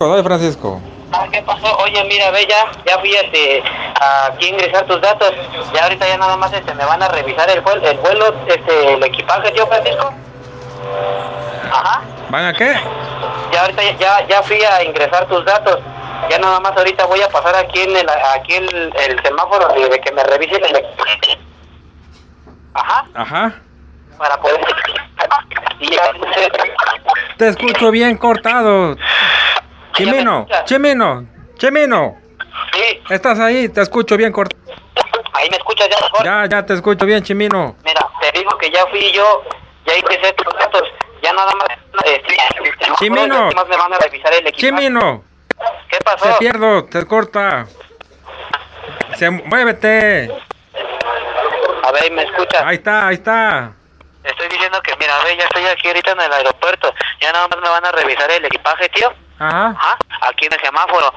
Soy Francisco. Ah, ¿Qué pasó? Oye, mira, ve, ya, ya fui este, aquí a ingresar tus datos. Ya ahorita ya nada más este, me van a revisar el vuelo, el vuelo, este, el equipaje, tío Francisco. Ajá. ¿Van a qué? Ya ahorita ya- ya, ya fui a ingresar tus datos. Ya nada más ahorita voy a pasar aquí en el, aquí en el, el semáforo de, de que me revisen el equipaje. Ajá. Ajá. Para poder... Y ya- Te escucho bien cortado. Chimino, Chimino, Chimino. Sí, Estás ahí, te escucho bien cortado. ahí me escuchas ya mejor. Ya, ya te escucho bien, Chimino. Mira, te digo que ya fui yo, ya ingresé tus datos, ya nada más. Este, Chimino. Nada más me van a revisar el equipo. Chimino, ¿Qué te pasó? pierdo, te corta. Se, muévete. A ver, ¿me escuchas? Ahí está, ahí está. Estoy diciendo que, mira, ve, ya estoy aquí ahorita en el aeropuerto, ya nada más me van a revisar el equipaje, tío. Ajá. Ajá, aquí en el semáforo.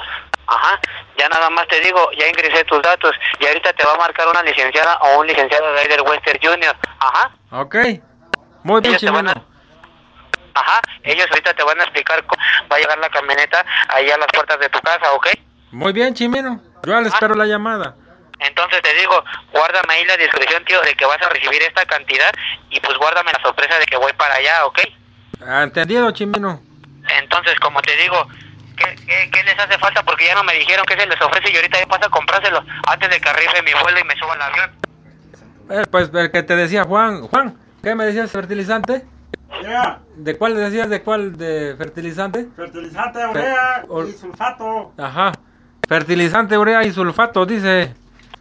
Ajá, ya nada más te digo, ya ingresé tus datos y ahorita te va a marcar una licenciada o un licenciado de ahí del Western Junior. Ajá. Ok. Muy bien, Ellos te van Chimino. a- Ajá, ellos ahorita te van a explicar cómo va a llegar la camioneta ahí a las puertas de tu casa, ¿ok? Muy bien, Chimino. Yo Ah. le espero la llamada. Entonces te digo, guárdame ahí la descripción, tío, de que vas a recibir esta cantidad y pues guárdame la sorpresa de que voy para allá, ¿ok? Ah, Entendido, Chimino. Entonces, como te digo, ¿qué, qué, qué les hace falta? Porque ya no me dijeron qué se les ofrece y ahorita ya pasa a comprárselo antes de que arriesgue mi vuelo y me suba al avión. Eh, pues el que te decía Juan. Juan, ¿qué me decías fertilizante? Ya, ¿De cuál decías de cuál de fertilizante? fertilizante, urea Fer- y sulfato. Ajá. Fertilizante, urea y sulfato, dice.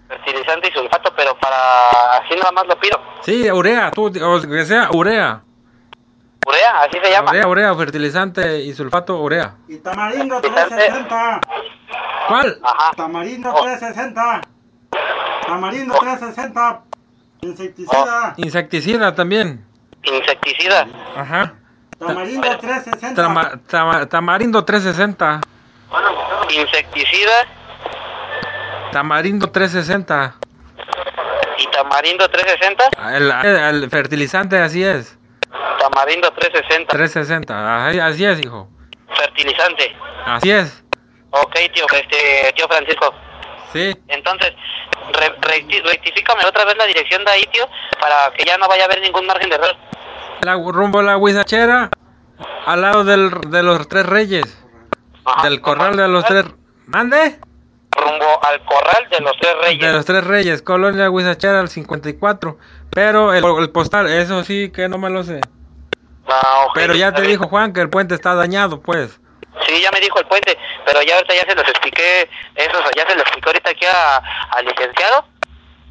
Fertilizante y sulfato, pero para así nada más lo pido. Sí, urea, tú, o que sea urea. Urea, así se llama. Urea, urea, fertilizante y sulfato, urea. Y tamarindo Fertilizante. 360. ¿Cuál? Ajá. Tamarindo Oh. 360. Tamarindo 360. Insecticida. Insecticida también. Insecticida. Ajá. Tamarindo 360. Tama- tama- tamarindo 360. Insecticida Tamarindo 360. y tamarindo 360. El, el fertilizante así es. Tamarindo 360. 360. Así, así es, hijo. Fertilizante. Así es. Ok, tío, este, tío Francisco. Sí. Entonces, re- recti- rectifícame otra vez la dirección de ahí, tío, para que ya no vaya a haber ningún margen de error. La, rumbo a la Huizachera. Al lado del, de los tres reyes. Ajá. Del corral de los tres. ¿Mande? Rumbo al corral de los tres reyes. De los tres reyes, Colonia Huizachera al 54. Pero el, el postal, eso sí que no me lo sé. Ah, ok, Pero ya está te bien. dijo Juan que el puente está dañado, pues. Sí, ya me dijo el puente, pero ya ahorita ya se los expliqué, eso, o sea, ya se lo expliqué ahorita aquí a- al licenciado.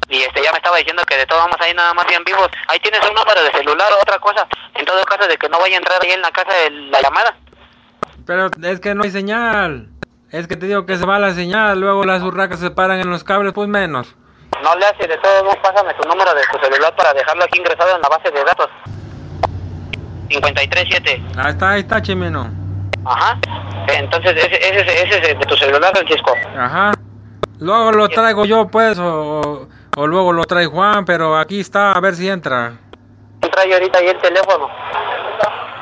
Y este ya me estaba diciendo que de todos vamos ahí nada más bien vivos. Ahí tienes un número de celular o otra cosa. En todo caso de que no vaya a entrar ahí en la casa de la llamada. Pero es que no hay señal. Es que te digo que se va la señal, luego las urracas se paran en los cables, pues menos. No le hace de todo, no pásame tu número de tu celular para dejarlo aquí ingresado en la base de datos. 537. Ahí está, ahí está, Chimino. Ajá. Entonces, ese, ese, es- ese es el de tu celular, Francisco. Ajá. Luego lo traigo yo, pues, o, o luego lo trae Juan, pero aquí está, a ver si entra. Trae ahorita ahí el teléfono.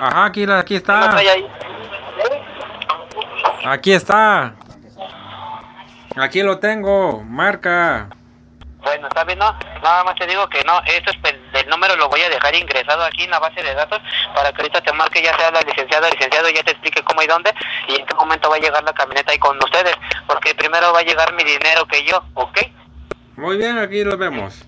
Ajá, aquí, la- aquí ¿No está. trae ahí? Aquí está. Aquí lo tengo, marca. Bueno, está bien, no. Nada más te digo que no. Esto es pel- el número, lo voy a dejar ingresado aquí en la base de datos para que ahorita te marque ya sea la licenciada, licenciado, ya te explique cómo y dónde y en qué momento va a llegar la camioneta ahí con ustedes. Porque primero va a llegar mi dinero que yo, ¿ok? Muy bien, aquí lo vemos.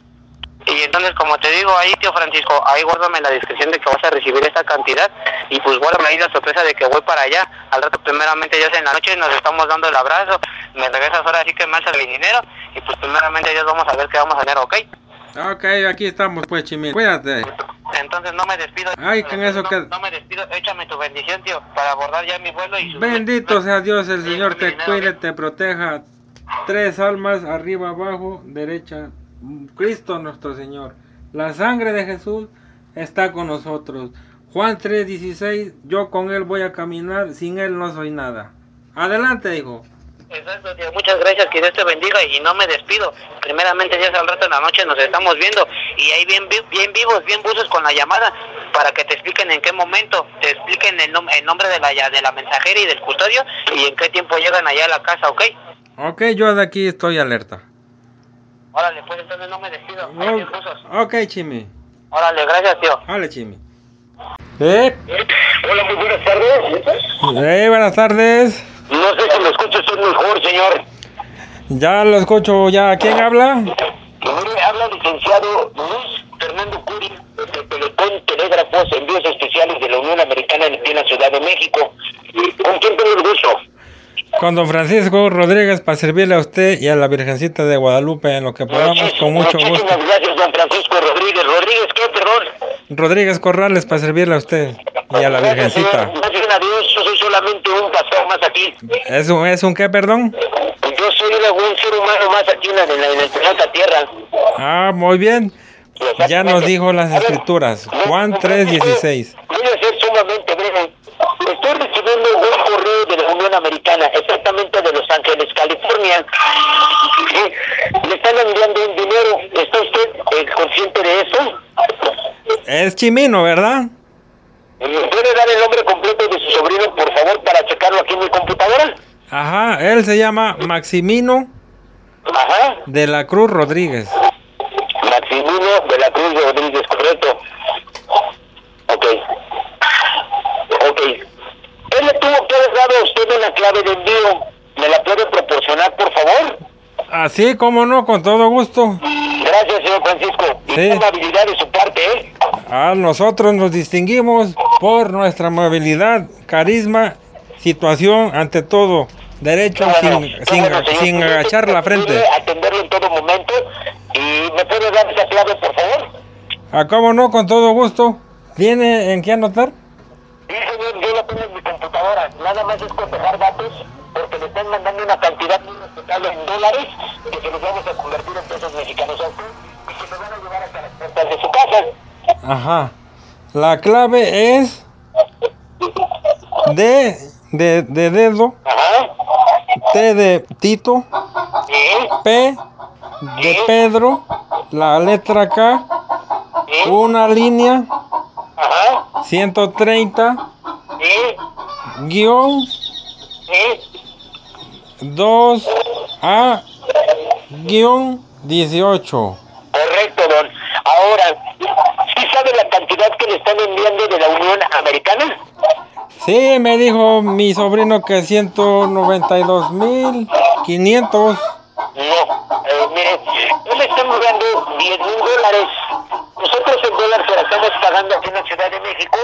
Y entonces, como te digo ahí, tío Francisco, ahí guárdame la descripción de que vas a recibir esta cantidad y pues guárdame ahí la sorpresa de que voy para allá. Al rato, primeramente, Dios en la noche nos estamos dando el abrazo, me regresas ahora así que me alzas mi dinero y pues primeramente Dios vamos a ver qué vamos a hacer, ¿ok? Ok, aquí estamos pues, Chimino. Cuídate. Entonces no me despido. Ay, con eso no, que- no me despido, échame tu bendición, tío, para abordar ya mi vuelo y... Bendito sea Dios, el Sí, Señor mi te dinero, cuide, ¿ok? te proteja. Tres almas, arriba, abajo, derecha. Cristo nuestro Señor. La sangre de Jesús está con nosotros. Juan 3:16, yo con Él voy a caminar, sin Él no soy nada. Adelante, hijo. Exacto, tío. Muchas gracias, que Dios te bendiga y no me despido. Primeramente, ya al rato en la noche nos estamos viendo y ahí bien, vi- bien vivos, bien buzos con la llamada para que te expliquen en qué momento, te expliquen el, nom- el nombre de la, ya- de la mensajera y del custodio y en qué tiempo llegan allá a la casa, ¿ok? Ok, yo de aquí estoy alerta. Órale, pues entonces no me despido. Gracias, buzos. O- ok, Chimi. Órale, gracias, tío. Hola, Chimi. Eh, Hola, muy buenas tardes. eh, buenas tardes. No sé si me escucha usted mejor, señor. Ya lo escucho, ya. ¿Quién habla? Mire, habla el licenciado Luis Fernando Curi, del Pelotón Telégrafos Envíos Especiales de la Unión Americana en en la Ciudad de México. ¿Con quién tengo el gusto? Con don Francisco Rodríguez para servirle a usted y a la Virgencita de Guadalupe en lo que podamos, con mucho gusto. Muchísimas gracias, don Francisco Rodríguez. Rodríguez, ¿qué? Perdón. Rodríguez Corrales para servirle a usted y a la Gracias, Virgencita. señor. Gracias a Dios, yo soy solamente un pastor más aquí. ¿Es un, es un qué, perdón? Yo soy un ser humano más aquí en, la, en, la, en el planeta Tierra. Ah, muy bien. Ya nos dijo las escrituras. Juan 3:16. Voy a ser sumamente breve. Estoy recibiendo un correo de la Unión Americana, exactamente de Los Ángeles, California. Sí, Le están enviando un dinero. ¿Está usted eh, consciente de eso? Es Chimino, ¿verdad? ¿Me puede dar el nombre completo de su sobrino, por favor, para checarlo aquí en mi computadora? Ajá, él se llama Maximino Ajá. de la Cruz Rodríguez. Maximino de la Cruz Rodríguez, correcto. Ok. Ok. Él le tuvo que haber dado a usted una clave de envío. ¿Me la puede proporcionar, por favor? Así como no, con todo gusto. Gracias, señor Francisco. Y Sí. tenga habilidad de su parte, ¿eh? A nosotros nos distinguimos por nuestra amabilidad, carisma, situación ante todo, derecho Qué bueno, sin, qué sin- bueno, señor. sin agachar la frente. Debe atenderlo en todo momento. ¿Y me puede dar esa clave, por favor? ¿A cómo no, con todo gusto. ¿Tiene en qué anotar? Sí, señor, yo la tengo en mi computadora. Nada más es cotejar datos porque le están mandando una cantidad muy respetable en dólares que se los vamos a convertir en pesos mexicanos a usted y que me van a llevar hasta las puertas de su casa. Ajá. La clave es D de, de dedo, Ajá. T de Tito, Sí, P de Pedro, la letra K, sí. una línea, Ajá. 130, Sí, guión, sí. 2A guión 18. Correcto, don. Ahora, ¿sí sabe la cantidad que le están enviando de la Unión Americana? Sí, me dijo mi sobrino que 192.500. No, eh, mire, él le están cobrando 10 mil dólares. Nosotros el dólar se la estamos pagando aquí en la Ciudad de México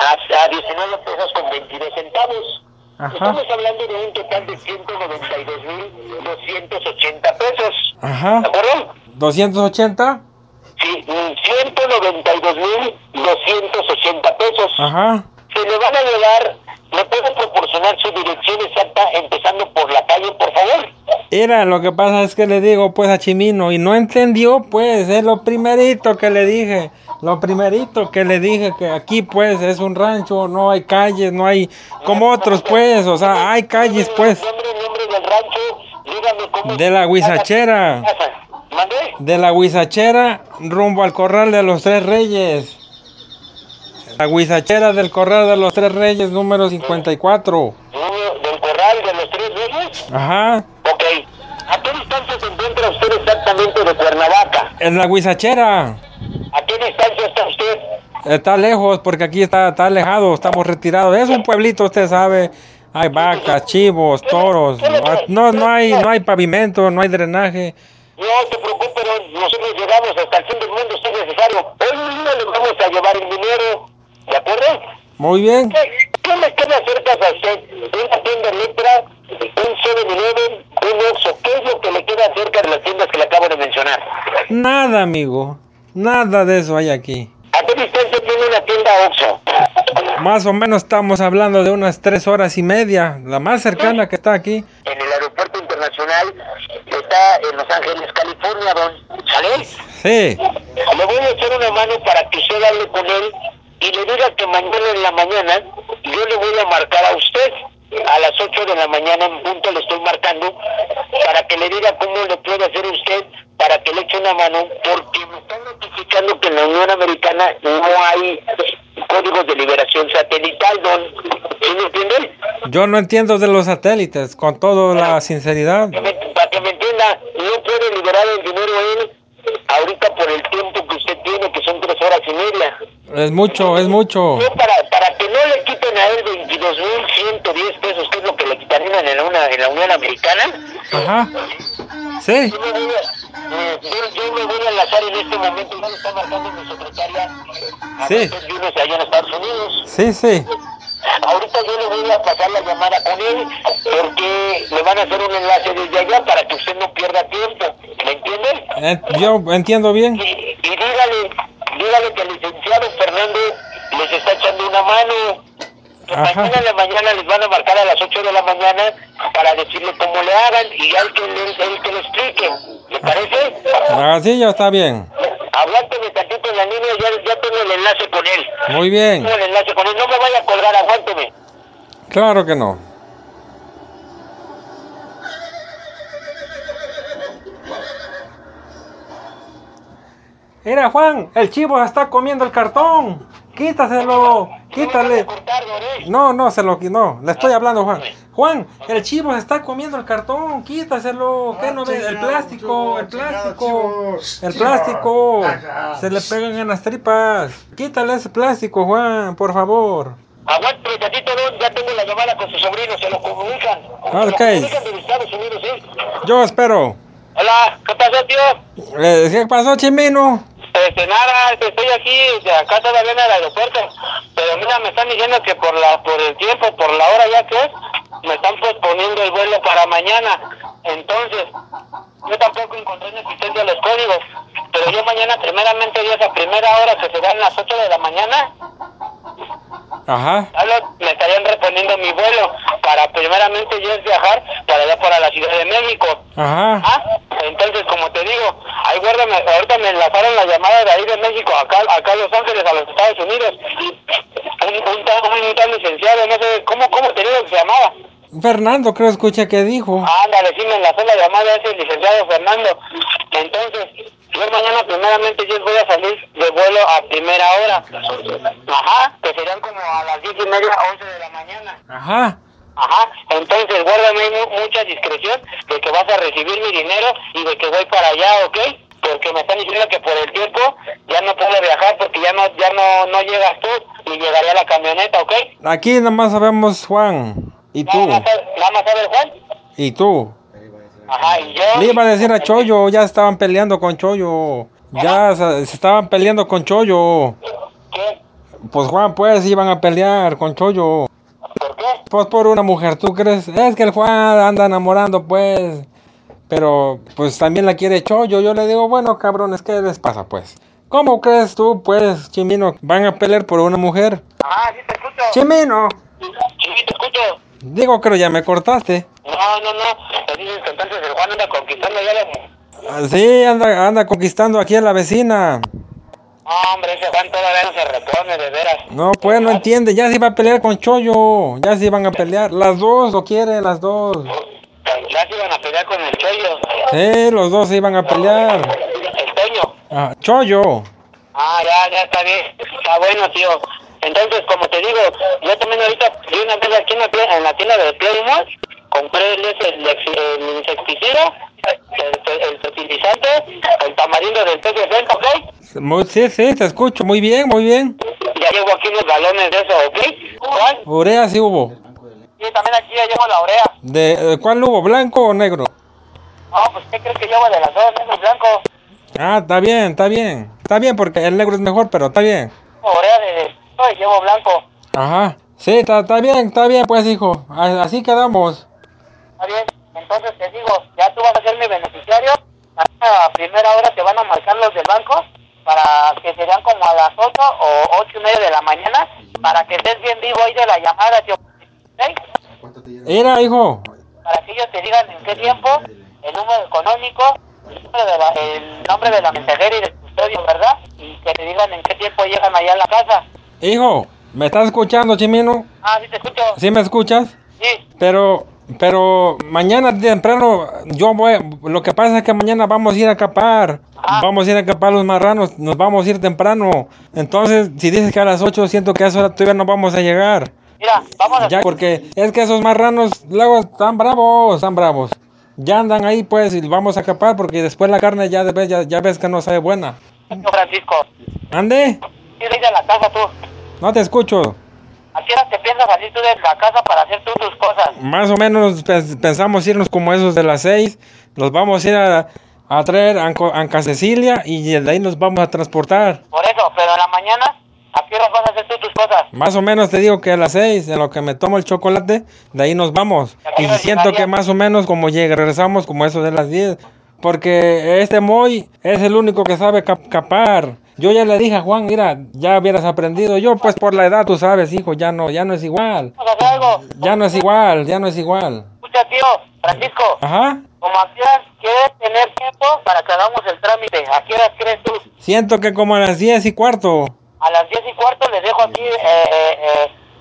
a, a 19 pesos con 22 centavos. Ajá. Estamos hablando de un total de 192 mil 280 pesos. Ajá. ¿De acuerdo? 280. Sí, 192 mil 280 pesos. Ajá. Se le van a llevar, ¿me puede proporcionar su dirección exacta empezando por la calle, por favor? Era, lo que pasa es que le digo pues a Chimino y no entendió pues, es lo primerito que le dije, lo primerito que le dije que aquí pues es un rancho, no hay calles, no hay como otros pues, o sea, hay calles pues, Nombre, nombre del rancho, dígame cómo de la guisachera. Casa. ¿Mandé? De la Huizachera rumbo al Corral de los Tres Reyes. La Huizachera del Corral de los Tres Reyes número 54. Número del corral de los tres reyes. Ajá. Ok. ¿A qué distancia se encuentra usted exactamente de Cuernavaca? En la Huizachera. ¿A qué distancia está usted? Está lejos porque aquí está, está alejado, estamos retirados. Es un pueblito, usted sabe. Hay vacas, chivos, toros. No, no hay, no hay pavimento, no hay drenaje. No se preocupe, don, nosotros llegamos hasta el fin del mundo si es necesario. Hoy mismo le vamos a llevar el dinero, ¿de acuerdo? Muy bien. ¿Qué, qué le queda cerca a usted? ¿Una tienda letra? ¿Un 7-Eleven? ¿Un Oxxo? ¿Qué es lo que le queda cerca de las tiendas que le acabo de mencionar? Nada, amigo. Nada de eso hay aquí. ¿A qué distancia tiene una tienda Oxxo? Más o menos estamos hablando de unas tres horas y media, la más cercana que está aquí. En el aeropuerto internacional que está en Los Ángeles, California, don. ¿Sale? Sí, Le voy a echar una mano para que usted hable con él y le diga que mañana en la mañana yo le voy a marcar a usted. A las 8 de la mañana en punto le estoy marcando para que le diga cómo le puede hacer usted para que le eche una mano porque me están notificando aprovechando que en la Unión Americana no hay códigos de liberación satelital, don. ¿Sí me entiende? Yo no entiendo de los satélites, con toda la sinceridad. Que me- para que me entienda, no puede liberar el dinero él ahorita por el tiempo que usted tiene, que son tres horas y media. Es mucho, es mucho. No, para, para que no le quiten a él 22.110 pesos, que es lo que le quitarían en, la una, en la Unión Americana, Ajá. Sí. yo me voy a, eh, yo- yo me voy a enlazar en este momento, ya me está marcando mi secretaria, a Sí. Mercedes Yunes allá en Estados Unidos. Sí, sí. Ahorita yo le voy a pasar la llamada con él porque le van a hacer un enlace desde allá para que usted no pierda tiempo. ¿Me entiende? Eh, Yo entiendo bien. Y, y dígale, dígale que el licenciado Fernando les está echando una mano. Ajá. Mañana en la mañana les van a marcar a las 8 de la mañana para decirle cómo le hagan y ya el que le, el que le explique. ¿Le parece? Así ya está bien. Aguánteme tantito en la línea, ya, ya tengo el enlace con él. Muy bien. Tengo el enlace con él, no me vaya a colgar, aguánteme. Claro que no. Mira, Juan, el chivo se está comiendo el cartón. Quítaselo, No me quítale. vaya a cortar, Doris. No, no, se lo qui- no, le estoy hablando, Juan. Juan, el chivo se está comiendo el cartón, quítaselo. ¿Qué no ves? El plástico, el plástico, el plástico. Se le pegan en las tripas. Quítale ese plástico, Juan, por favor. Aguante, tantito, no, ya tengo la llamada con su sobrino, se lo comunican. Se lo Ok. comunican de Estados Unidos, ¿eh? Yo espero. Hola, ¿qué pasó, tío? Eh, ¿Qué pasó, Chimino? Este, nada, este, estoy aquí, de acá todavía en el aeropuerto, pero mira, me están diciendo que por la, por el tiempo, por la hora ya que es, me están posponiendo el vuelo para mañana. Entonces, yo tampoco encontré en existencia los códigos, pero yo mañana, primeramente, Dios, a primera hora que se dan las 8 de la mañana, Ajá. Hablo- me estarían reponiendo mi vuelo para primeramente yo es viajar para allá para la Ciudad de México. Ajá. Ah, entonces como te digo, ahí guárdame, ahorita me enlazaron la llamada de ahí de México acá, acá a Los Ángeles, a los Estados Unidos. Un, un, tal- un tal licenciado, no sé, ¿cómo, cómo te digo que se llamaba? Fernando, creo escuché que dijo. Ándale, sí me enlazó la llamada ese licenciado Fernando. Entonces, yo mañana primeramente yo voy a salir de vuelo a primera hora. Ajá, que serían como a las diez y media, once de la mañana. Ajá. Ajá, entonces guárdame ahí mu- mucha discreción de que vas a recibir mi dinero y de que voy para allá, ¿ok? Porque me están diciendo que por el tiempo ya no puedo viajar porque ya no ya no, no llegas tú ni llegaría la camioneta, ¿ok? Aquí nomás sabemos Juan y Nada tú. más, sabe- nada más sabe el Juan. Y tú. Ajá, y yo... Le iba a decir a Choyo, ya estaban peleando con Choyo. Ya se, se estaban peleando con Choyo. ¿Qué? Pues Juan, pues iban a pelear con Choyo. ¿Por qué? Pues por una mujer, ¿tú crees? Es que el Juan anda enamorando, pues. Pero, pues también la quiere Choyo. Yo le digo, bueno, cabrones, ¿qué les pasa, pues? ¿Cómo crees tú, pues, Chimino? ¿Van a pelear por una mujer? Ah, sí te escucho. Sí, Chimino, sí te escucho. digo, creo ya me cortaste. No, no, no. Te dices que entonces el Juan anda conquistando ya la... Ah, Sí, anda, anda conquistando aquí a la vecina. No, hombre, ese Juan todavía no se repone, de veras. No, pues no entiende, ya se iba a pelear con Choyo. Ya se iban a pelear. Las dos lo quieren, las dos. Ya se iban a pelear con el chollo. Sí, los dos se iban a pelear. El Toño. Ah, Choyo. Ah, ya, ya está bien. Está bueno, tío. Entonces, como te digo, yo también ahorita de una vez aquí en la, pla- en la tienda de Playmore compré el, ese- el, ex- el insecticida, el, fe- el fertilizante, el tamarindo del pez de frente, ¿ok? Muy- sí, sí, te escucho. Muy bien, muy bien. Ya llevo aquí unos galones de eso, ¿ok? Juan, Urea sí hubo. yo también aquí ya llevo la orea. ¿De eh, cuál hubo? ¿Blanco o negro? Ah, pues, ¿qué crees que llevo de las dos? Negro y blanco. Ah, está bien, está bien. Está bien porque el negro es mejor, pero está bien. Orea de... y llevo blanco. Ajá. Sí, está, está bien, está bien, pues, hijo. A- Así quedamos. Está bien, entonces te digo, ya tú vas a ser mi beneficiario. Mañana A primera hora te van a marcar los del banco para que serían como a las 8 o 8 y media de la mañana para que estés bien vivo ahí de la llamada, tío. ¿ok? Era, hijo. Para que ellos te digan en qué tiempo, el número económico, el nombre de la, el nombre de la mensajera y del custodio, ¿verdad? Y que te digan en qué tiempo llegan allá a la casa. Hijo, ¿me estás escuchando, Chimino? Ah, sí te escucho. ¿Sí me escuchas? Sí. Pero, pero mañana temprano yo voy. Lo que pasa es que mañana vamos a ir a capar. Ah. Nos vamos a ir a capar los marranos, nos vamos a ir temprano. Entonces, si dices que a las 8, siento que a esa hora todavía no vamos a llegar. Mira, vamos a... Ya, porque es que esos marranos luego están bravos, están bravos. Ya andan ahí, pues, y vamos a capar porque después la carne ya, ves- ya, ya ves que no sabe buena. Tío Francisco, Ande, ir a la casa tú. no te escucho. ¿A qué hora te piensas salir tú de la casa para hacer tú tus cosas? Más o menos pens- pensamos irnos como esos de las 6. Nos vamos a ir a, a traer a Anco- Anca Cecilia y de ahí nos vamos a transportar. Por eso, pero en la mañana, ¿a qué hora vas a hacer tú tus cosas? Más o menos te digo que a las 6, en lo que me tomo el chocolate, de ahí nos vamos. Y siento que más o menos como llegue, regresamos como eso de las 10. Porque este Moy es el único que sabe cap- capar. Yo ya le dije a Juan, mira, ya hubieras aprendido. Yo pues por la edad, tú sabes, hijo, ya no, ya no es igual. Vamos a hacer algo. Ya no es igual, ya no es igual. Escucha, tío, Francisco, Ajá. como a qué horas quieres tener tiempo para que hagamos el trámite. ¿A qué horas crees tú? Siento que como a las 10 y cuarto. A las diez y cuarto les dejo aquí eh, eh,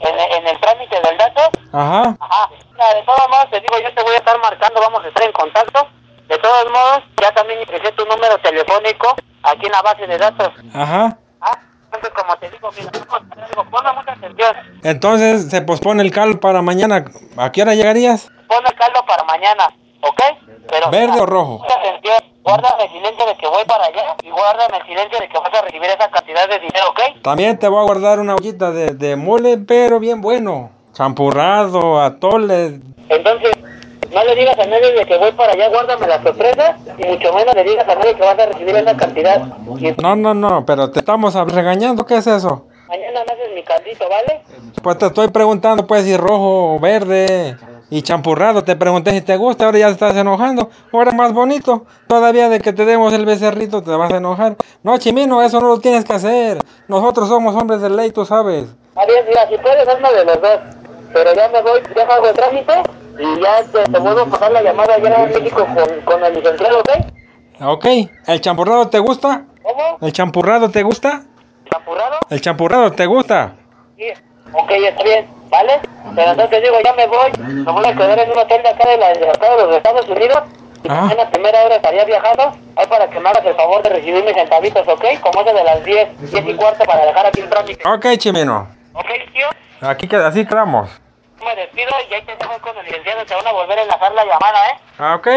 eh, en, en el trámite del dato. Ajá. Ajá. Mira, de todos modos, te digo, yo te voy a estar marcando, vamos a estar en contacto. De todos modos, ya también ingresé tu número telefónico aquí en la base de datos. Ajá. Ah, entonces, como te digo, mira, vamos a hacer algo. Ponme mucha atención. Entonces se pospone el cal para mañana. ¿A qué hora llegarías? Pon el caldo para mañana, ¿ok? Pero, ¿Verde o rojo? Mucha atención. Guárdame el silencio de que voy para allá y guárdame el silencio de que vas a recibir esa cantidad de dinero, ¿ok? También te voy a guardar una ollita de, de mole, pero bien bueno. Champurrado, atole. Entonces, no le digas a nadie de que voy para allá, guárdame la sorpresa y mucho menos le digas a nadie que vas a recibir esa cantidad. Y No, no, no, pero te estamos ab- regañando. ¿Qué es eso? mañana me haces mi caldito, ¿vale? Pues te estoy preguntando, pues, si rojo o verde. Y champurrado, te pregunté si te gusta, ahora ya te estás enojando. Ahora más bonito. Todavía de que te demos el becerrito te vas a enojar. No, Chimino, eso no lo tienes que hacer. Nosotros somos hombres de ley, tú sabes. Adiós, mira, si puedes, hazme de los dos. Pero ya me voy, ya hago el trámite y ya te, te vuelvo a pasar la llamada allá en México con, con el licenciado, ¿ok? Ah, Ok, ¿el champurrado te gusta? ¿Cómo? ¿El champurrado te gusta? ¿Apurado? ¿El champurrado te gusta? Sí, ok, está bien, ¿vale? Pero entonces digo, ya me voy, me voy a quedar en un hotel de acá de, la, de acá de los Estados Unidos. Y Ah. en la primera hora estaría viajando, ahí para que me hagas el favor de recibir mis centavitos, ¿ok? Como eso de las 10, 10 y cuarto para dejar aquí el trámite. Ok, Chimino. Ok, tío, Aquí queda, así quedamos. me despido y ahí te dejo con el licenciado, te van a volver a enlazar la llamada, ¿eh? Ah, ok.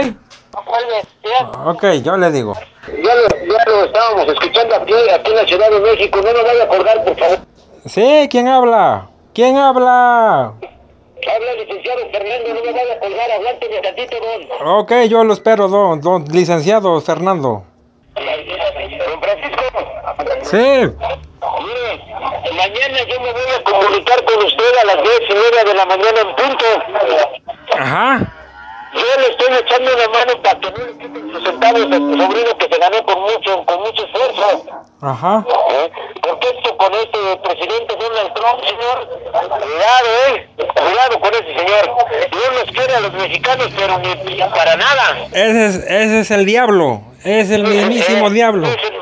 No cuelgues, tío. Ok, yo le digo. Ya lo, ya lo estábamos escuchando aquí, aquí en la Ciudad de México. No nos vaya a acordar, por favor. Sí, ¿quién habla? ¿Quién habla? Habla el licenciado Fernando, no me vaya a colgar, hablante de tantito, don. Ok, yo lo espero, don, don licenciado Fernando. Don Francisco, Sí, mire, mañana yo me voy a comunicar con usted a las diez y media de la mañana en punto. ajá. Yo le estoy echando la mano para que no le quiten sus centavos a su sobrino que se ganó con mucho, con mucho esfuerzo. Ajá. ¿eh? Porque esto con este presidente Donald Trump, señor, cuidado, ¿eh? Cuidado con ese señor. Dios nos quiere a los mexicanos, pero ni para nada. Ese es, ese es el diablo. Es el mismísimo diablo. Es el-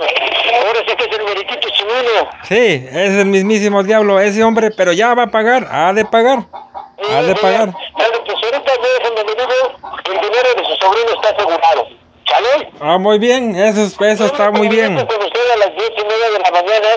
Ahora sí que es el meritito chimino. Sí, es el mismísimo diablo. Ese hombre, pero ya va a pagar. Ha de pagar. Ah, Ha de pagar. Claro, pues ahorita me dejan de digo que el dinero de su sobrino está asegurado. ¿Sale? Ah, muy bien. Eso, es- eso está muy bien. Yo me comunico con usted a las diez y media de la mañana,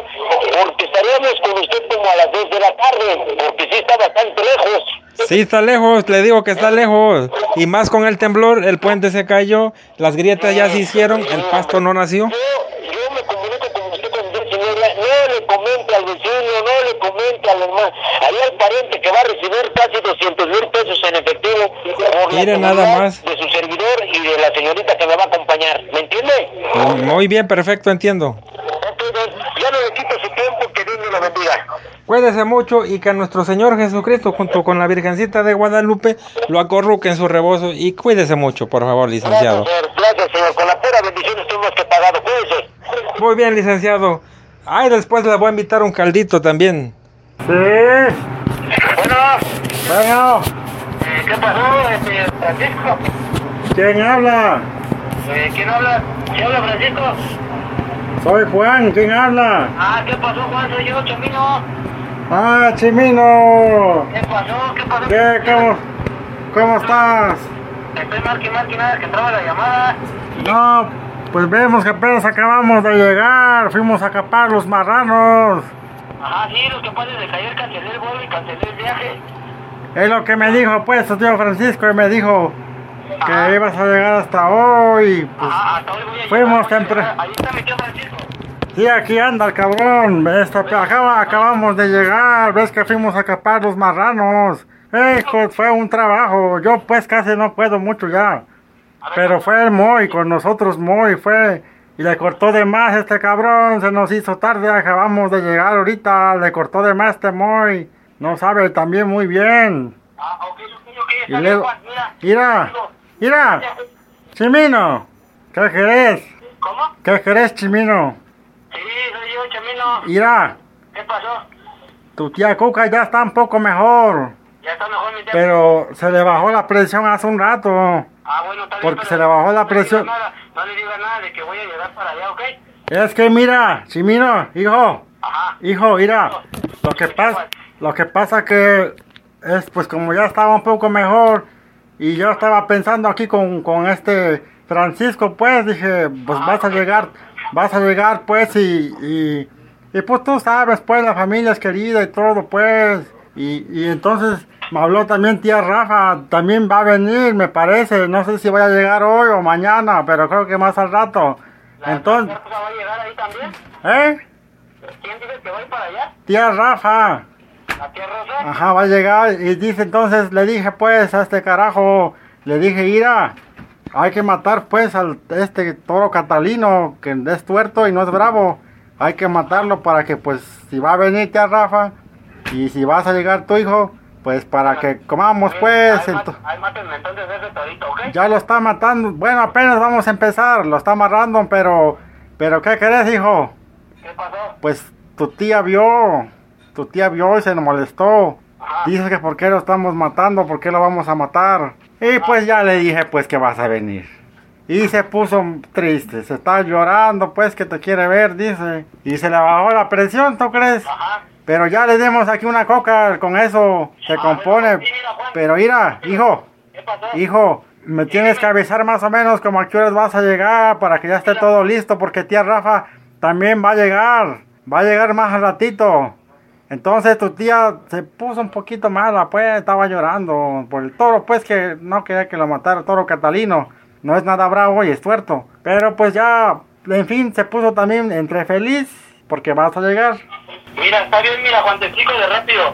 porque estaríamos con usted como a las 2 de la tarde, porque sí está bastante lejos. Sí, está lejos, le digo que está lejos. Y más con el temblor, el puente se cayó, las grietas ya se hicieron, el pasto no nació. Yo, yo me comunico con usted con usted, señora. No le comente al vecino, no le comente al hermano. Ahí al pariente que va a recibir casi 200 mil pesos en efectivo por la Mire nada seguridad más. de su servidor y de la señorita que me va a acompañar. ¿Me entiende? Muy bien, perfecto, entiendo. Ok, don, Ya no le quito su tiempo, que Dios me lo bendiga. Cuídese mucho y que a nuestro Señor Jesucristo, junto con la Virgencita de Guadalupe, lo acorruque en su rebozo. Y cuídese mucho, por favor, licenciado. Gracias, señor. Gracias, señor. Con la pura bendición estoy más que pagado. Cuídese. Muy bien, licenciado. Ay, después le voy a invitar un caldito también. Sí, Bueno, bueno, Ah, eh, ¿qué pasó, este, Francisco? ¿quién habla? Eh, ¿Quién habla? ¿Quién habla, Francisco? Soy Juan, ¿quién habla? Ah, ¿qué pasó, Juan? Soy yo, Chomino. Ah, Chimino, ¿Qué pasó? ¿Qué pasó? ¿qué, cómo, cómo estás? Estoy marque, marque, nada, que entraba la llamada. No, Pues vemos que apenas acabamos de llegar, fuimos a capar los marranos. Ajá, sí, los capaces de caer, cancelé el vuelo y cancelé el viaje. Es lo que me dijo pues tu tío Francisco y me dijo Ah. que ibas a llegar hasta hoy. Pues Ajá, hasta hoy voy a Fuimos llegar, voy a temprano. llegar. Ahí está mi tío Francisco. sí, aquí anda el cabrón. Esto, acaba- acabamos de llegar, ves que fuimos a capar los marranos. Eh, Hijo, fue un trabajo. Yo pues casi no puedo mucho ya. A ver, Pero fue el Moy, con nosotros Moy fue. Y le cortó de más este cabrón, se nos hizo tarde, acabamos de llegar ahorita, le cortó de más este Moy. No sabe también muy bien. Ah, ok, ok, ok, Y está bien, luego, Juan, mira. eh. mira, mira, Chimino, ¿qué querés? ¿Cómo? ¿Qué querés, Chimino? Sí, soy yo, Chamino. Mira, ¿Qué pasó? tu tía Cuca ya está un poco mejor, Ya está mejor mi tío. pero se le bajó la presión hace un rato. ah, bueno, está bien, porque pero se le bajó la no le digas presión. nada, No le digas nada de que voy a llegar para allá, ¿ok? Es que mira, Chimino, hijo, Ajá. Hijo, mira, lo que pasa, lo que pasa que es pues como ya estaba un poco mejor y yo estaba pensando aquí con, con este Francisco, pues dije, pues vas a llegar, vas a llegar pues y, y, y, pues tú sabes, pues la familia es querida y todo pues y, y entonces me habló también tía Rafa, también va a venir me parece, no sé si voy a llegar hoy o mañana, pero creo que más al rato. La Entonces, tía Rosa pues, va a llegar ahí también? ¿eh? ¿Quién dice que voy para allá? Tía Rafa. ¿La tía Rosa? Ajá, va a llegar y dice entonces, le dije pues a este carajo, le dije, ira, hay que matar pues al este toro catalino que es tuerto y no es bravo, hay que matarlo para que pues si va a venir tía Rafa y si vas a llegar tu hijo, pues para que comamos Bien, pues, ahí, ento- mat- ahí mátenme entonces ese torito, ¿ok? ya lo está matando, bueno apenas vamos a empezar, lo está amarrando, pero, pero ¿qué querés hijo? ¿Qué pasó? Pues tu tía vio, tu tía vio y se molestó. Ajá. Dice que por qué lo estamos matando, por qué lo vamos a matar. Y pues ya le dije pues que vas a venir. Y se puso triste, se está llorando pues que te quiere ver, dice. Y se le bajó la presión, ¿tú crees? Ajá. Pero ya le dimos aquí una coca, con eso se Ah, compone. bueno, sí, mira, Juan. Pero mira, hijo, ¿Qué pasó? hijo, me tienes que avisar más o menos como a qué horas vas a llegar para que ya esté todo listo, porque tía Rafa también va a llegar, va a llegar más al ratito. Entonces tu tía se puso un poquito mala, pues estaba llorando por el toro, pues que no quería que lo matara el toro catalino. No es nada bravo y es tuerto. Pero pues ya, en fin, se puso también entre feliz porque vas a llegar. Mira, está bien, mira, Juan, te explico de rápido.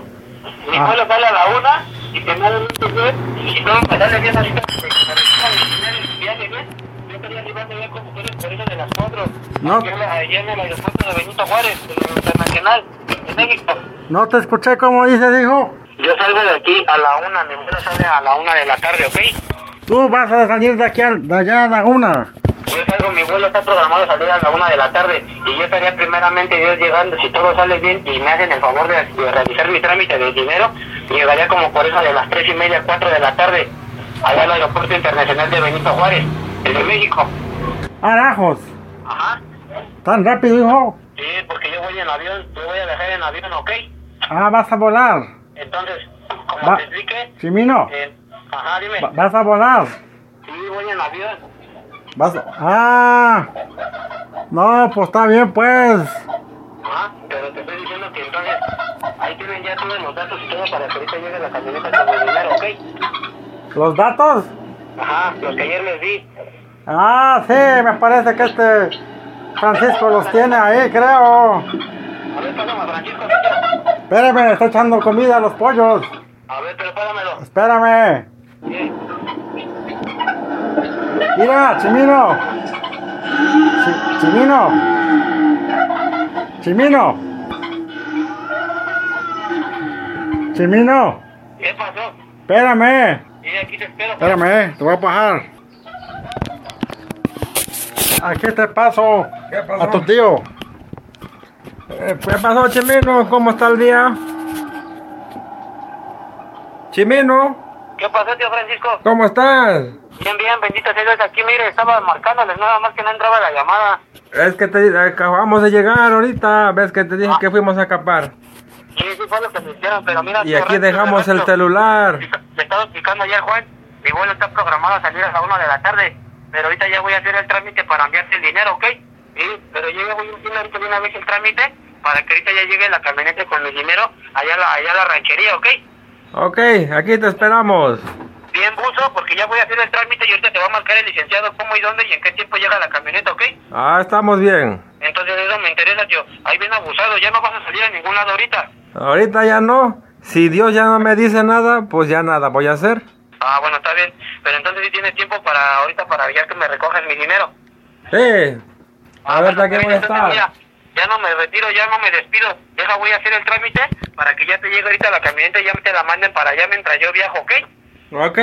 Mi Ah. vuelo sale a la una y primeramente fue, y tengo que darle bien ahorita que me reciban el dinero y el viaje, ¿ves? Yo quería llevarme bien con ustedes por eso de las cuatro. No. Ayer en la- Ayer en el aeropuerto de Benito Juárez, en el internacional, en México. No te escuché como dices, hijo. Yo salgo de aquí a la una, mi vuelo sale a la una de la tarde, ¿ok? Tú vas a salir de aquí al- de allá a la una. Yo salgo, mi vuelo está programado a salir a la una de la tarde y yo estaría primeramente Dios llegando, si todo sale bien y me hacen el favor de, de realizar mi trámite de dinero, llegaría como por eso de las tres y media, cuatro de la tarde, allá al aeropuerto internacional de Benito Juárez, el de México. Arajos. Ajá. ¿Tan rápido, hijo? Sí, porque yo voy en avión, yo voy a viajar en avión, ¿ok? Ah, vas a volar. Entonces, como Va- te expliqué, Chimino, eh, ajá, dime, va- vas a volar. sí, voy en avión. Vas a- Ah. No, pues está bien, pues. Ajá, Ah, pero te estoy diciendo que entonces ahí tienen ya todos los datos y todo para que ahorita llegue la camioneta con el dinero, ¿ok? ¿Los datos? Ajá, los que ayer les di. Ah, sí, me parece que este Francisco los tiene ahí, creo. A ver, pásame a Francisco, niño. Espérame, le está echando comida a los pollos. A ver, pero pásamelo. Espérame. Sí. Mira, Chimino. Chi- Chimino. Chimino. Chimino. ¿Qué pasó? Espérame. Y aquí te espero. pues. Espérame, eh, te voy a bajar. Aquí te paso ¿Qué pasó? a tu tío. Eh, ¿Qué pasó, Chimino? ¿Cómo está el día? Chimino, ¿Qué pasó, tío Francisco? ¿cómo estás? Bien, bien, bendito sea Dios. Aquí, mire, estaba marcándoles nada más que no entraba la llamada. Es que te acabamos de llegar ahorita. Ves que te dije que fuimos a capar. Sí, sí fue lo que me hicieron, pero mira... Y tío aquí Francisco, dejamos el Francisco, celular. Me estaba explicando ayer, Juan. Mi vuelo está programado a salir a la una de la tarde. pero ahorita ya voy a hacer el trámite para enviarte el dinero, ¿ok? Sí, pero yo ya voy a hacer ahorita de una vez el trámite para que ahorita ya llegue la camioneta con mi dinero allá a la, allá a la ranchería, ¿ok? Ok, aquí te esperamos. Bien, buzo, porque ya voy a hacer el trámite y ahorita te va a marcar el licenciado cómo y dónde y en qué tiempo llega la camioneta, ¿ok? Ah, estamos bien. Entonces eso me interesa, tío. Ahí bien abusado, ya no vas a salir a ningún lado ahorita. Ahorita ya no. Si Dios ya no me dice nada, pues ya nada voy a hacer. Ah, bueno, está bien. Pero entonces sí tienes tiempo para ahorita para ya que me recojas mi dinero. Eh, a Ah, ver, ¿de bueno, qué voy a entonces, mira, estar? ya no me retiro, ya no me despido. Deja, voy a hacer el trámite para que ya te llegue ahorita la camioneta y ya te la manden para allá mientras yo viajo, ¿ok? Ok,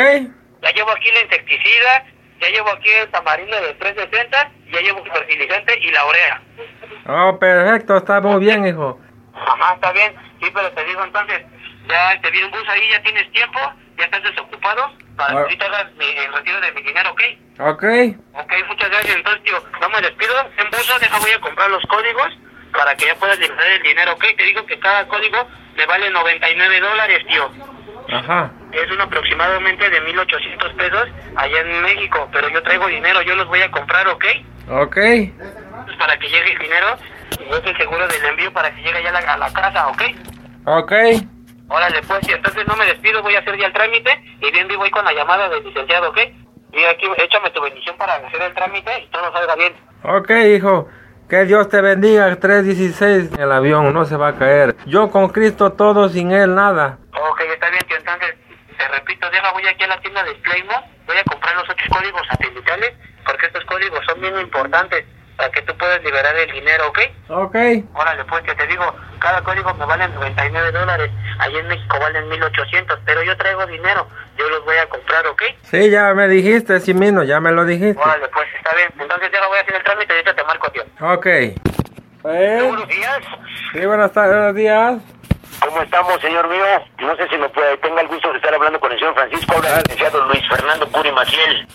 Ya llevo aquí el insecticida, ya llevo aquí el tamarindo del 360, ya llevo el fertilizante y la urea. oh, perfecto, está muy bien, hijo. Ajá, está bien. Sí, pero te digo entonces, ya te vi un bus ahí, ya tienes tiempo, ya estás desocupado, para que Ah. ahorita hagas mi, el retiro de mi dinero, ¿ok? Ok, Ok, muchas gracias. Entonces, tío, no me despido. En bolsa, deja, voy a comprar los códigos para que ya puedas liberar el dinero, ¿ok? Te digo que cada código me vale 99 dólares, tío. ajá. Es un aproximadamente de 1.800 pesos allá en México, pero yo traigo dinero, yo los voy a comprar, ¿ok? Ok, Pues Para que llegue el dinero, y yo estoy seguro del envío para que llegue ya a la, a la casa, ¿ok? ok, Órale, pues, y entonces no me despido, voy a hacer ya el trámite y bien vivo voy con la llamada del licenciado, ¿ok? Y aquí, échame tu bendición para hacer el trámite y todo salga bien. ok, hijo. Que Dios te bendiga, 316. El avión no se va a caer. Yo con Cristo todo, sin Él nada. Ok, está bien, tío. Entonces, te repito, deja, voy aquí a la tienda de Playmo, voy a comprar los ocho códigos satelitales, porque estos códigos son bien importantes para que tú puedas liberar el dinero, ¿ok? Ok, Órale, pues, que te digo, cada código me vale 99 dólares, allí en México valen 1800, pero yo traigo dinero, yo los voy a comprar, ¿ok? sí, ya me dijiste, Simino, ya me lo dijiste. Órale, pues, está bien. Entonces, deja, voy a hacer el trámite y ahorita te marco, tío. Ok. Eh, Buenos días. sí, buenas tardes, buenos días. ¿Cómo estamos, señor mío? No sé si me puede, tenga el gusto de estar hablando con el señor Francisco, habla el licenciado Luis Fernando Curi Maciel.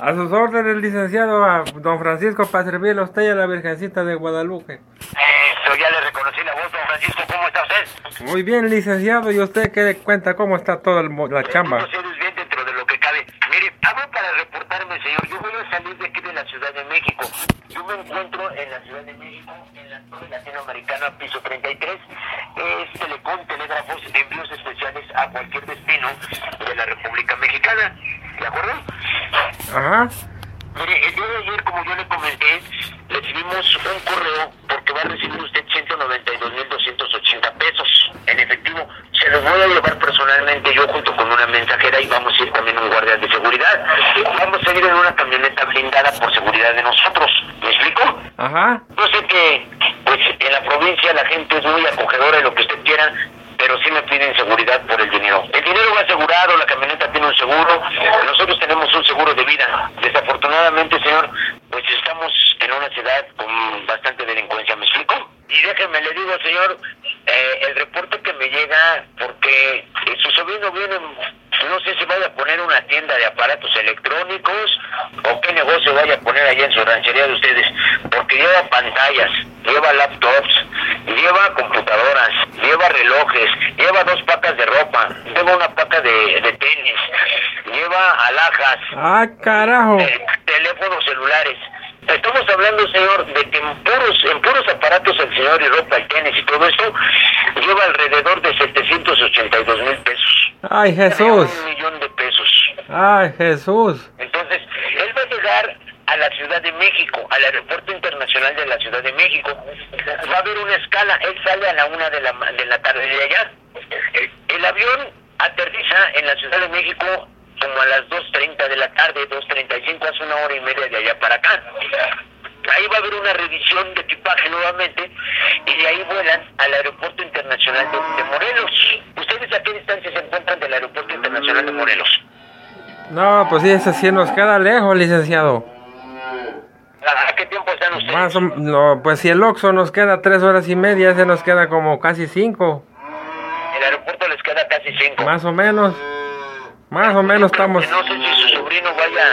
A sus órdenes, licenciado a don Francisco, para servirle a usted y a la Virgencita de Guadalupe. Eso, ya le reconocí la voz, don Francisco. ¿Cómo está usted? Muy bien, licenciado, ¿y usted qué le cuenta? ¿Cómo está toda el mo- la chamba? Bendito sea Dios, bien dentro de lo que cabe. Mire, hablo para reportarme, señor. Yo voy a salir de aquí de la Ciudad de México. Yo me encuentro en la Ciudad de México, en la Torre Latinoamericana, piso 33. Es Telecom, telégrafos, envíos especiales a cualquier destino de la República Mexicana. ¿De acuerdo? Ajá, Mire, el día de ayer, como yo le comenté, recibimos un correo porque va a recibir usted 192.280 pesos en efectivo. Se los voy a llevar personalmente yo junto con una mensajera y vamos a ir también un guardia de seguridad. Vamos a ir en una camioneta blindada por seguridad de nosotros. ¿Me explico? ajá, Yo sé que pues, en la provincia la gente es muy acogedora y lo que usted quiera, pero sí me piden seguridad por el dinero. El dinero va asegurado, la camioneta tiene un seguro, nosotros tenemos un seguro de vida. Desafortunadamente, señor, pues estamos en una ciudad con bastante delincuencia, ¿me explico? Y déjeme, le digo, señor, eh, el reporte que me llega, porque eh, su sobrino viene, no sé si vaya a poner una tienda de aparatos electrónicos o qué negocio vaya a poner allá en su ranchería de ustedes, porque lleva pantallas, lleva laptops, lleva computadoras, lleva relojes, lleva dos patas de ropa, lleva una pata de, de tenis, lleva alhajas, ah, carajo, eh, teléfonos celulares. Estamos hablando, señor, de que en puros, en puros aparatos el señor y ropa, el tenis y todo eso, lleva alrededor de 782 mil pesos. ay Jesús, Un millón de pesos. ay Jesús, Entonces, él va a llegar a la Ciudad de México, al Aeropuerto Internacional de la Ciudad de México. Va a haber una escala, él sale a la una de la, ma- de la tarde de allá. El avión aterriza en la Ciudad de México como a las 2.30 de la tarde, 2.35, hace una hora y media de allá para acá. Ahí va a haber una revisión de equipaje nuevamente y de ahí vuelan al Aeropuerto Internacional de, de Morelos. ¿Ustedes a qué distancia se encuentran del Aeropuerto Internacional de Morelos? no, pues sí, ese sí nos queda lejos, licenciado. ¿A qué tiempo están ustedes? Más o- no, pues si el Oxxo nos queda tres horas y media, ese nos queda como casi cinco, Mm, El aeropuerto les queda casi cinco. más o menos, más o menos Yo creo estamos, que No sé si su sobrino vaya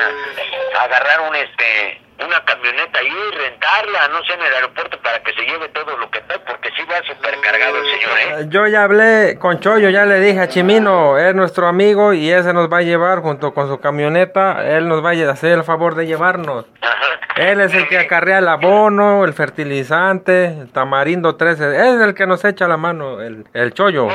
a agarrar un este una camioneta y rentarla, no sé, en el aeropuerto para que se lleve todo lo que trae, porque sí va supercargado el señor, ¿eh? Ah, Yo ya hablé con Choyo, ya le dije a Chimino, es nuestro amigo y ese nos va a llevar junto con su camioneta, él nos va a hacer el favor de llevarnos. Ajá. Él es el que acarrea el abono, el fertilizante, el tamarindo 13, es el que nos echa la mano, el, el Choyo. No,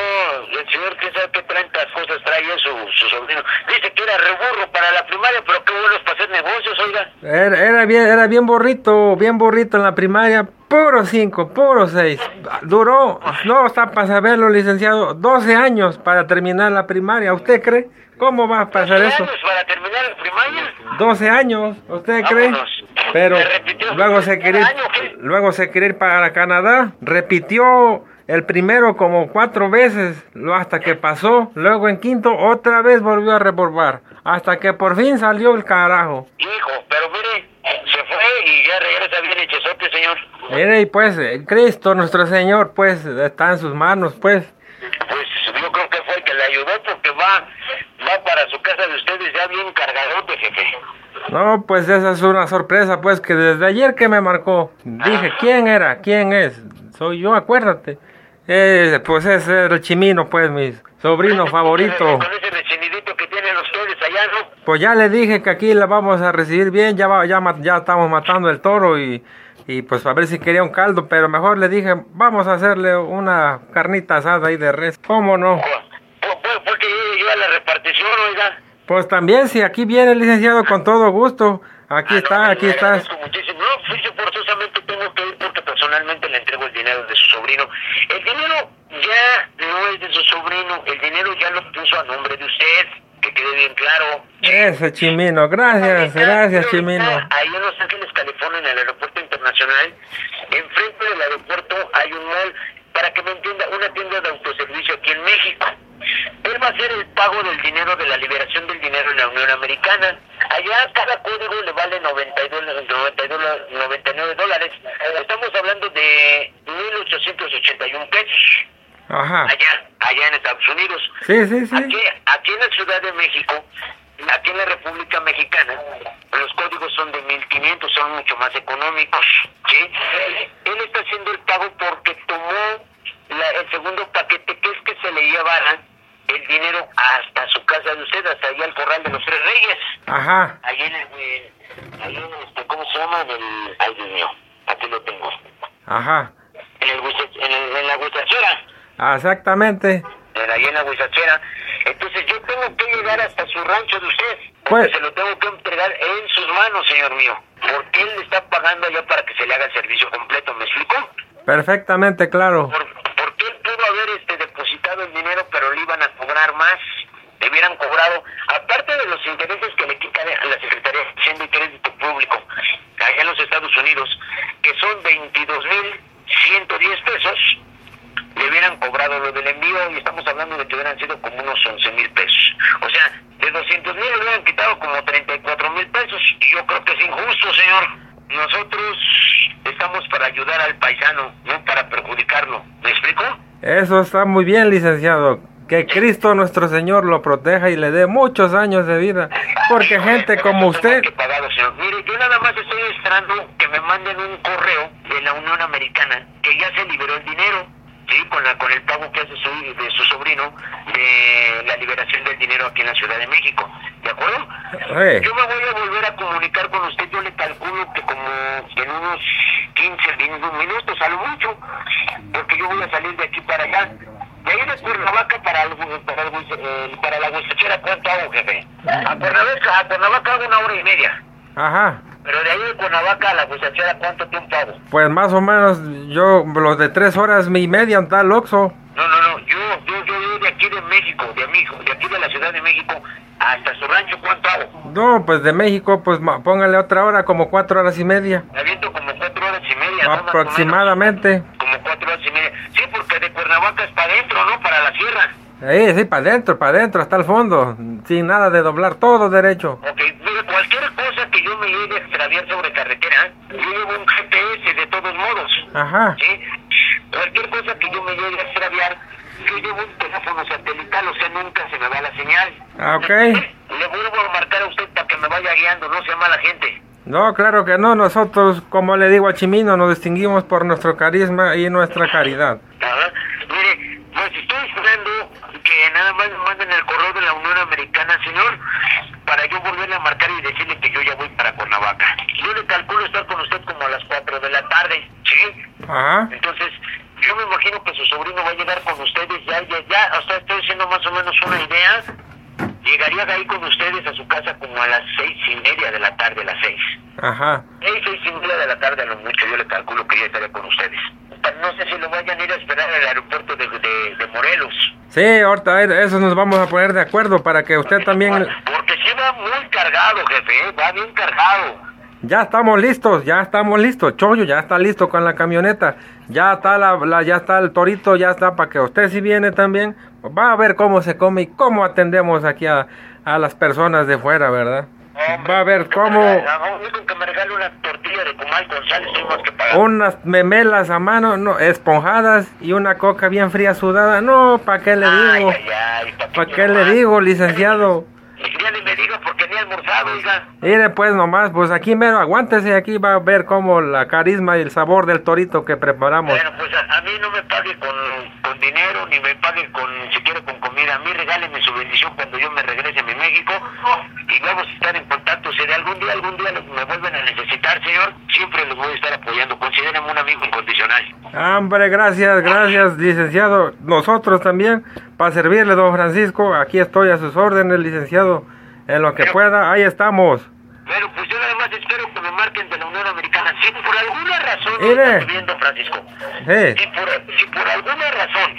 el señor que sabe qué tantas cosas trae su, su sobrino. Dice que era reburro para la primaria, pero qué bueno es para hacer negocios, oiga. Era, era bien, era bien burrito, bien burrito en la primaria, puro 5, puro 6. Duró, no está para saberlo, licenciado, 12 años para terminar la primaria. ¿Usted cree? ¿Cómo va a pasar eso? Años para terminar la primaria? 12 años, ¿usted cree? Vámonos. Pero Se repitió su luego se primer quería, año, ¿qué? luego se quería ir para Canadá, repitió el primero como cuatro veces, lo hasta que pasó, luego en quinto otra vez volvió a reprobar, hasta que por fin salió el carajo. Hijo, pero mire, se fue y ya regresa bien hechezote, señor. Mire, y pues, eh, Cristo, nuestro Señor, pues, está en sus manos, pues. Pues yo creo que fue el que le ayudó porque va, va para su casa de ustedes ya bien cargadote, jefe. No, pues esa es una sorpresa, pues, que desde ayer que me marcó, dije, ¿quién era? ¿Quién es? Soy yo, acuérdate. Eh, pues ese era el chimino, pues, mi sobrino favorito. Con ese rechinidito que tienen ustedes allá, ¿no? Pues ya le dije que aquí la vamos a recibir bien, ya, va- ya, ma- ya estamos matando el toro y, y pues a ver si quería un caldo, pero mejor le dije, vamos a hacerle una carnita asada ahí de res. ¿Cómo no? Pues, pues, porque yo, yo a la repartición, oiga. Pues también, si aquí viene el licenciado con todo gusto, aquí Ah, está, no, aquí le está. agradezco muchísimo. No, pues yo forzosamente tengo que ir porque personalmente le entrego el dinero de su sobrino. El dinero ya no es de su sobrino, el dinero ya lo puso a nombre de usted, que quede bien claro. Ese chimino, gracias, Ahorita, gracias ahorita, chimino. Ahí en Los Ángeles, California, en el aeropuerto internacional, enfrente del aeropuerto hay un mall, para que me entienda, una tienda de autoservicio aquí en México. Él va a hacer el pago del dinero, de la liberación del dinero en la Unión Americana. Allá cada código le vale 92, 92, 99 dólares. Estamos hablando de 1.881 pesos Ajá. allá, allá en Estados Unidos. Sí, sí, sí. Aquí, aquí en la Ciudad de México, aquí en la República Mexicana, los códigos son de 1500, son mucho más económicos. ¿sí? Él está haciendo el pago porque tomó la- el segundo paquete, que es que se le llevara el dinero hasta su casa de usted, hasta allá al corral de los Tres Reyes. Ajá. Allí en el. en- ahí en este, ¿Cómo se llama? En el. Ay, Dios mío, aquí lo tengo. Ajá. En, el, Huize- en, el- en la Huizachera Exactamente. en allá en la Huizachera. Entonces yo tengo que llegar hasta su rancho de usted. Pues- Porque se lo tengo que entregar en sus manos, señor mío. Porque él le está pagando allá para que se le haga el servicio completo, ¿me explico? Perfectamente claro. Por, porque él pudo haber este, depositado el dinero, pero le iban a cobrar más. Le hubieran cobrado, aparte de los intereses que le quitan a la Secretaría de Hacienda y Crédito Público, allá en los Estados Unidos, que son 22.110 pesos, le hubieran cobrado lo del envío y estamos hablando de que hubieran sido como unos 11 mil pesos. O sea, de 200 mil le hubieran quitado como 34 mil pesos y yo creo que es injusto, señor. Nosotros estamos para ayudar al paisano, no para perjudicarlo. ¿Me explico? Eso está muy bien, licenciado. Que Cristo nuestro Señor lo proteja y le dé muchos años de vida. Porque gente como usted, Que pagado, señor. Mire, yo nada más estoy esperando que me manden un correo de la Unión Americana que ya se liberó el dinero, ¿sí? Con, la, con el pago que hace su, de su sobrino de la liberación del dinero aquí en la Ciudad de México. ¿De acuerdo? eh, Yo me voy a volver a comunicar con usted, yo le calculo que como en unos 15 min- minutos, a lo mucho, porque yo voy a salir de aquí para allá. De ahí de Cuernavaca para, el Gu- para, el Gu- eh, para la Huistechera, ¿cuánto hago, jefe? A Cuernavaca, a Cuernavaca hago una hora y media, ajá. pero de ahí de Cuernavaca a la Huistechera, ¿cuánto tiempo hago? Pues más o menos yo, los de tres horas y media anda el Oxxo. No, no, no, yo, yo, yo voy de aquí de México, de México, de aquí de la Ciudad de México hasta su rancho, ¿cuánto hago? No, pues de México, pues ma- póngale otra hora, como cuatro horas y media. Me aviento como cuatro horas y media, ¿no? Más o menos. Aproximadamente. Como cuatro horas y media. Eh, Sí, porque de Cuernavaca es para adentro, ¿no? Para la sierra. Eh, Sí, sí, para adentro, para adentro, hasta el fondo. Sin nada de doblar, todo derecho. Ok, mire, cualquier cosa que yo me llegue a extraviar sobre carretera, yo llevo un GPS de todos modos, Ajá. ¿sí? Cualquier cosa que yo me llegue a extraviar, yo llevo un teléfono satelital, o sea, nunca se me va la señal. Ah, ok. Le vuelvo a marcar a usted para que me vaya guiando, no sea mala gente. No, claro que no. Nosotros, como le digo a Chimino, nos distinguimos por nuestro carisma y nuestra caridad. Ajá. Mire, pues estoy esperando que nada más me manden el correo de la Unión Americana, señor, para yo volverle a marcar y decirle que yo ya voy para Cuernavaca. Yo le calculo estar con usted como a las 4 de la tarde, ¿sí? Ajá. Entonces, yo me imagino que su sobrino va a llegar con ustedes ya, ya, ya, o sea, estoy haciendo más o menos una idea. Llegaría de ahí con ustedes a su casa como a las seis y media de la tarde, a las seis. Ajá. Seis, seis y media de la tarde a lo mucho, yo le calculo que ya estaré con ustedes. No sé si lo vayan a ir a esperar al aeropuerto de, de, de Morelos. Sí, ahorita eh, eso nos vamos a poner de acuerdo para que usted también... Porque sí va muy cargado, jefe, ¿eh? va bien cargado. Ya estamos listos, ya estamos listos. Choyo ya está listo con la camioneta. Ya está la, la- ya está el torito, ya está para que usted si viene también. Va a ver cómo se come y cómo atendemos aquí a, a las personas de fuera, ¿verdad? Hombre, Va a ver que cómo me regale- a lo único que me regale una tortilla de comal con sal, estoy más que pagado. unas memelas a mano, no, esponjadas y una coca bien fría sudada. No, ¿para qué le digo? Ay, ay, ay, ¿Para qué le digo, licenciado? Y ya ni me diga porque ni he almorzado, oiga. Mire pues nomás, pues aquí mero, aguántese, aquí va a ver cómo la carisma y el sabor del torito que preparamos. Bueno, pues a, a mí no me pague con, con dinero, ni me pague con, siquiera con comida. A mí regáleme su bendición cuando yo me regrese a mi México y vamos a estar en contacto. Si de algún día, algún día me vuelven a necesitar, señor, siempre los voy a estar apoyando. Considérenme un amigo incondicional. Ah, Hombre, gracias, gracias, licenciado. Nosotros también, para servirle, don Francisco, aquí estoy a sus órdenes, licenciado. En lo que pueda, ahí estamos. Bueno, pues yo nada más espero que me marquen de la Unión Americana. Si por alguna razón no Mire. está subiendo, Francisco, Eh, si por, si por alguna razón,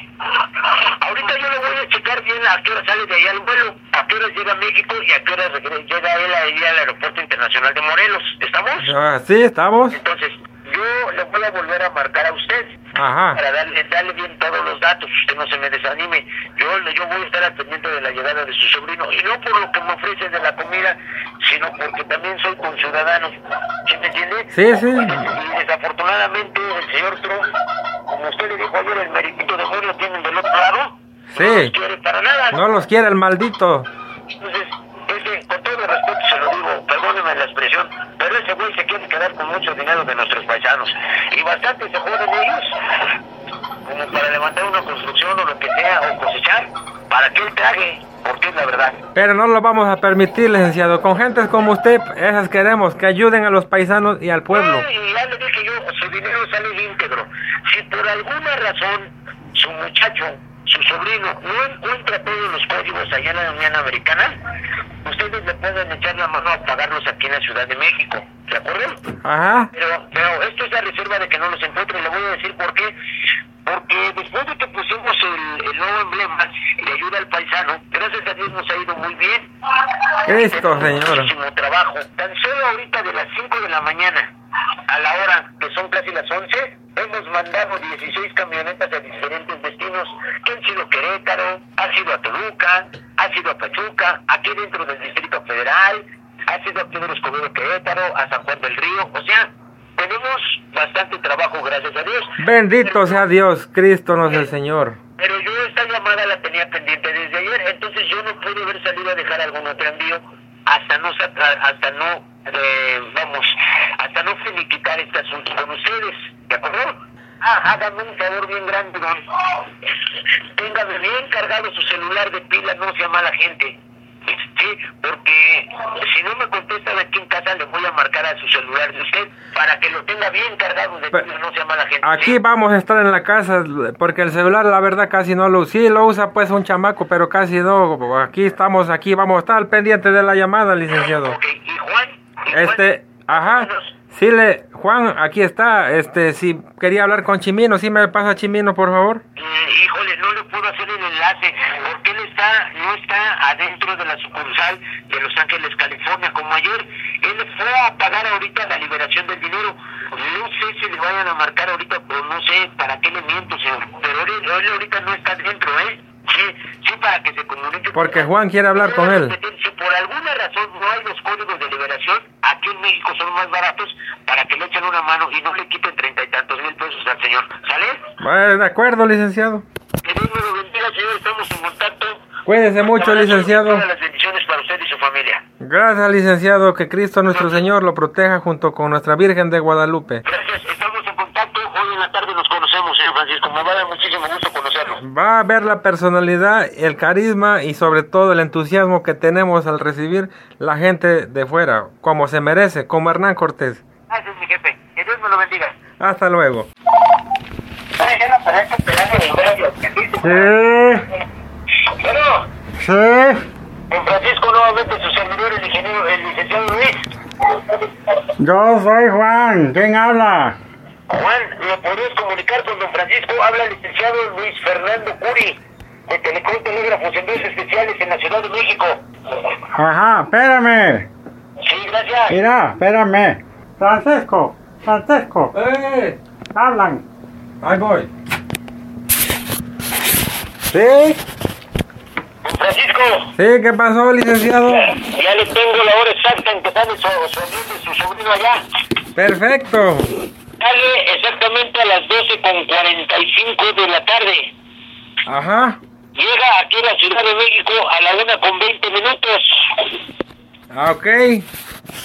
ahorita yo le voy a checar bien a qué hora sale de allá el vuelo, a qué hora llega a México y a qué hora regre- llega él ahí al Aeropuerto Internacional de Morelos. ¿Estamos? ah, sí, estamos. Entonces, yo le voy a volver a marcar a usted Ajá. para darle, darle bien todos los datos, usted no se me desanime. Yo, yo voy a estar al pendiente de la llegada de su sobrino, y no por lo que me ofrece de la comida, sino porque también soy conciudadano. ¿Sí me entiende? Sí, sí. Y desafortunadamente el señor Trump, como usted le dijo ayer, el meritito de Moore lo tienen del otro lado. Sí. No los quiere para nada. No los quiere el maldito. Entonces, ese, con todo respeto se lo digo, perdónenme la expresión, pero ese güey se quiere quedar con mucho dinero de nuestros paisanos. Y bastante se joden ellos, como para levantar una construcción o lo que sea, o cosechar, para que él trague, porque es la verdad. Pero no lo vamos a permitir, licenciado. Con gentes como usted, esas queremos, que ayuden a los paisanos y al pueblo. No, y ya le dije yo, su dinero sale íntegro. Si por alguna razón su muchacho, su sobrino, no encuentra todos los códigos allá en la Unión Americana, ustedes le pueden echar la mano a pagarlos aquí en la Ciudad de México. ¿De acuerdo? Ah. Ajá. Pero, pero esto es la reserva de que no los encuentre. Le voy a decir por qué. Porque después de que pusimos el, el nuevo emblema de ayuda al paisano, gracias a Dios nos ha ido muy bien. Cristo, señor. Muchísimo trabajo. Tan solo ahorita de las 5 de la mañana a la hora, que son casi las 11, hemos mandado 16 camionetas a diferentes destinos, que han sido Querétaro, ha sido a Toluca, ha sido a Pachuca, aquí dentro del Distrito Federal, ha sido a Pedro Escobedo Querétaro, a San Juan del Río, o sea, tenemos bastante trabajo, gracias a Dios. Bendito sea Dios, Cristo nos el Señor. Pero yo esta llamada la tenía pendiente desde ayer, entonces yo no pude haber salido a dejar algún otro envío hasta no sacar, hasta no, eh, vamos, hasta no finiquitar este asunto con ustedes, ¿de acuerdo? Ah, hágame un favor bien grande, don. Téngame bien cargado su celular de pila, no sea mala gente. Sí, porque si no me contestan aquí en casa, le voy a marcar a su celular de usted para que lo tenga bien cargado de Pe- pila, no sea mala gente. ¿sí? Aquí vamos a estar en la casa porque el celular la verdad casi no lo sí lo usa pues un chamaco, pero casi no. Aquí estamos, aquí vamos a estar al pendiente de la llamada, licenciado. Ok, ¿y Juan? ¿Y Juan? Este, ajá. Sí le Juan, aquí está. Este, si quería hablar con Chimino, sí me pasa Chimino, por favor. Mm, híjole, no le puedo hacer el enlace porque él está, no está adentro de la sucursal de Los Ángeles, California, como ayer. Él fue a pagar ahorita la liberación del dinero. No sé si le vayan a marcar ahorita, pero no sé para qué le miento, señor. Pero él, él ahorita no está adentro, ¿eh? Sí, sí, para que se comunique. Porque Juan quiere hablar con él. Si por alguna razón no hay los códigos de liberación, aquí en México son más baratos para que le echen una mano y no le quiten treinta y tantos mil pesos al señor. ¿Sale? Bueno, de acuerdo, licenciado. Que Dios me lo bendiga, señor. Estamos en contacto. Cuídese mucho, Abrazo, licenciado. Todas las bendiciones para usted y su familia. Gracias, licenciado, que Cristo nuestro Señor lo proteja junto con nuestra Virgen de Guadalupe. Gracias, estamos en contacto. Hoy en la tarde nos conocemos, señor Francisco. Me va a dar muchísimo gusto conocerlo. Va a ver la personalidad, el carisma y sobre todo el entusiasmo que tenemos al recibir la gente de fuera, como se merece, como Hernán Cortés. Gracias, Ah, mi jefe. Que Dios me lo bendiga. Hasta luego. Sí, Bueno, sí. don Francisco, nuevamente su servidor, el ingeniero, el licenciado Luis. Yo soy Juan. ¿Quién habla? Juan, ¿me podrías comunicar con don Francisco? Habla el licenciado Luis Fernando Curi, de Telecom Telégrafos Envíos Especiales en la Ciudad de México. Ajá, espérame. Sí, gracias. Mira, espérame. Francisco, Francisco, ¡Eh! hablan. Ahí voy. Sí. Don Francisco, Sí, ¿qué pasó, licenciado? ya le tengo la hora exacta en que sale su, su, amigo, su sobrino allá. Perfecto. Sale exactamente a las 12 con 45 de la tarde. Ajá. Llega aquí a la Ciudad de México a la 1 con 20 minutos. Ah, Ok.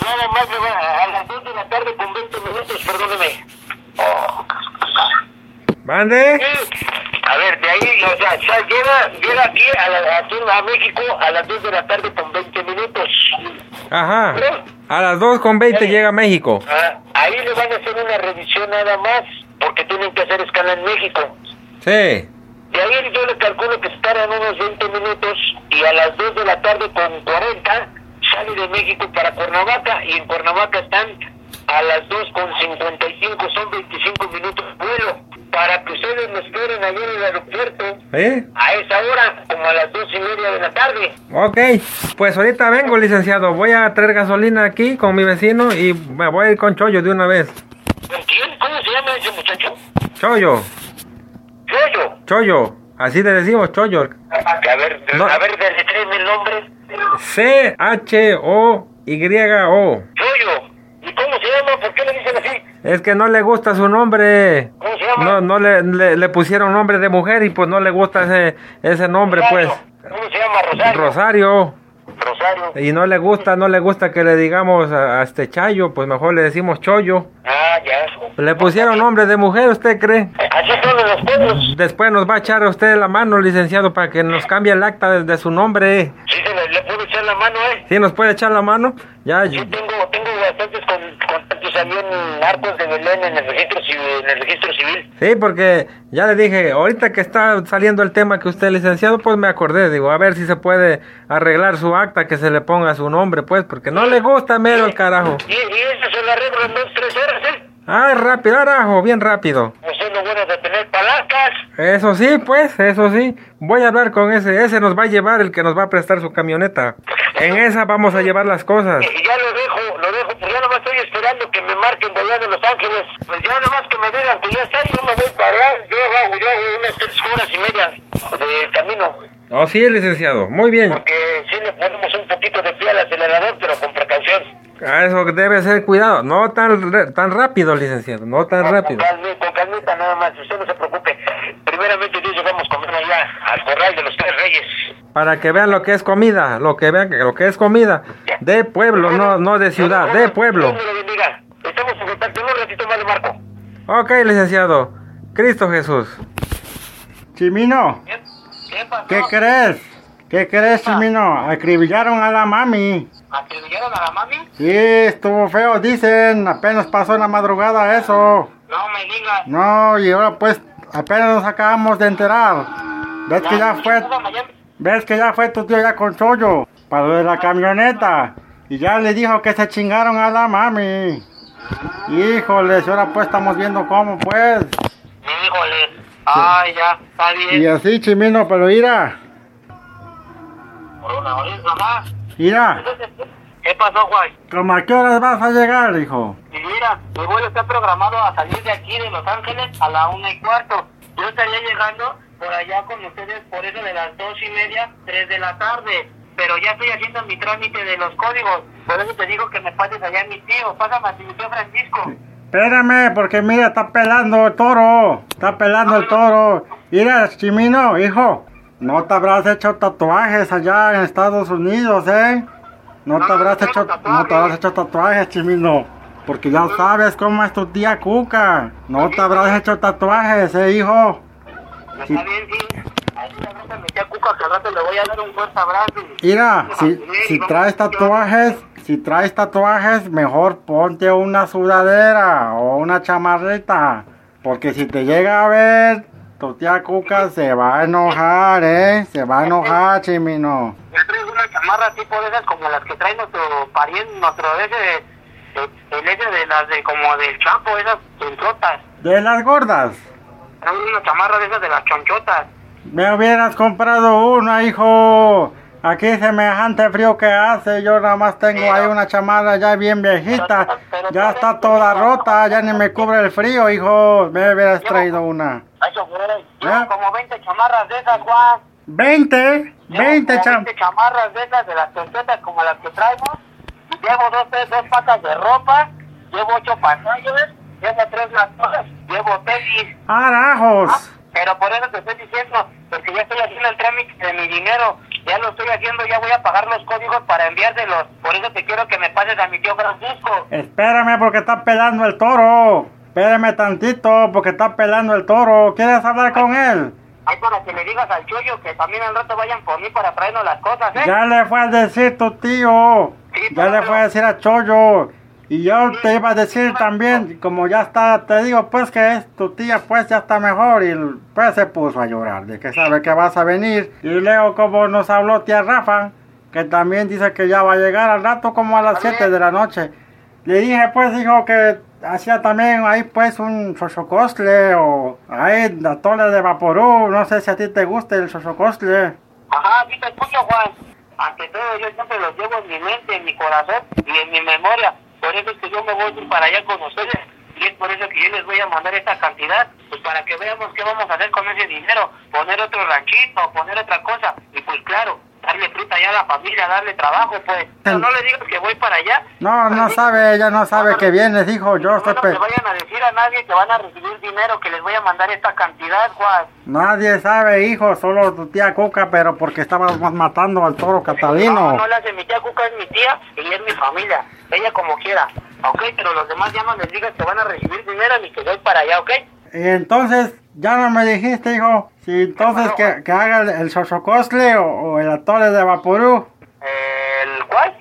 Nada más me va a las 2 de la tarde con 20 minutos, perdóneme. ¿Mande? A ver, de ahí, o sea, ya llega, llega aquí a, la- aquí a México a las 2 de la tarde con 20 minutos. Ajá. A las 2.20 con llega a México. Ah, ahí le van a hacer una revisión nada más, porque tienen que hacer escala en México. Sí. De ahí yo le calculo que estarán unos 20 minutos y a las 2 de la tarde con 40 sale de México para Cuernavaca y en Cuernavaca están a las 2 con 55, son 25 minutos de vuelo. Para que ustedes me esperen allí en el aeropuerto ¿Eh? a esa hora, como a las 2 y media de la tarde. Ok, pues ahorita vengo, licenciado. Voy a traer gasolina aquí con mi vecino y me voy a ir con Chollo de una vez. ¿Con quién? ¿Cómo se llama ese muchacho? Chollo, Yoyo. Chollo, así le decimos, Chollo. A ver, No. a ver, deletréeme el nombre. C-H-O-Y-O. Yoyo. ¿Y cómo se llama? ¿Por qué le dicen así? Es que no le gusta su nombre. ¿Cómo se llama? No, no le, le, le pusieron nombre de mujer y pues no le gusta ese, ese nombre, pues. Rosario. ¿Cómo se llama? Rosario. Rosario. Rosario. Y no le gusta, no le gusta que le digamos a, a este Chayo, pues mejor le decimos Chollo. Ah, ya. Le pusieron nombre de mujer, ¿usted cree? Así son en los pueblos. Después nos va a echar a usted la mano, licenciado, para que nos cambie el acta de, de su nombre. Sí, se le, le puedo echar la mano, ¿eh? ¿Sí nos puede echar la mano? Ya, Yo tengo, tengo bastantes con- contactos allí en Arcos de Belén, en el registro civil. En el registro civil. sí, porque ya le dije, ahorita que está saliendo el tema que usted, licenciado, pues me acordé, digo, a ver si se puede arreglar su acta, que se le ponga su nombre, pues, porque no le gusta mero el carajo. Y, y eso se lo arreglo en dos, tres horas, ¿eh? Ah, rápido, arajo, bien rápido. Pues es lo bueno de tener palancas. Eso sí, pues, eso sí. Voy a hablar con ese, ese nos va a llevar el que nos va a prestar su camioneta. En esa vamos a llevar las cosas. Y ya lo dejo, lo dejo, pues ya nomás estoy esperando que me marquen de allá de Los Ángeles. Pues ya nomás que me digan que ya está, yo me voy para allá. Yo hago, yo hago unas tres horas y media de camino. Oh, sí, licenciado, muy bien. Porque sí le ponemos un poquito de pie al acelerador, pero con precaución. A Ah, eso debe ser cuidado. No tan, re- tan rápido, licenciado. No tan Con- rápido. Con, calmi- con calmita nada más, usted no se preocupe. Primeramente Dios llegamos con comer allá al corral de los tres reyes. Para que vean lo que es comida. Lo que vean que lo que es comida. De pueblo, no, no de ciudad. De pueblo. Dios me lo bendiga. Estamos en contacto en un ratito más de Marco. Ok, licenciado. Cristo Jesús. Chimino, ¿Qué pasó? Ah. ¿qué crees? ¿Qué crees, Chimino? Acribillaron a la mami. ¿Acribillaron a la mami? Sí, estuvo feo, dicen. Apenas pasó en la madrugada eso. No me digas. No, y ahora pues apenas nos acabamos de enterar. ¿Ves que ya fue? ¿Ves que ya fue tu tío ya con Chollo? Para lo de la camioneta. Y ya le dijo que se chingaron a la mami. Híjoles, y ahora pues estamos viendo cómo pues. Híjole. Ay, ya, está bien. Y así, Chimino, pero mira, Por una hora nomás. mira, ¿Qué pasó, guay? ¿como a qué horas vas a llegar, hijo? Y mira, mi vuelo está programado a salir de aquí de Los Ángeles a la una y cuarto. Yo estaría llegando por allá con ustedes por eso de las dos y media, tres de la tarde. Pero ya estoy haciendo mi trámite de los códigos. Por eso te digo que me pases allá a mi tío. Pásame a mi tío Francisco. Espérame, porque mira, está pelando el toro. Está pelando el toro. Mira, Chimino, hijo. No te habrás hecho tatuajes allá en Estados Unidos, ¿eh? No, No, te no, habrás no, hecho, tatuaje. no te habrás hecho tatuajes, chimino. Porque ya sabes cómo es tu tía Cuca. No te habrás hecho tatuajes, eh, hijo. Sí. Está bien, sí. Ahí al rato me decía Cuca que al rato le voy a dar un fuerte abrazo. Mira, si, si traes tatuajes, si traes tatuajes, mejor ponte una sudadera o una chamarrita. Porque si te llega a ver, tu tía Cuca se va a enojar, eh. Se va a enojar, chimino. Yo traigo una chamarra tipo de esas como las que trae nuestro pariente, nuestro ese, de- el ese de las de como del champo, esas chonchotas. De las gordas. Traigo una chamarra de esas de las chonchotas. Me hubieras comprado una, hijo. Aquí semejante frío que hace, yo nada más tengo ahí una chamarra ya bien viejita, ya está toda rota, ya ni me cubre el frío, hijo. Me hubieras traído una. Eso fue. Ya. Llevo como 20 chamarras de esas, Juan. ¿20? Llevo ¿20, como champ? chamarras de esas de las chonchotas como las que traigo. Llevo dos, tres, dos patas de ropa. Llevo ocho pantallas. Llevo tres todas, Llevo tenis. ¡Arajos! Pero por eso te estoy diciendo, porque ya estoy haciendo el trámite de mi dinero, ya lo estoy haciendo, ya voy a pagar los códigos para enviárselos. Por eso te quiero que me pases a mi tío Francisco. Espérame porque está pelando el toro. Espérame tantito porque está pelando el toro. ¿Quieres hablar con él? Ahí para que le digas al Chuyo que también al rato vayan por mí para traernos las cosas, ¿eh? Ya le fue a decir tu tío. Ya le fue a decir a Choyo. Y yo te iba a decir también, como ya está, te digo pues que es tu tía, pues ya está mejor. Y pues se puso a llorar, de que sabe que vas a venir. Y luego como nos habló tía Rafa, que también dice que ya va a llegar al rato como a las 7 de la noche. Le dije pues, dijo que hacía también ahí pues un xochocostle o ahí la tole de vaporú. No sé si a ti te gusta el xochocostle. Ajá, sí te escucho, Juan. Ante todo, yo siempre los llevo en mi mente, en mi corazón y en mi memoria. Por eso es que yo me voy a ir para allá con ustedes. Y es por eso que yo les voy a mandar esta cantidad, pues para que veamos qué vamos a hacer con ese dinero. Poner otro ranchito, poner otra cosa. Y pues claro, darle fruta allá a la familia, darle trabajo, pues. Pero no le digas que voy para allá. No, no sabe, ella no sabe que vienes, hijo. Yo estoy no pe- le vayan a decir a nadie que van a recibir dinero, que les voy a mandar esta cantidad, Juan. Nadie sabe, hijo, solo tu tía Cuca, pero porque estábamos matando al toro No, catalino. no la hace mi tía Cuca, es mi tía y es mi familia. Ella como quiera, ¿ok? Pero los demás ya no les digas que van a recibir dinero ni que voy para allá, ¿ok? Y entonces, ya no me dijiste, hijo. Si entonces que, que haga el, el xochocostle o, o el atole de vaporú. ¿El cuál?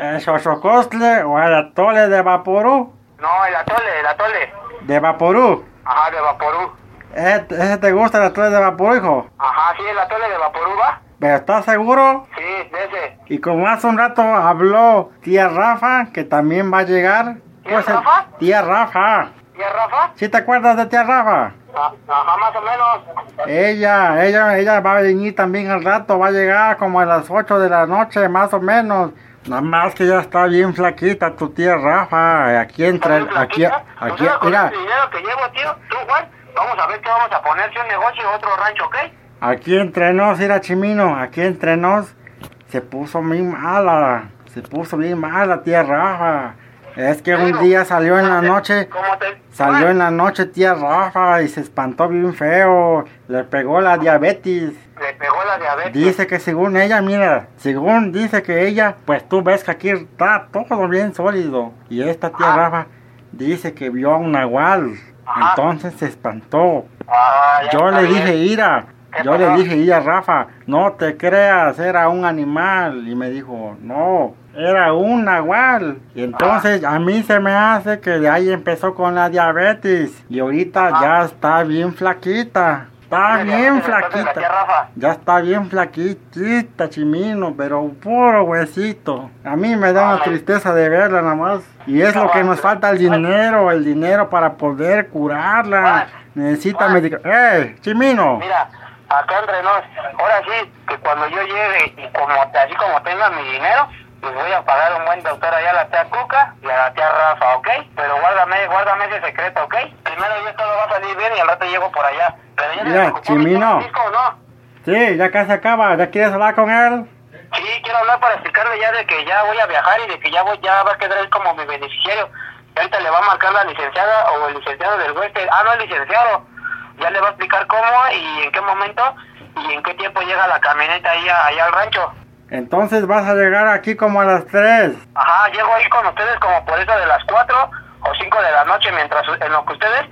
El xochocostle o el atole de vaporú. No, el atole, el atole. De vaporú. Ajá, de Vaporú. ¿Ese, ese te gusta el atole de vaporú, hijo? Ajá, sí, el atole de Vaporú, ¿va? ¿Pero estás seguro? Sí, de ese. Y como hace un rato habló tía Rafa, que también va a llegar. ¿Tía eh, Rafa? Tía Rafa. ¿Y el Rafa? ¿Sí te acuerdas de tía Rafa? Ah, Ajá, más o menos. Ella, ella, ella va a venir también al rato, va a llegar como a las 8 de la noche, más o menos. Nada más que ya está bien flaquita tu tía Rafa, aquí entre, Entonces, aquí, Blanquita, aquí, nosotros con mira, este dinero que llevo, tío, tú, Juan, vamos a ver qué vamos a poner, si un negocio o otro rancho, ¿ok? aquí entre nos, mira Chimino, aquí entre nos, se puso bien mala, se puso bien mala tía Rafa. Es que un día salió en la noche, Como te- salió en la noche tía Rafa y se espantó bien feo, le pegó la diabetes. Le pegó la diabetes. Dice que según ella, mira, según dice que ella, pues tú ves que aquí está todo bien sólido. Y esta tía Ah. Rafa dice que vio a un nahual. Ajá. Entonces se espantó. Ah, ya Yo está le bien. dije, ira, ¿Qué yo le pasó? dije, ira, Rafa, no te creas, era un animal. Y me dijo, no, era un nahual. Ah. Y entonces a mí se me hace que de ahí empezó con la diabetes. Y ahorita Ah. ya está bien flaquita. Está Tiene bien diabetes, entonces, la tía flaquita. Rafa. Ya está bien flaquita, chimino, pero puro huesito. A mí me da una Ay. tristeza de verla nada más. Y es lo que nos falta, el dinero, el dinero para poder curarla. Necesita medicamentos. ¡Ey, chimino! Mira, acá entre nos, ahora sí, que cuando yo llegue y como así como tenga mi dinero, les voy a pagar un buen doctor allá a la tía Cuca y a la tía Rafa, ¿ok? Pero guárdame, guárdame ese secreto, ¿ok? Primero yo todo va a salir bien y al rato llego por allá. Pero yo Mira, Chimino. ¿no? Sí, ya casi acaba. ¿Ya quieres hablar con él? Sí, quiero hablar para explicarle ya de que ya voy a viajar y de que ya voy, ya va a quedar él como mi beneficiario. Y ahorita le va a marcar la licenciada o el licenciado del huésped. Ah, no, el licenciado. Ya le va a explicar cómo y en qué momento y en qué tiempo llega la camioneta ahí a- allá al rancho. Entonces vas a llegar aquí como a las 3. Ajá, llego ahí con ustedes como por eso de las 4 o 5 de la noche, mientras en lo que ustedes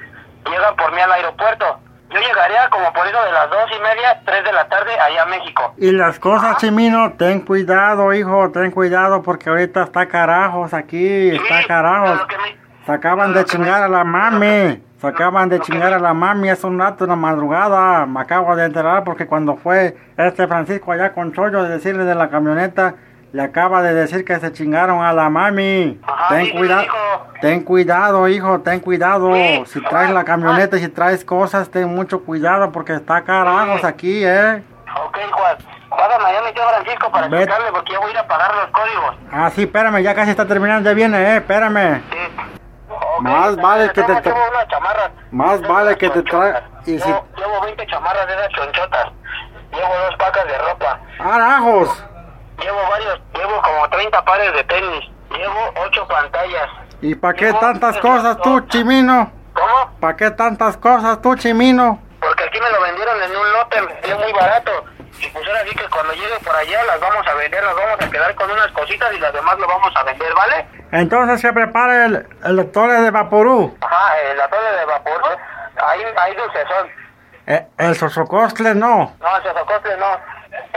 llegan por mí al aeropuerto. Yo llegaría como por eso de las 2 y media, 3 de la tarde allá a México. Y las cosas, Chimino, ten cuidado, hijo, ten cuidado, porque ahorita está carajos aquí, está Sí, pues, carajos. lo que me- Se acaban de lo que me- chingar a la mami. Se acaban de lo que chingar me- a la mami hace un rato en la madrugada. Me acabo de enterar porque cuando fue este Francisco allá con Chollo de decirle de la camioneta, le acaba de decir que se chingaron a la mami. Ajá, ten sí, cuidado, hijo. ten cuidado, hijo, ten cuidado. Sí, Si traes la ah, camioneta y si traes cosas, ten mucho cuidado porque está carajos Sí. aquí, eh. Ok, Juan. Págame allá a mi tío Francisco para Ve- checarle porque yo voy a ir a pagar los códigos. Ah, sí, espérame, ya casi está terminando, ya viene, eh, espérame. Sí. Ok, Más vale que te tengo- tra- llevo unas chamarras. Más Tengo vale unas que te tra- chonchotas. y si- Llevo, llevo 20 chamarras de esas chonchotas. Llevo dos pacas de ropa. ¡Carajos! Llevo varios, llevo como 30 pares de tenis. Llevo 8 pantallas. ¿Y para qué tantas cosas tú, Chimino? ¿Cómo? ¿Para qué tantas cosas tú, Chimino? Porque aquí me lo vendieron en un lote, me salió muy barato. Y pues ahora sí que cuando llegue por allá las vamos a vender, nos vamos a quedar con unas cositas y las demás lo vamos a vender, ¿vale? Entonces se prepara el, el atole de Vaporú, Ajá, en la torre de vapor, ¿eh? ahí, ahí dulcezón. el, E, el sosocostle no. No, el sosocostle no.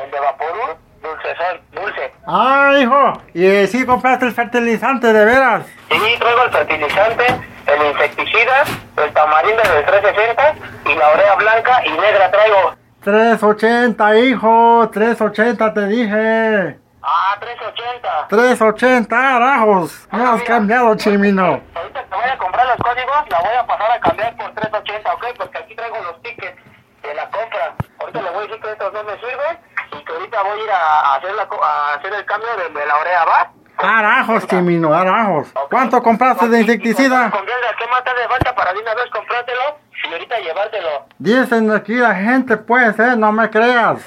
El de vapor, dulcezón, dulce. ¡Ah, hijo! ¿Y sí compraste el fertilizante, de veras? Y traigo el fertilizante, el insecticida, el tamarindo del 360 y la oreja blanca y negra traigo. 380, hijo, 380 te dije. Ah, 380. 380, carajos. No has Mira, cambiado, ahorita- Chimino. Ahorita te voy a comprar los códigos, la voy a pasar a cambiar por 380, ¿ok? Porque aquí traigo los tickets de la compra. Ahorita le voy a decir que estos no me sirven y que ahorita voy a ir a a hacer, la, co- a hacer el cambio de, de la oreja, ¿va? Carajos, Chimino, carajos. Ok. ¿Cuánto compraste de Y- y insecticida? Con Bielda, ¿qué más te hace falta para de una vez comprártelo y ahorita llevártelo? Dicen aquí la gente, pues, eh, no me creas.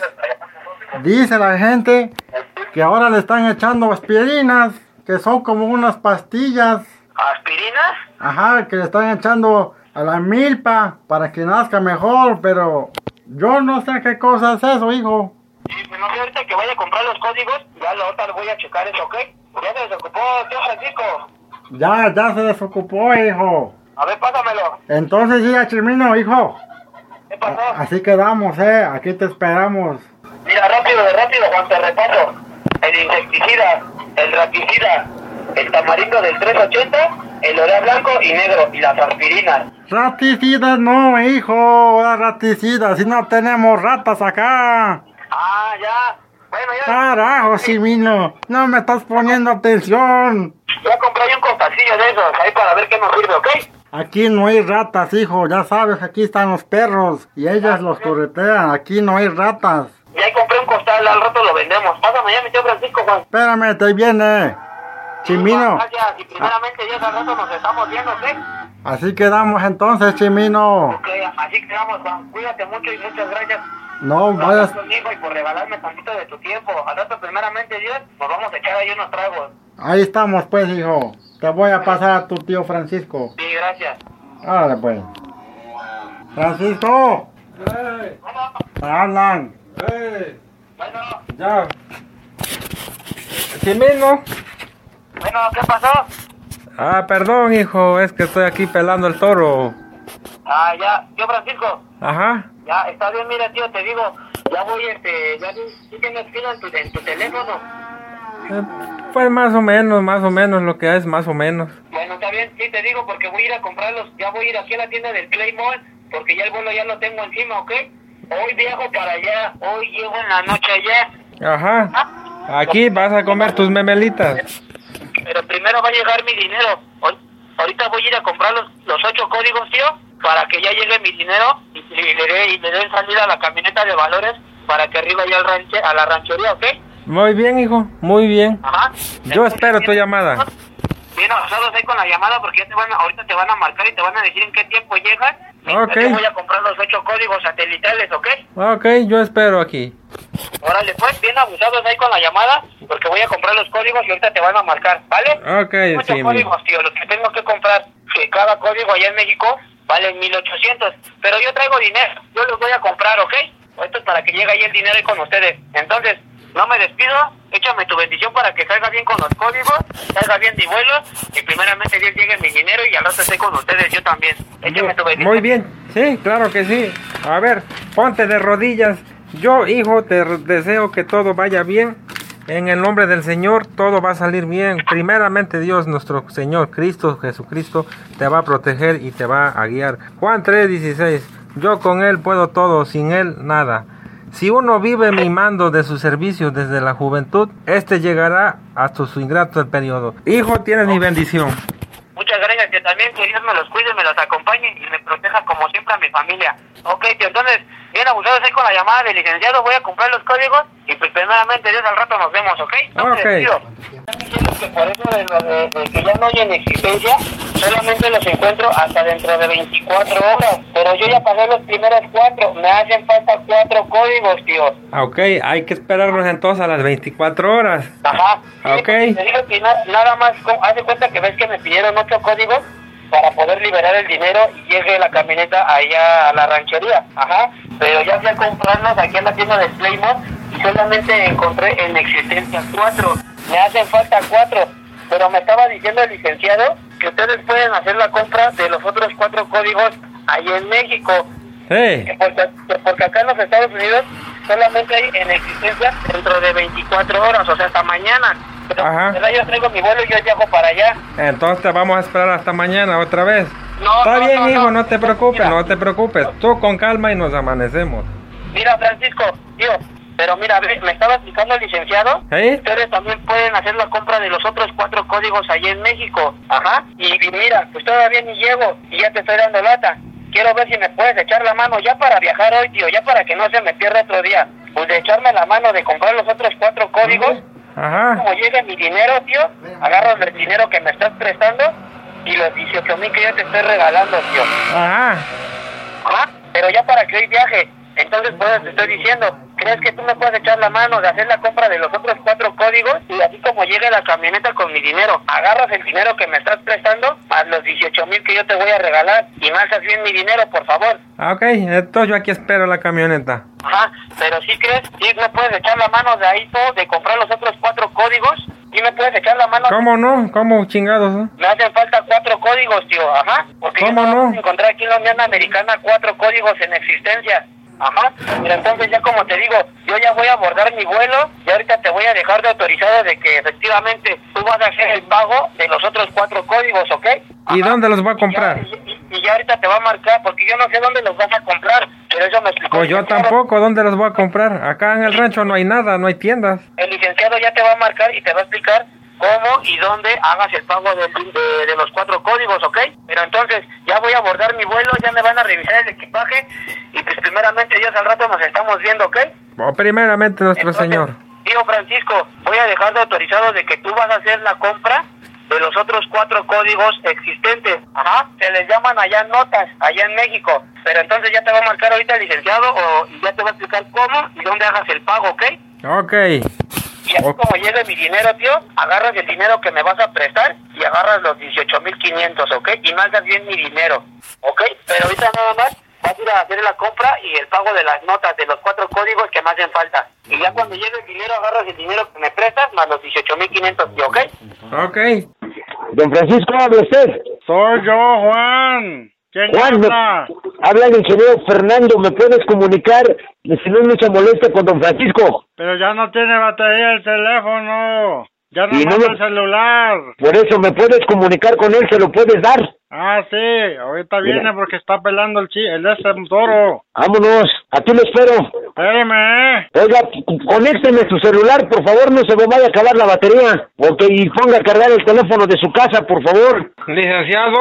Dice la gente que ahora le están echando aspirinas, que son como unas pastillas, ¿Aspirinas? ajá, que le están echando a la milpa para que nazca mejor, pero yo no sé qué cosa es eso, hijo. Sí, pues no sé, ahorita que vaya a comprar los códigos, ya la otra voy a checar eso, ¿ok? Ya se desocupó, tío Francisco. Ya, ya se desocupó, hijo. A ver, pásamelo. Entonces ya, Chimino, hijo. ¿Qué A- pasó? Así quedamos, eh, aquí te esperamos. Mira, rápido, rápido, Juan, te repaso. El insecticida, el raticida, el tamarindo del 380, el orea blanco y negro y las aspirinas. Raticidas no, hijo, ahora raticidas, si no tenemos ratas acá. Ah, ya. Bueno, ya, Carajo, Simino, no me estás poniendo atención. ya compré yo un costacillo de esos, Pues ahí para ver qué nos sirve, ¿ok? Aquí no hay ratas, hijo, ya sabes, aquí están los perros y ellas los corretean, aquí no hay ratas. Ya ahí compré un costal, al rato lo vendemos. Pásame ya, mi tío Francisco, Juan. Espérame, te viene. Chimino, Gracias, y primeramente Dios, al rato nos estamos viendo, ¿ok? así quedamos entonces, Chimino. Ok, así quedamos, Juan. Cuídate mucho y muchas gracias No por estar vayas, conmigo y por regalarme tantito de tu tiempo. Al rato, primeramente Dios, nos vamos a echar ahí unos tragos. ahí estamos pues, hijo. Te voy a pasar a tu tío Francisco. Sí, gracias. Órale pues. Francisco, ¡Ey! Bueno, te hablan. ¡Ey! bueno, Ya. Chimino. bueno, ¿qué pasó? Ah, perdón, hijo, es que estoy aquí pelando el toro. Ah, ya, tío Francisco, Ajá. ya, está bien, mira, tío, te digo, ya voy, este, ya tú tienes fila en tu, en tu teléfono. Eh, Pues más o menos, más o menos lo que es, más o menos. Bueno, está bien, sí te digo porque voy a ir a comprarlos, ya voy a ir aquí a la tienda del Claymore porque ya el vuelo ya lo tengo encima, ¿ok? Hoy viajo para allá, hoy llego en la noche allá, Ajá. Aquí vas a comer tus memelitas. pero primero va a llegar mi dinero. Hoy- ahorita voy a ir a comprar los, los ocho códigos, tío, para que ya llegue mi dinero y, y le, dé- y le den salida a la camioneta de valores para que arriba ya al ranche- a la ranchería, ¿ok? Muy bien, hijo, muy bien. Ajá. Yo espero tu llamada. Bien avanzados ahí con la llamada porque ya te van a- ahorita te van a marcar y te van a decir en qué tiempo llegas. Ok. Yo voy a comprar los ocho códigos satelitales, ¿ok? Ok, yo espero aquí. Órale, pues bien abusados ahí con la llamada porque voy a comprar los códigos y ahorita te van a marcar, ¿vale? Ok, Ocho sí, mi- códigos, tío, los que tengo que comprar, que cada código allá en México vale 1800, pero yo traigo dinero, yo los voy a comprar, ¿ok? Esto es para que llegue ahí el dinero ahí con ustedes. Entonces, No me despido, échame tu bendición para que salga bien con los códigos, salga bien mi vuelo, y primeramente Dios llegue mi dinero y al rato esté con ustedes yo también. Échame tu bendición. Muy bien, sí, claro que sí. A ver, ponte de rodillas. Yo, hijo, te r- deseo que todo vaya bien. En el nombre del Señor, todo va a salir bien. Primeramente, Dios, nuestro Señor Cristo, Jesucristo, te va a proteger y te va a guiar. Juan 3:16, yo con Él puedo todo, sin Él nada. Si uno vive mimando de sus servicios desde la juventud, este llegará hasta su ingrato el periodo. Hijo, tienes mi bendición. Muchas gracias, que también que Dios me los cuide, me los acompañe y me proteja como siempre a mi familia. Ok, tío, entonces, bien abusado estoy con la llamada del licenciado, voy a comprar los códigos y pues primeramente Dios al rato nos vemos, ¿ok? No me Ok. despido. Están diciendo que por eso de, lo de- de que ya no hay en existencia, solamente los encuentro hasta dentro de 24 horas, pero yo ya pagué los primeros cuatro, me hacen falta cuatro códigos, tío. Ah, Ok, hay que esperarnos entonces a las 24 horas. Ajá. Ah, Sí, ok. Te digo que na- nada más, co- haz de cuenta que ves que me pidieron ocho códigos para poder liberar el dinero y llegue la camioneta allá a la ranchería. Ajá. Pero ya fui a comprarlos aquí en la tienda de Playmore y solamente encontré en existencia cuatro. Me hacen falta cuatro. Pero me estaba diciendo el licenciado que ustedes pueden hacer la compra de los otros cuatro códigos ahí en México Sí, que porque, que porque acá en los Estados Unidos solamente hay en existencia dentro de 24 horas, o sea, hasta mañana. Pero Ajá. ¿verdad? yo traigo mi vuelo y yo viajo para allá. entonces te vamos a esperar hasta mañana otra vez. No, Está no, bien, no, hijo, no. no, te preocupes, Mira. no te preocupes. Tú con calma y nos amanecemos. Mira, Francisco, tío, pero mira, ve, me estaba explicando el licenciado. ¿Sí? Ustedes también pueden hacer la compra de los otros cuatro códigos allá en México. Ajá. Y, y mira, pues todavía ni llego y ya te estoy dando lata. Quiero ver si me puedes echar la mano ya para viajar hoy, tío, ya para que no se me pierda otro día. Pues de echarme la mano de comprar los otros cuatro códigos. Ajá. como llega mi dinero, tío, agarro el dinero que me estás prestando y los 18 mil que yo te estoy regalando, tío. Ajá. Ajá. Pero ya para que hoy viaje, entonces por eso te estoy diciendo, ¿crees que tú me puedes echar la mano de hacer la compra de los otros cuatro códigos? Y así como llegue la camioneta con mi dinero, agarras el dinero que me estás prestando más los 18 mil que yo te voy a regalar y marcas bien mi dinero, por favor. Ah, Ok, entonces yo aquí espero la camioneta. Ajá, pero si crees, si me puedes echar la mano de ahí, todo, de comprar los otros cuatro códigos, y me puedes echar la mano ¿Cómo no? ¿Cómo chingados? no? Me hacen falta cuatro códigos, tío, ajá. Porque ¿Cómo yo no? puedo encontrar aquí en la Unión Americana cuatro códigos en existencia. Ajá. Pero entonces ya como te digo, yo ya voy a abordar mi vuelo y ahorita te voy a dejar de autorizado de que efectivamente tú vas a hacer el pago de los otros cuatro códigos, ¿ok? ¿Y Ajá. dónde los va a Y ya- comprar? Y y- y ya, ahorita te va a marcar, porque yo no sé dónde los vas a comprar, pero eso me explicó. Pues el yo licenciado. tampoco, ¿dónde los voy a comprar? Acá en el rancho no hay nada, no hay tiendas. El licenciado ya te va a marcar y te va a explicar cómo y dónde hagas el pago del- de, de los cuatro códigos, ¿ok? Pero entonces ya voy a abordar mi vuelo, ya me van a revisar el equipaje y pues primeramente Dios al rato nos estamos viendo, ¿ok? Oh, primeramente nuestro Entonces, Señor. Tío Francisco, voy a dejar de autorizado de que tú vas a hacer la compra de los otros cuatro códigos existentes. Ajá, se les llaman allá notas, allá en México. Pero entonces ya te va a marcar ahorita el licenciado o y ya te va a explicar cómo y dónde hagas el pago, ¿ok? Ok, Y así Ok. como llegue mi dinero, tío, agarras el dinero que me vas a prestar y agarras los 18.500, ¿ok? Y mandas bien mi dinero, ¿ok? Pero ahorita nada más vas a ir a hacer la compra y el pago de las notas de los cuatro códigos que me hacen falta. Y ya cuando llegue el dinero, agarras el dinero que me prestas más los 18.500, tío, ¿ok? ok. Don Francisco, habla usted. Soy yo, Juan. ¿Quién Juan, me- habla? habla el ingeniero Fernando. ¿Me puedes comunicar? Si no es mucha molestia con don Francisco. Pero ya no tiene batería el teléfono. Ya no Y no manda me- el celular. Por eso, ¿me puedes comunicar con él? ¿Se lo puedes dar? Ah, sí. Ahorita Mira. viene porque está pelando el, chi el este toro. Vámonos. Aquí lo espero. Espéreme, ¿eh? Oiga, c- conécteme su celular, por favor. No se me vaya a acabar la batería. Ok, y ponga a cargar el teléfono de su casa, por favor. Licenciado.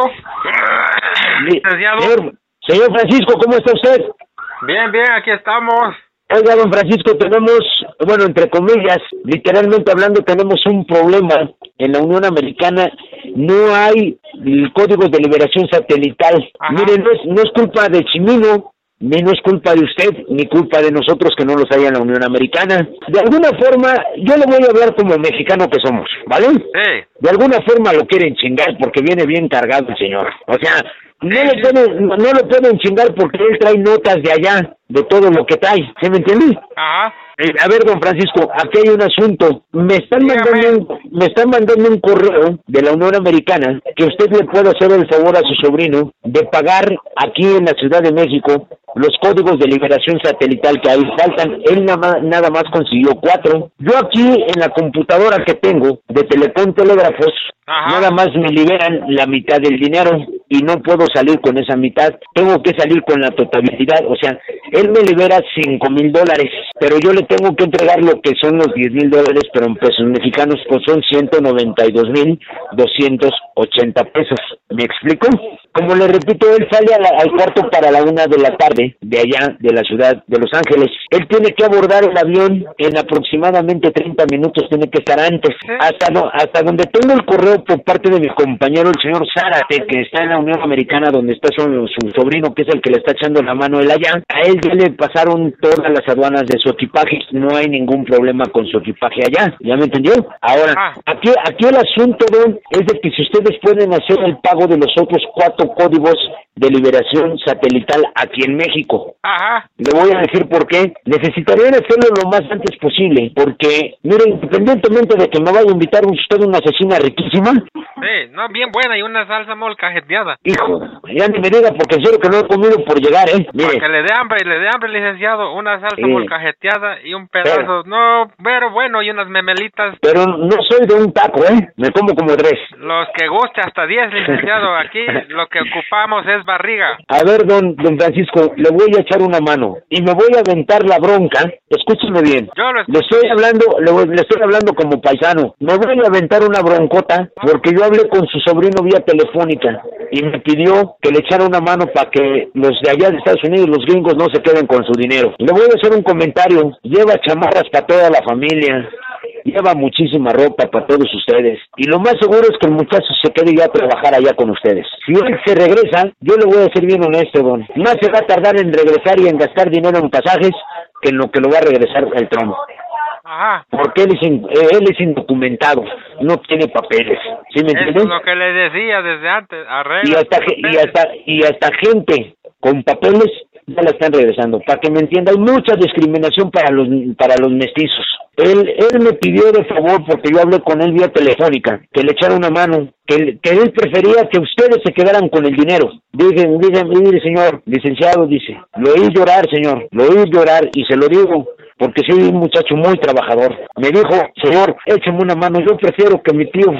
Mi- Licenciado. Señor, señor Francisco, ¿cómo está usted? Bien, bien, aquí estamos. Oiga, don Francisco, tenemos, bueno, entre comillas, literalmente hablando, tenemos un problema en la Unión Americana. No hay el código de liberación satelital. Ajá. Mire, no es, no es culpa de Chimino, ni no es culpa de usted, ni culpa de nosotros que no los haya en la Unión Americana. De alguna forma, yo le voy a hablar como mexicano que somos, ¿vale? Sí. De alguna forma lo quieren chingar porque viene bien cargado el señor. O sea, no lo pueden, no lo pueden chingar porque él trae notas de allá, de todo lo que trae, ¿sí me entiendes? Ajá. Eh, a ver, don Francisco, aquí hay un asunto. Me están mandando un, me están mandando un correo de la Unión Americana que usted le puede hacer el favor a su sobrino de pagar aquí en la Ciudad de México los códigos de liberación satelital que ahí faltan. Él nada más, nada más consiguió cuatro. Yo aquí en la computadora que tengo de Telecom Telégrafos Ajá. nada más me liberan la mitad del dinero y no puedo salir con esa mitad. Tengo que salir con la totalidad. O sea, él me libera cinco mil dólares, pero yo le tengo que entregar lo que son los diez mil dólares, pero en pesos mexicanos, pues son ciento noventa y dos mil doscientos ochenta pesos. ¿Me explico? Como le repito, él sale a la- al cuarto para la una de la tarde de allá, de la ciudad de Los Ángeles. Él tiene que abordar el avión en aproximadamente 30 minutos, tiene que estar antes. Hasta, no, hasta donde tengo el correo por parte de mi compañero, el señor Zárate, que está en la Unión Americana, donde está su, su sobrino, que es el que le está echando la mano él allá. A él ya le pasaron todas las aduanas de su equipaje. No hay ningún problema con su equipaje allá. ¿Ya me entendió? Ahora, Ah. Aquí, aquí el asunto, don, es de que si ustedes pueden hacer el pago de los otros cuatro códigos de liberación satelital aquí en México. Ajá. Le voy a decir por qué. Necesitarían hacerlo lo más antes posible, porque, mire, independientemente de que me vaya a invitar usted una asesina riquísima, Sí, no, bien buena y una salsa molcajeteada. hijo, ya ni me diga porque yo que no he comido por llegar, ¿eh? Mire, Para que le dé hambre, le dé hambre, licenciado. Una salsa Sí. molcajeteada y un pedazo. No, pero bueno, y unas memelitas. pero no soy de un taco, ¿eh? Me como como tres. Los que guste, hasta 10, licenciado. Aquí lo que ocupamos es barriga. A ver, don, don Francisco, le voy a echar una mano y me voy a aventar la bronca. Escúcheme bien. Yo lo Le escucho. estoy hablando, le, voy- le estoy hablando como paisano. Me voy a aventar una broncota porque yo hablé con su sobrino vía telefónica y me pidió que le echara una mano para que los de allá de Estados Unidos, los gringos, no se queden con su dinero. Le voy a hacer un comentario. Lleva chamarras para toda la familia. Lleva muchísima ropa para todos ustedes. Y lo más seguro es que el muchacho se quede ya a trabajar allá con ustedes. Si él se regresa, yo le voy a ser bien honesto, don. Más se va a tardar en regresar y en gastar dinero en pasajes que en lo que lo va a regresar el trono Ajá. porque él es, in- eh, él es indocumentado, no tiene papeles, ¿sí me Eso es entiendes? lo que le decía desde antes. Arregla. Y hasta, tus ge- y, papeles. hasta, y hasta gente con papeles ya la están regresando, para que me entienda, hay mucha discriminación para los, para los mestizos. Él, él me pidió de favor, porque yo hablé con él vía telefónica, que le echara una mano, que, él- que él prefería que ustedes se quedaran con el dinero. Dije, dije, mire señor, licenciado, dice, lo oí llorar, señor, lo oí llorar y se lo digo, porque soy un muchacho muy trabajador. Me dijo, señor, écheme una mano, yo prefiero que mi tío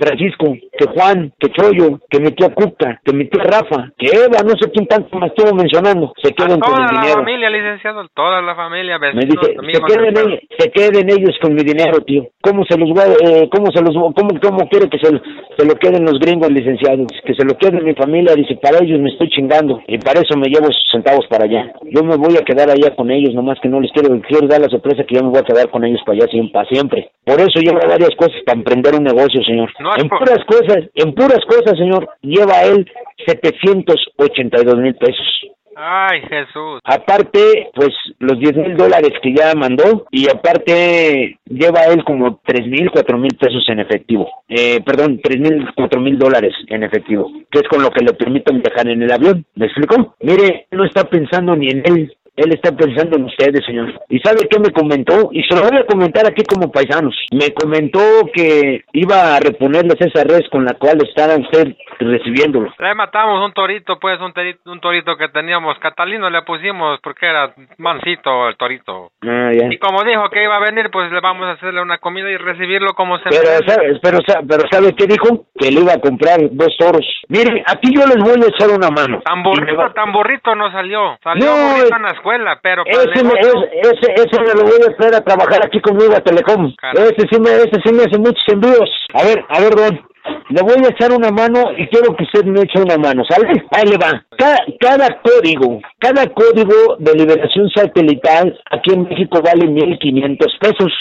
Francisco, que Juan, que Choyo, que mi tía Cuca, que mi tía Rafa, que Eva, no sé quién tanto me estuvo mencionando, se queden con Toda el la dinero. familia, licenciado. Toda la familia. Me Vecinos, dice, se amigos. queden, ellos, se queden ellos con mi dinero, tío. ¿Cómo se los voy a- eh, cómo se los voy- cómo, cómo quiere que se, lo- se lo queden los gringos licenciados? Que se lo queden mi familia, dice, para ellos me estoy chingando y para eso me llevo sus centavos para allá. Yo me voy a quedar allá con ellos, nomás que no les quiero, quiero dar la sorpresa que yo me voy a quedar con ellos para allá siempre, para siempre. Por eso lleva varias cosas para emprender un negocio, señor. No es en por- puras cosas, en puras cosas, señor, lleva él 782 mil pesos. Ay, Jesús. Aparte, pues los 10 mil dólares que ya mandó y aparte lleva él como 3 mil, 4 mil pesos en efectivo. Eh, perdón, 3 mil, 4 mil dólares en efectivo, que es con lo que le permiten viajar en el avión. ¿Me explico? Mire, no está pensando ni en él. Él está pensando en ustedes, señor. ¿Y sabe qué me comentó? Y se lo voy a comentar aquí como paisanos. Me comentó que iba a reponerles esa red con la cual estaban usted recibiéndolo. Le matamos un torito, pues, un, teri- un torito que teníamos. Catalino le pusimos porque era mansito el torito. Ah, ya. Y como dijo que iba a venir, pues le vamos a hacerle una comida y recibirlo como se Pero, merece. ¿sabes, pero, sa- pero ¿sabe qué dijo? Que le iba a comprar dos toros. Mire, aquí yo les voy a echar una mano. Ah, Tan Y me va- burrito, tan burrito no salió. Salió No, burrito es- en la escuela, pero para el Ese me, negocio- es- ese, ese me lo voy a traer a trabajar aquí conmigo a Telecom. Caray. Ese sí, me, ese sí me hace muchos envíos. A ver, a ver, Don. Le voy a echar una mano y quiero que usted me eche una mano, ¿sale? Ahí le va. Cada, cada código, cada código de liberación satelital aquí en México vale 1.500 pesos.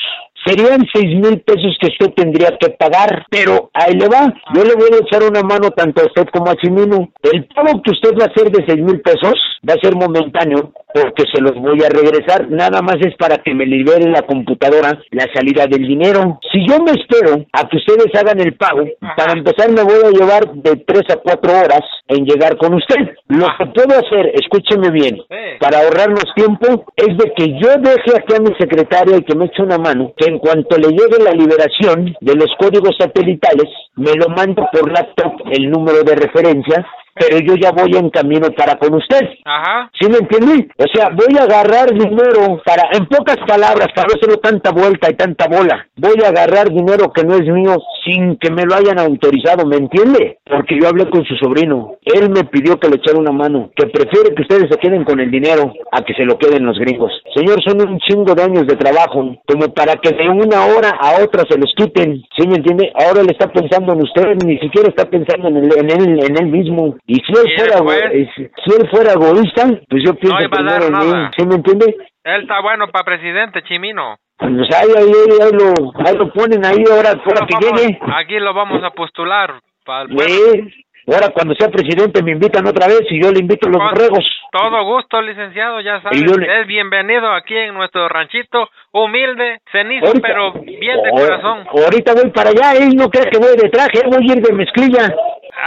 serían seis mil pesos que usted tendría que pagar, pero ahí le va, yo le voy a echar una mano tanto a usted como a Chimino. El pago que usted va a hacer de seis mil pesos va a ser momentáneo porque se los voy a regresar, nada más es para que me libere la computadora la salida del dinero. Si yo me espero a que ustedes hagan el pago, para empezar me voy a llevar de tres a cuatro horas en llegar con usted. Lo que puedo hacer, escúcheme bien, para ahorrarnos tiempo, es de que yo deje aquí a mi secretaria y que me eche una mano, que en cuanto le llegue la liberación de los códigos satelitales, me lo mando por laptop el número de referencia pero yo ya voy en camino para con usted. Ajá. ¿Sí me entiende? O sea, voy a agarrar dinero para, en pocas palabras, para no hacerle tanta vuelta y tanta bola, voy a agarrar dinero que no es mío sin que me lo hayan autorizado, ¿me entiende? Porque yo hablé con su sobrino, él me pidió que le echara una mano, que prefiere que ustedes se queden con el dinero a que se lo queden los gringos. Señor, son un chingo de años de trabajo, como para que de una hora a otra se los quiten, ¿sí me entiende? Ahora él está pensando en usted, ni siquiera está pensando en, el, en, él, en él mismo. Y si él, Sí, fuera, pues. ego- eh, si si él fuera egoísta, pues yo pienso iba a dar primero en mí, nada. ¿sí me entiende? Él está bueno para presidente, Chimino. Pues ahí, ahí, ahí, ahí lo, ahí lo ponen ahí ahora, ahora Lo que vamos- llegue. aquí lo vamos a postular para el pues, pueblo. Eh, ahora cuando sea presidente me invitan otra vez y yo le invito a los Con borregos. Todo gusto, licenciado, ya sabes. Y yo le- Es bienvenido aquí en nuestro ranchito, humilde, cenizo, Ahorita- pero bien de o- corazón. Ahorita voy para allá, ¿eh? No creas que voy de traje, voy a ir de mezclilla.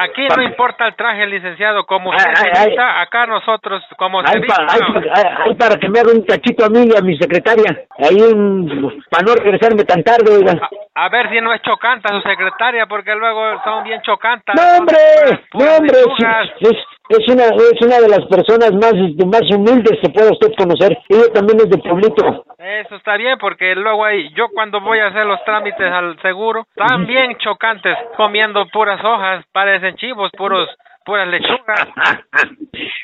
Aquí no pa- importa el traje, licenciado, como usted Ay, ay, se ay. vista, acá nosotros, como se Ahí, pa- vista. ahí pa- ahí- ahí para que me haga un cachito a mí y a mi secretaria. Ahí un, para no regresarme tan tarde, oiga. A, a ver si no es chocanta su secretaria, porque luego son bien chocantas. ¡No, hombre! ¡No, Puras hombre! lechugas. Es, es una, es una de las personas más, este, más humildes que pueda usted conocer. Ella también es de pueblito. Eso está bien, porque luego ahí, yo cuando voy a hacer los trámites al seguro, están bien chocantes, comiendo puras hojas, parecen chivos, puros, puras lechugas.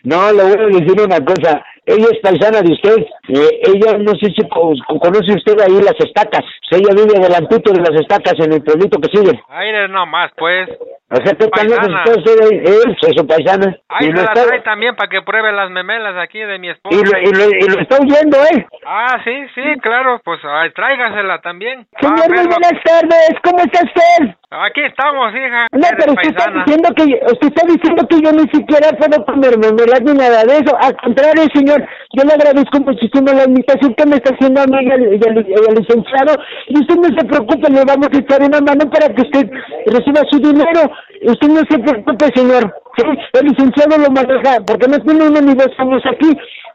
No, le voy a decir una cosa. Ella es paisana de usted. Eh, ella, no sé si co- co- conoce usted ahí las estacas. O sea, ella vive adelantito de las estacas en el pueblito que sigue. Aire nomás, pues. O sea, ¿qué tan lejos Paisana. está usted ahí? Él, es su paisana. Ahí y, se lo la está, trae también para que pruebe las memelas aquí de mi y, esposa. lo, y, lo, y lo está oyendo, ¿eh? Ah, sí, sí, claro, pues ay, tráigasela también. Va a Señor, muy verlo. buenas tardes. ¿Cómo está usted? Aquí estamos, hija. No, Eres pero usted está, paisana. diciendo que yo, usted está diciendo que yo ni siquiera puedo comer mermelada ni nada de eso. Al contrario, señor, yo le agradezco muchísimo la invitación que me está haciendo a mí y al, y al- y al licenciado. Y usted no se preocupe, le vamos a echar una mano para que usted reciba su dinero. Usted no se preocupe, señor. Sí, El licenciado lo maneja porque no tiene uno ni dos años aquí.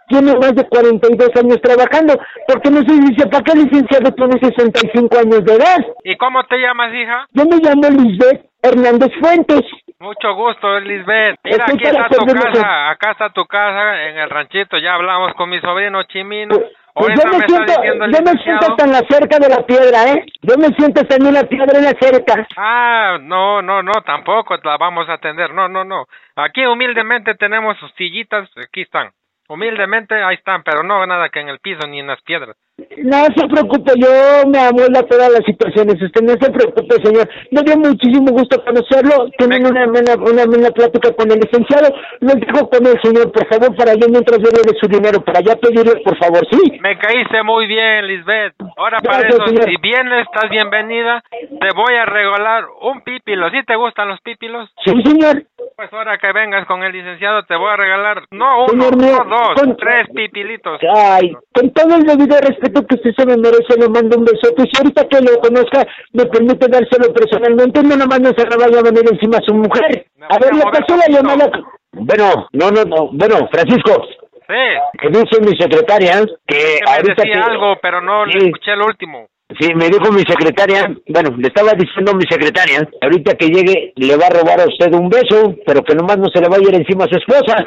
Tiene más de 42 años trabajando, porque no se dice, ¿para qué licenciado tiene 65 años de edad? ¿Y cómo te llamas, hija? Yo me llamo Lisbeth Hernández Fuentes. Mucho gusto, Lisbeth. Mira, Estoy aquí para está tu servirle, casa, acá está tu casa, en el ranchito, ya hablamos con mi sobrino Chimino. Pues- pues Ahorita yo me, me está siento, diciendo el yo me siento licenciado. hasta en la cerca de la piedra, ¿eh? Yo me siento hasta en una piedra en la cerca. Ah, no, no, no, tampoco la vamos a atender, no, no, no. Aquí humildemente tenemos sus sillitas, aquí están. Humildemente ahí están, pero no nada que en el piso ni en las piedras. No se preocupe, yo me amoldo a todas las situaciones. Usted no se preocupe, señor. Me dio muchísimo gusto conocerlo. Tienen una amena, una amena plática con el licenciado. Lo dejo con el señor, por favor, para yo mientras yo le dé su dinero. Para ya pedirle, por favor, sí. Me caíste muy bien, Lisbeth. Ahora para Gracias, eso, señor. si vienes, estás bienvenida. Te voy a regalar un pípilo. ¿Sí te gustan los pípilos? Sí, señor. Pues ahora que vengas con el licenciado, te voy a regalar, no uno, Señor mío, no dos, con- tres pipilitos. Ay, con todo el debido respeto que usted se me merece, le mando un besote. Si ahorita que lo conozca, me permite dárselo personalmente, no nomás no se le vaya a venir encima a su mujer. Me A voy ver, a le mover pasó la poquito. llamada. Bueno, no, no, no. Bueno, Francisco, Sí, que dice mi secretaria que que me ahorita decía que... algo, pero no le Sí. escuché el último. Sí, me dijo mi secretaria, bueno, le estaba diciendo mi secretaria, ahorita que llegue le va a robar a usted un beso, pero que nomás no se le vaya a ir encima a su esposa.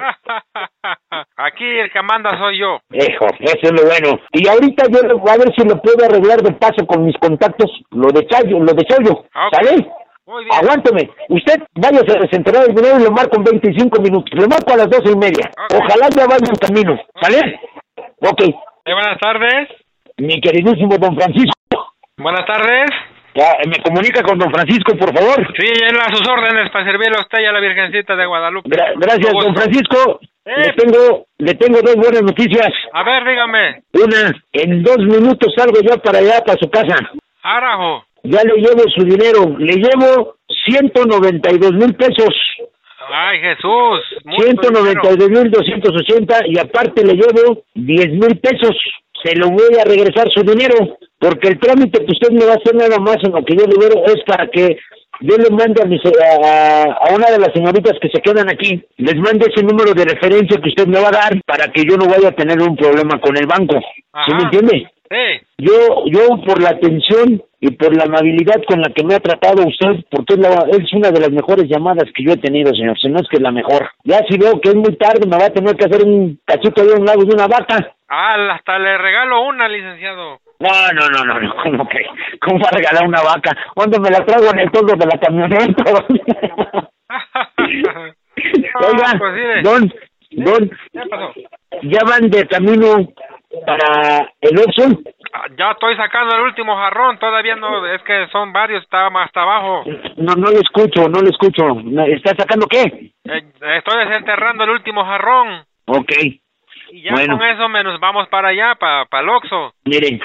Aquí el que manda soy yo. Hijo, eso es lo bueno. Y ahorita yo le- a ver si lo puedo arreglar de paso con mis contactos, lo de Chayo, lo de Chayo, Ah, ok. ¿sale? Muy bien. Aguánteme, usted váyase a desenterrar el dinero y lo marco en 25 minutos, lo marco a las doce y media. Ok. Ojalá ya vaya en camino, ¿sale? Ok, Eh, buenas tardes. mi queridísimo don Francisco, Buenas tardes. ya, me comunica con don Francisco, por favor. Sí, él a sus órdenes para servirle a usted y a la Virgencita de Guadalupe. Gra- gracias, Con don gusto. Francisco. Eh. Le tengo, le tengo dos buenas noticias. A ver, dígame. Una, en dos minutos salgo yo para allá, para su casa. Arajo. Ya le llevo su dinero, le llevo 192 mil pesos, Ay, Jesús. mucho 192 mil 280 y aparte le llevo 10 mil pesos. Se lo voy a regresar su dinero, porque el trámite que usted me va a hacer nada más en lo que yo libero es para que yo le mande a, mis- a, a una de las señoritas que se quedan aquí, les mande ese número de referencia que usted me va a dar para que yo no vaya a tener un problema con el banco. ¿Sí Ajá. me entiende? dinero. Sí. Yo, yo por la atención y por la amabilidad con la que me ha tratado usted, porque es, la- es una de las mejores llamadas que yo he tenido, señor, si no es que es la mejor. Ya si veo que es muy tarde, me va a tener que hacer un cachito de un lago de una vaca. Ah, hasta le regalo una, licenciado. No, no, no, no, no, ¿cómo que? ¿Cómo va a regalar una vaca? ¿Dónde me la traigo en el toldo de la camioneta? Oiga, pues mire. don, don, ¿Qué pasó? ¿ya van de camino para el Oxxo? Ah, Ya estoy sacando el último jarrón, todavía no, es que son varios, está más hasta abajo. No, no le escucho, no le escucho. ¿Está sacando qué? Eh, estoy desenterrando el último jarrón. Ok, Y ya Bueno. con eso me nos vamos para allá, para pa Loxo. miren,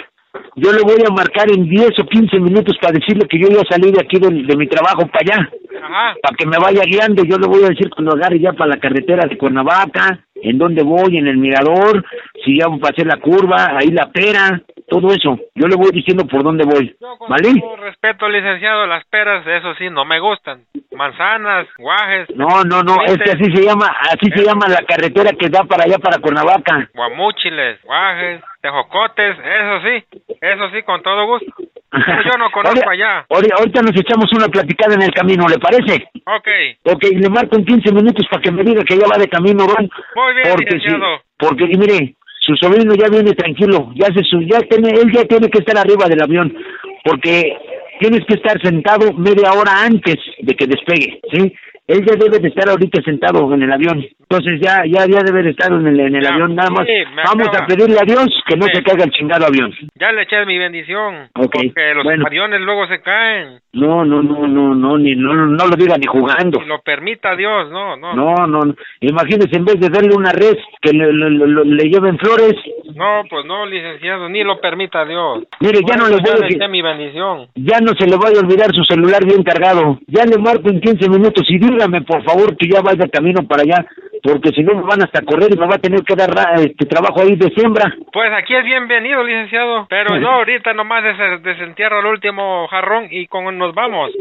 yo le voy a marcar en 10 o 15 minutos para decirle que yo ya salí de aquí del- de, mi trabajo para allá, Ajá. para que me vaya guiando. Yo le voy a decir cuando agarre ya para la carretera de Cuernavaca, en dónde voy, en el mirador, si ya pasé la curva, ahí la pera, todo eso. Yo le voy diciendo por dónde voy, Yo con ¿vale? todo respeto, licenciado, las peras, eso sí, no me gustan. Manzanas, guajes, No, no, no, es que así se llama, así se llama la carretera que da para allá, para Cuernavaca. guamúchiles, guajes, tejocotes, eso sí, eso sí, con todo gusto. Pero yo no conozco Ahorita- allá. ahorita- Ahorita nos echamos una platicada en el camino, ¿le parece? Ok, Ok, le marco en 15 minutos para que me diga que ya va de camino, Ron. Muy bien, porque, si- licenciado. porque y mire, su sobrino ya viene tranquilo, ya se su- ya tiene, él ya tiene que estar arriba del avión, porque tienes que estar sentado media hora antes de que despegue, ¿sí? Él ya debe de estar ahorita sentado en el avión. Entonces ya ya ya debe de estar en el, en el Ya, avión nada más. sí, me Vamos acaba. a pedirle a Dios que no Sí. se caiga el chingado avión. ya le eché mi bendición. Ok, Porque los bueno. aviones luego se caen. No, no, no, no, no, ni no, no lo diga ni jugando. Y lo permita Dios, no, no. No, No, no, no. Imagínese, en vez de darle una red, que le, le- le- le lleven flores. pues no, licenciado, ni lo permita Dios. Mire, ya no Bueno, le voy a le decir- eché mi bendición. Ya no se le vaya a olvidar su celular bien cargado. Ya le marco en 15 minutos y dígame, por favor, que ya vaya camino para allá, porque si no me van hasta correr y me va a tener que dar ra- este trabajo ahí de siembra. Pues aquí es bienvenido, licenciado. Pero yo ahorita nomás des- desentierro el último jarrón y con nos vamos.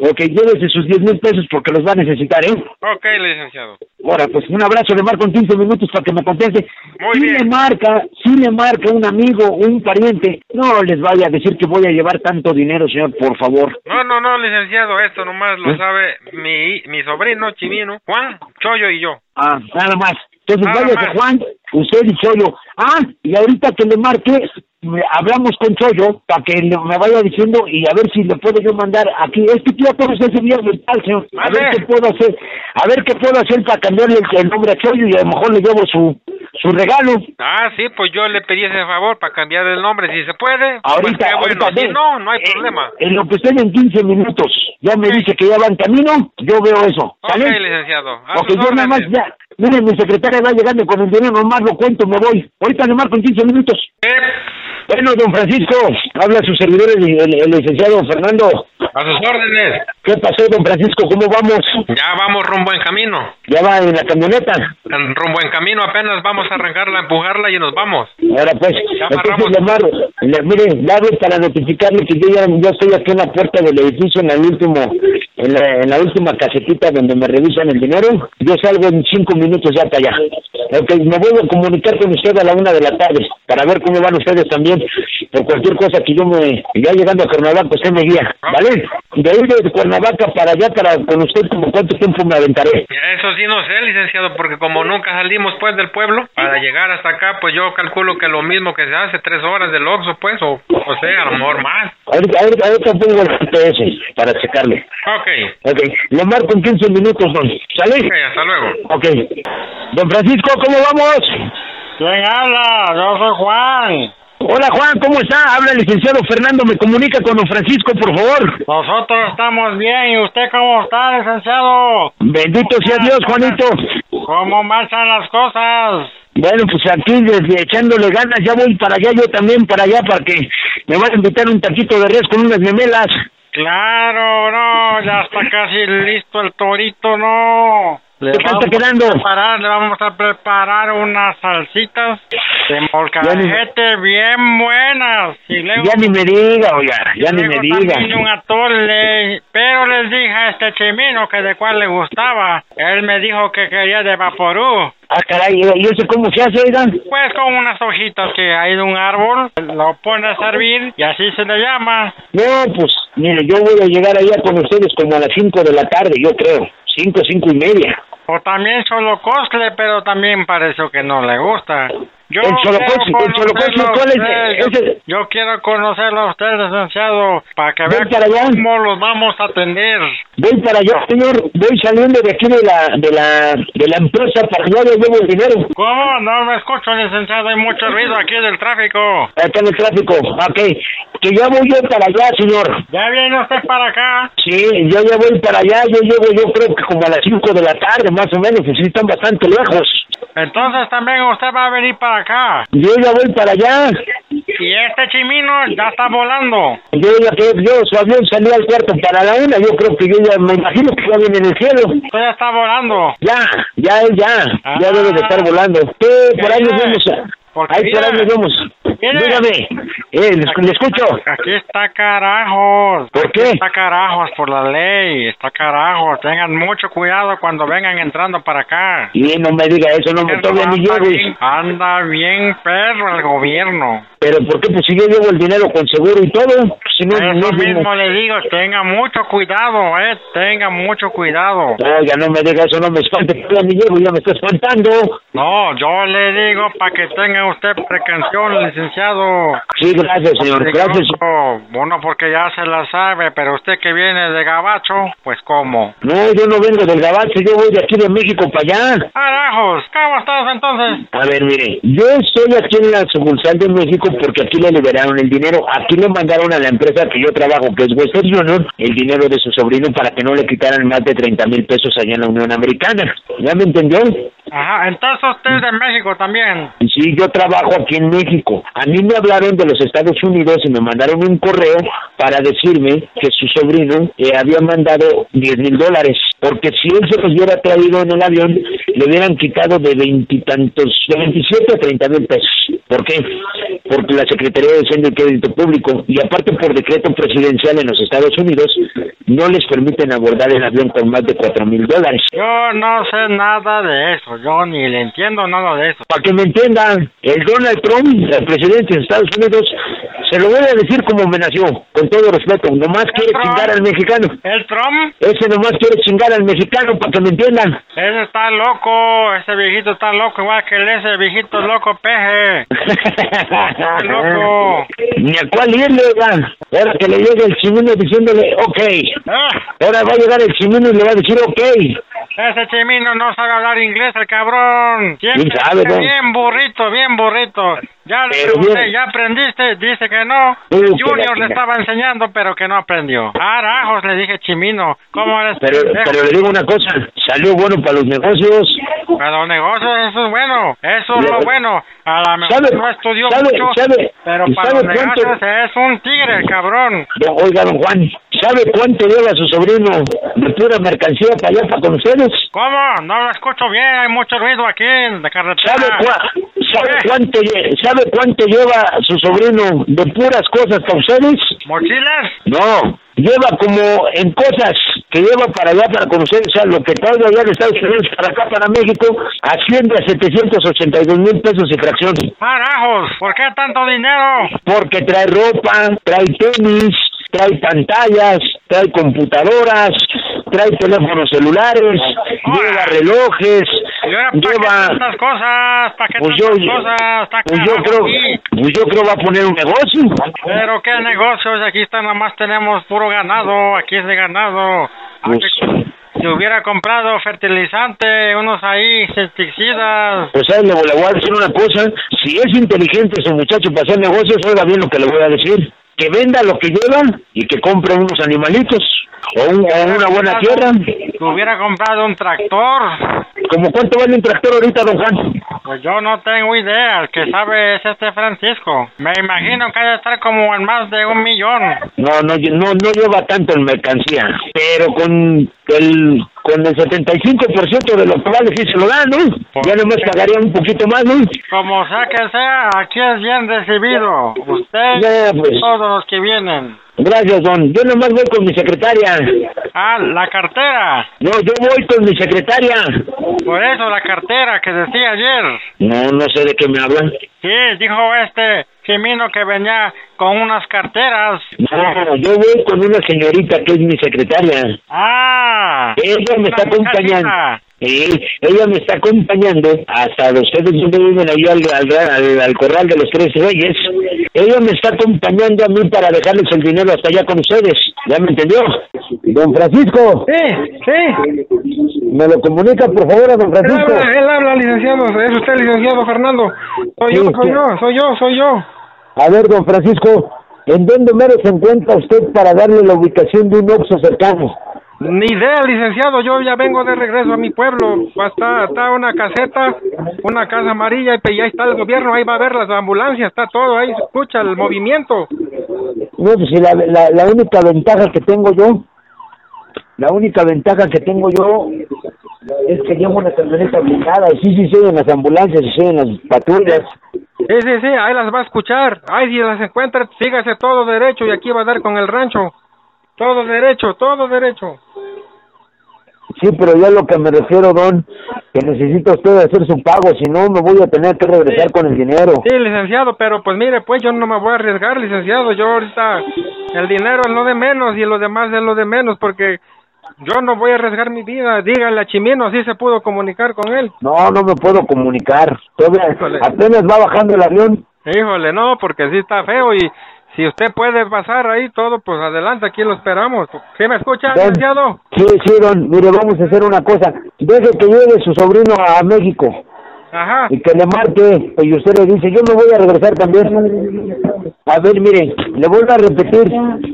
O que llévese sus 10 mil pesos porque los va a necesitar, ¿eh? Ok, licenciado. Ahora, pues un abrazo le marco en 15 minutos para que me conteste. Muy si bien. le marca, si le marca un amigo, un pariente, no les vaya a decir que voy a llevar tanto dinero, señor, por favor. No, no, no, licenciado, esto nomás lo ¿Eh? sabe mi, mi sobrino chivino, Juan, Choyo y yo. Ah, nada más. Entonces Nada váyase más. Juan, usted y Choyo. Ah, y ahorita que le marque, me- hablamos con Choyo para que le- me vaya diciendo y a ver si le puedo yo mandar aquí. Es que ya todos ese día mental, señor. A Mande. ver qué puedo hacer, a ver qué puedo hacer para cambiarle el, el nombre a Choyo y a lo mejor le llevo su, su regalo. Ah, sí, pues yo le pedí ese favor para cambiar el nombre, si se puede. pues Ahorita, qué bueno. ahorita Si ve. no, no hay Eh, problema. En lo que usted en 15 minutos ya me dice que ya va en camino, yo veo eso. Ok, ¿Sale? licenciado. Ah. a Porque sus yo nada más órdenes. ya, miren, mi secretaria va llegando con el dinero, nomás lo cuento, me voy. Ahorita le marco en 15 minutos. Eh, Bueno, don Francisco, habla su servidor, el, el- el licenciado Fernando. A sus órdenes. ¿Qué pasó, don Francisco? ¿Cómo vamos? Ya vamos rumbo en camino. Ya va en la camioneta. En- Rumbo en camino, apenas vamos a arrancarla, empujarla y nos vamos. Ahora pues, Ya entonces amarramos. le marco, le, mire, le hablo para notificarle que yo ya yo estoy aquí en la puerta del edificio, en el último, en la, en la última casetita donde me revisan el dinero, yo salgo en cinco minutos ya para allá. Ok, me voy a comunicar con usted a la una de la tarde, para ver cómo van ustedes también, por cualquier cosa que yo me, ya llegando a Cuernavaca, usted me guía, ¿vale? De ahí de Cuernavaca para allá, para con usted, como cuánto tiempo me aventaré. Eso sí no sé, licenciado, porque como nunca salimos pues del pueblo, para llegar hasta acá, pues yo calculo que lo mismo que se hace, tres horas del Oxxo, pues, o, o sea, a lo mejor más. Ahorita, ahorita, ahorita pongo el GPS para checarle. Ok, Ok, le marco en 15 minutos, don. ¿Sale? ok, hasta luego. Ok. Don Francisco, ¿cómo vamos? ¿Quién habla? Yo soy Juan. Hola Juan, ¿cómo está? Habla el licenciado Fernando, me comunica con don Francisco, por favor. Nosotros estamos bien. ¿Y usted cómo está, licenciado? Bendito sea Dios, Juanito. ¿Cómo marchan las cosas? Bueno, pues aquí desde echándole ganas, ya voy para allá, yo también para allá, para que me vas a invitar un taquito de res con unas memelas. Claro, no, ya está casi listo el torito, no. Le ¿Qué tal vamos está quedando? a preparar, le vamos a preparar unas salsitas de molcajete bien buenas. Y luego, Ya ni me diga, oiga, ya ni me luego diga. también un atole. Pero les dije a este chimino que de cuál le gustaba. Él me dijo que quería de vaporú. Ah, caray, oiga, ¿y eso cómo se hace, oiga? Pues con unas hojitas que hay de un árbol, lo pone a servir y así se le llama. No, pues, mire, yo voy a llegar allá con ustedes como a las 5 de la tarde, yo creo. 5, 5 y media. O también solo cosle, pero también pareció que no le gusta. Yo El quiero Xolocoche, el conocerlo Xolocoche, a ¿cuál es? usted, yo- Ese- Yo, quiero conocerlo a usted, licenciado, para que Ven vea para allá. cómo los vamos a atender. Voy para allá, señor. Voy saliendo de aquí de la, de la, de la empresa para allá, yo llevo el dinero. ¿Cómo? No me escucho, licenciado, hay mucho ruido aquí del tráfico. Acá en el tráfico, ok. Que ya voy yo para allá, señor. ¿Ya viene usted para acá? Sí, yo ya voy para allá, yo llego yo creo que como a las 5 de la tarde, más o menos, pues sí están bastante lejos. Entonces también usted va a venir para acá. Yo ya voy para allá, Y este chimino ya está volando. yo ya que yo, su avión salió al cuarto para la una, yo creo que yo ya me imagino que ya viene en el cielo. Usted ya está volando. Ya, ya, ya, Ah. ya debe de estar volando. ¿Qué? Por ahí nos Mire, vemos. porque Ahí por ahí mire, nos vemos. mire. Dígame, eh, le, le escucho. Aquí está carajos. ¿Por Aquí qué? Está carajos por la ley. Está carajos. Tengan mucho cuidado cuando vengan entrando para acá. Y no me diga eso, no me todavía ni anda, llego. bien, anda bien perro el gobierno. Pero ¿por qué? Pues si yo llevo el dinero con seguro y todo, pues, si no, no Eso es mismo. mismo le digo. Tenga mucho cuidado, eh. Tenga mucho cuidado. Oiga, no me diga eso, no me espante, ya me llevo, ya me está espantando. No, yo le digo para que tenga usted precaución, licenciado. Sí, gracias, señor, gracias. Digo, Bueno, porque ya se la sabe, pero usted que viene de gabacho, pues cómo. No, yo no vengo del Gabacho, yo voy de aquí de México para allá. Carajos, ¿cómo estás entonces? A ver, mire, yo estoy aquí en la sucursal de México porque aquí le liberaron el dinero, aquí le mandaron a la empresa que yo trabajo, que es Western Union, el dinero de su sobrino para que no le quitaran más de 30 mil pesos allá en la Unión Americana. ¿Ya me entendió? Ajá, entonces usted es de México también. Y sí, yo trabajo aquí en México. A mí me hablaron de los Estados Unidos y me mandaron un correo para decirme que su sobrino eh, había mandado 10 mil dólares. Porque si él se los hubiera traído en el avión, le hubieran quitado de veintitantos, de 27 a 30 mil pesos. ¿Por qué? Porque la Secretaría de Hacienda y Crédito Público, y aparte por decreto presidencial en los Estados Unidos, no les permiten abordar el avión con más de 4 mil dólares. Yo no sé nada de eso, yo ni le entiendo nada de eso. Para que me entiendan, el Donald Trump, el presidente de Estados Unidos, se lo voy a decir como me nació, con todo respeto, nomás quiere Trump. chingar al mexicano. El Trump, Ese nomás quiere chingar al mexicano, para que me entiendan. ese está loco, ese viejito está loco, igual que el ese viejito loco peje. loco. Ni a cuál irle, oigan. Ahora que le llegue el chimino diciéndole, ok. Ah, Ahora va a llegar el chimino y le va a decir, ok. ese chimino no sabe hablar inglés, el cabrón. Siempre ¿Quién sabe, dice no? bien burrito, bien burrito. Ya le Pero pregunté, bien. ya aprendiste, dice que no. Uh, que la Junior le chingada. estaba enseñando, pero que no aprendió. Arajos, le dije chimino, ¿cómo eres? Pero, pendejo? pero le digo una cosa, salió bueno para los negocios. Para los negocios eso es bueno, eso es lo Le- bueno. A lo mejor ¿Sabe? no estudió ¿Sabe? mucho, ¿Sabe? pero para ¿Sabe los cuánto? negocios es un tigre, cabrón. Don- Oiga, don Juan, ¿sabe cuánto lleva su sobrino de pura mercancía para allá, para con ustedes? ¿Cómo? No lo escucho bien, hay mucho ruido aquí en la carretera. ¿Sabe, cua- sabe, cuánto, lle- ¿Sabe cuánto lleva su sobrino de puras cosas para ustedes? ¿Mochilas? No, lleva como en cosas que lleva para allá, para con ustedes, o sea, lo que traigo allá de Estados Unidos para acá, para México, asciende a 782 mil pesos y fracción. ¡Carajos! ¿Por qué tanto dinero? Porque trae ropa, trae tenis, trae pantallas, trae computadoras, trae teléfonos celulares, lleva relojes, ¿Y ahora para qué lleva... tantas cosas? ¿Para qué Pues yo, tantas cosas? Está pues yo carajo creo, aquí. pues yo creo va a poner un negocio. Pero qué negocios, aquí está, nada más tenemos puro ganado, aquí es de ganado. Pues, Si hubiera comprado fertilizante, unos ahí, insecticidas. pues ¿sabes? Le, voy- le voy a decir una cosa, si es inteligente su muchacho para hacer negocios, oiga bien lo que le voy a decir. Que venda lo que lleva y que compre unos animalitos o, un- o una buena tierra. Si hubiera comprado un tractor, ¿Como cuánto vale un tractor ahorita, don Juan? Pues yo no tengo idea, el que sabe es este Francisco. Me imagino que ha de estar como en más de un millón. No, no, lle- no, no lleva tanto en mercancía, pero con el con el 75% de lo que vale sí se lo dan, ¿no? Ya nomás pagaría un poquito más, ¿no? Como sea que sea, aquí es bien recibido. Usted Ya, y pues. todos los que vienen. Gracias, don. Yo nomás voy con mi secretaria. Ah, la cartera. No, yo voy con mi secretaria. Por eso la cartera que decía ayer. No, no sé de qué me hablan. Sí, dijo este Jimino que venía con unas carteras. No, yo voy con una señorita que es mi secretaria. Ah, Ella me está Una muchachita. acompañando. Sí, ella me está acompañando hasta los tres donde viven allí al, al, al- al corral de los tres reyes. Ella me está acompañando a mí para dejarles el dinero hasta allá con ustedes. ¿Ya me entendió? Don Francisco, Sí, sí. me lo comunica por favor a don Él Francisco. habla, él habla, licenciado. Es usted, licenciado Fernando. Soy yo, Sí, soy sí. yo, soy yo, soy yo. A ver, don Francisco, ¿en dónde mero se encuentra usted para darle la ubicación de un oxo cercano? Ni idea, licenciado. Yo ya vengo de regreso a mi pueblo. Está, está una caseta, una casa amarilla, y pe- y ahí está el gobierno. Ahí va a ver las ambulancias, está todo. Ahí se escucha el movimiento. No, pues si la, la, la única ventaja que tengo yo, la única ventaja que tengo yo es que llevo una camioneta blindada y sí, sí, soy en las ambulancias y soy en las patrullas. Sí, sí, sí, ahí las va a escuchar. Ahí si las encuentra, sígase todo derecho y aquí va a dar con el rancho. Todo derecho, todo derecho. Sí, pero yo a lo que me refiero, don, que necesita usted hacer su pago, si no me voy a tener que regresar con el dinero. Sí, licenciado, pero pues mire, pues yo no me voy a arriesgar, licenciado. Yo ahorita el dinero es lo de menos y lo demás es lo de menos porque yo no voy a arriesgar mi vida. Dígale a Chimino, así se pudo comunicar con él. No, no me puedo comunicar. Todavía Híjole. apenas va bajando el avión. Híjole, no, porque sí está feo y si usted puede pasar ahí todo, pues adelante, aquí lo esperamos. ¿Sí me escucha, Don- licenciado? Sí, sí, don, mire, vamos a hacer una cosa. Deje que llegue su sobrino a México Ajá. y que le marque, y usted le dice, yo me voy a regresar también. A ver, mire, le vuelvo a repetir,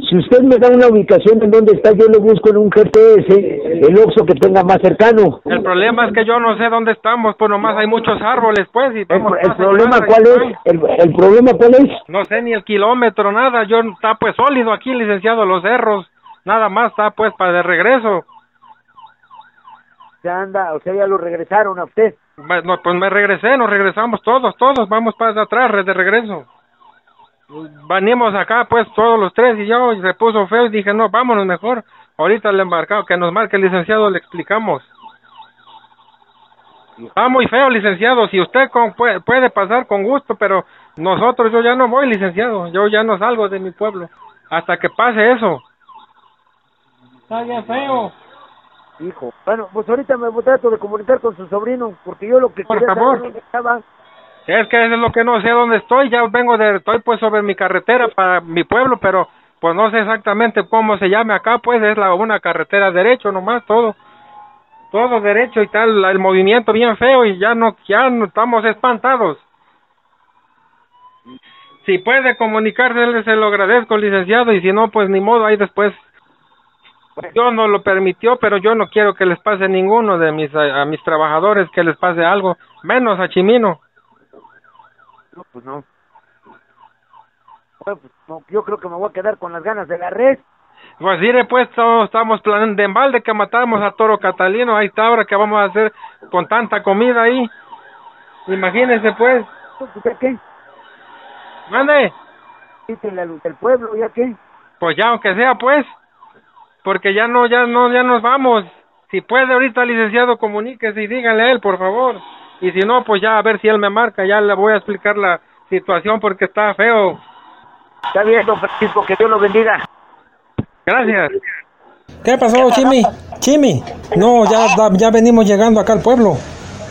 si usted me da una ubicación en donde está, yo le busco en un GPS el Oxxo que tenga más cercano. El problema es que yo no sé dónde estamos, pues nomás hay muchos árboles, pues. Y El, vamos el más problema allá, cuál y- es, el, el problema cuál es. No sé ni el kilómetro, nada. Yo está pues sólido aquí, licenciado, los cerros. Nada más está pues para de regreso. Ya anda, o sea, ya lo regresaron a usted. Me- no, pues me regresé, nos regresamos todos, todos. Vamos para atrás, re- de regreso. Venimos acá pues todos los tres y yo y se puso feo y dije, no, vámonos mejor. Ahorita le embarcado, que nos marque el licenciado, le explicamos. Está muy feo, licenciado. Si usted con- puede, puede pasar con gusto, pero nosotros yo ya no voy, licenciado. Yo ya no salgo de mi pueblo hasta que pase eso. Está bien feo. Hijo. Bueno, pues ahorita me trato de comunicar con su sobrino, porque yo lo que Por quería saber favor. dónde estaba. Es que eso es lo que no sé dónde estoy. Ya vengo de, estoy pues sobre mi carretera para mi pueblo, pero pues no sé exactamente cómo se llame acá. Pues es la una carretera derecho nomás, todo, todo derecho y tal. la- El movimiento bien feo y ya no, ya no estamos espantados. Si puede comunicarse, le- se lo agradezco, licenciado, y si no, pues ni modo, ahí después. Dios no lo permitió, pero yo no quiero que les pase a ninguno de mis, a, a mis trabajadores que les pase algo, menos a Chimino. No, pues no. Bueno, pues no, yo creo que me voy a quedar con las ganas de la red. Pues mire, pues todos estamos planeando de embalde que matamos a Toro Catalino. Ahí está ahora que vamos a hacer con tanta comida ahí. Imagínense, pues. Pues, ¿Ya qué? Mande, Quiten la luz del pueblo, ¿ya qué? pues ya aunque sea, pues. Porque ya no, ya no, ya nos vamos. Si puede ahorita, licenciado, comuníquese y díganle a él, por favor. Y si no, pues ya a ver si él me marca. Ya le voy a explicar la situación porque está feo. Está bien, don Francisco, que Dios lo bendiga. Gracias. ¿Qué pasó, Ah. Chimi? Chimi, no, ya, ya venimos llegando acá al pueblo.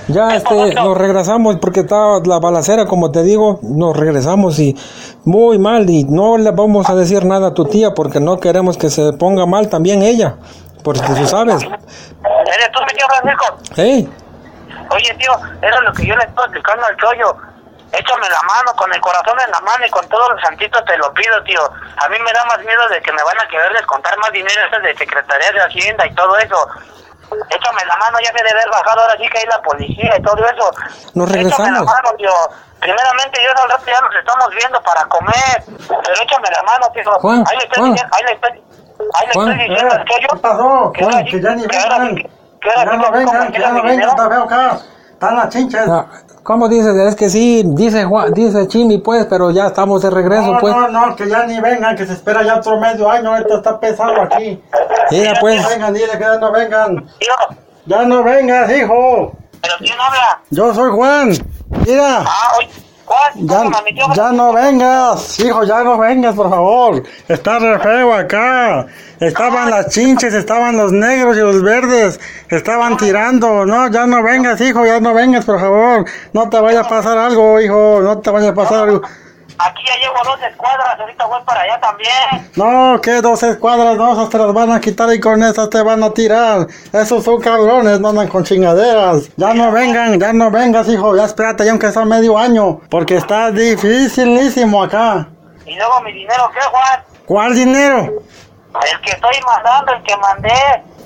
Ya este, nos regresamos porque estaba la balacera, como te digo, nos regresamos y muy mal y no le vamos a decir nada a tu tía porque no queremos que se ponga mal también ella, porque tú sabes. ¿Eh? ¿Eres tú, mi tío Francisco? Hey, Oye, tío, eso es lo que yo le estoy explicando al chollo. Échame la mano, con el corazón en la mano y con todos los santitos te lo pido, tío. A mí me da más miedo de que me van a querer descontar más dinero esas de Secretaría de Hacienda y todo eso. Échame la mano, ya me debe haber bajado ahora sí que hay la policía y todo eso. Nos regresamos. Échame la mano, tío. Primeramente, yo al rato ya nos estamos viendo para comer. Pero échame la mano, tío. Juan, ahí le estoy Juan. diciendo, ahí le estoy, ahí le Juan, estoy diciendo al Toyo ¿Qué pasó? que ahora Juan, sí- que ya ni que ahora vengan. sí que- que ahora Ya sí no que vengan, compartieron ya no mi vengan, dinero. te veo acá. Están las chinches. Ah, ¿Cómo dices? Es que sí, dice Juan, dice Chimi, pues, pero ya estamos de regreso, No, pues. no, no, que ya ni vengan, que se espera ya otro medio año, esto está pesado aquí. Mira, Que pues, no vengan, dile que ya no vengan. Tío, Ya no vengas, hijo. pero ¿quién habla? Yo soy Juan. Mira, Ah, oye, Juan, ya, pásame a mi tío. ya no vengas, hijo, ya no vengas, por favor. Está re feo acá. Estaban las chinches, estaban los negros y los verdes. Estaban tirando. No, ya no vengas, hijo, ya no vengas, por favor. No te vaya a pasar algo, hijo, no te vaya a pasar algo. Aquí ya llevo dos escuadras, ahorita voy para allá también. No, que dos escuadras, no, esas te las van a quitar y con esas te van a tirar. Esos son cabrones, no andan con chingaderas. Ya no vengan, ya no vengas, hijo, ya espérate, ya aunque sea medio año, porque está dificilísimo acá. Y luego mi dinero, ¿qué, Juan? ¿Cuál dinero? El que estoy mandando, el que mandé.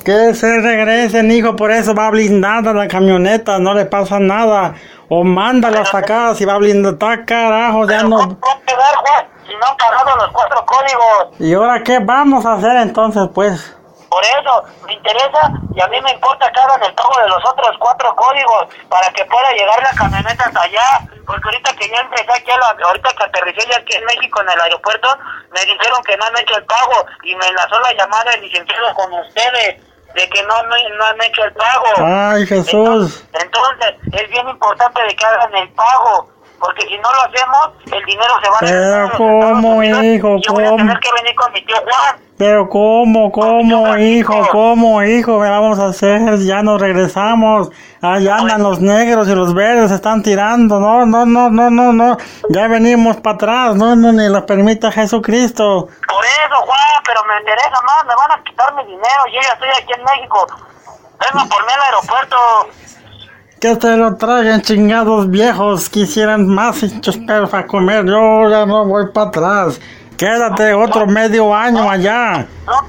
Que se regresen, hijo, por eso va blindada la camioneta, no le pasa nada. O mándala hasta acá, si va blindada, está carajo, ya Pero no... ¿Cómo puedo pegar, Juan? Si no han cargado los cuatro códigos. ¿Y ahora qué vamos a hacer entonces, pues? Por eso, me interesa y a mí me importa que hagan el pago de los otros cuatro códigos para que pueda llegar la camioneta hasta allá. Porque ahorita que ya empecé aquí, a la- ahorita que aterricé ya aquí en México en el aeropuerto, me dijeron que no han hecho el pago y me enlazó la llamada el licenciado con ustedes de que no, no, no han hecho el pago. Ay, Jesús. Entonces, es bien importante de que hagan el pago, porque si no lo hacemos, el dinero se va a Pero regresar a los ¿cómo, Estados Unidos hijo? y Yo voy a ¿Cómo? tener que venir con mi tío Juan. Pero cómo, cómo, hijo, cómo, hijo, ¿qué vamos a hacer? Ya nos regresamos. Allá andan los negros y los verdes, están tirando. No, no, no, no, no, no. Ya venimos para atrás. No, no, ni lo permita Jesucristo. Por eso, Juan, pero me interesa más, me van a quitar mi dinero, yo ya estoy aquí en México. Vengan por mí al aeropuerto. Que te lo traigan chingados viejos. Quisieran más hinchos perros a comer. Yo ya no voy para atrás. Quédate otro medio año allá. No,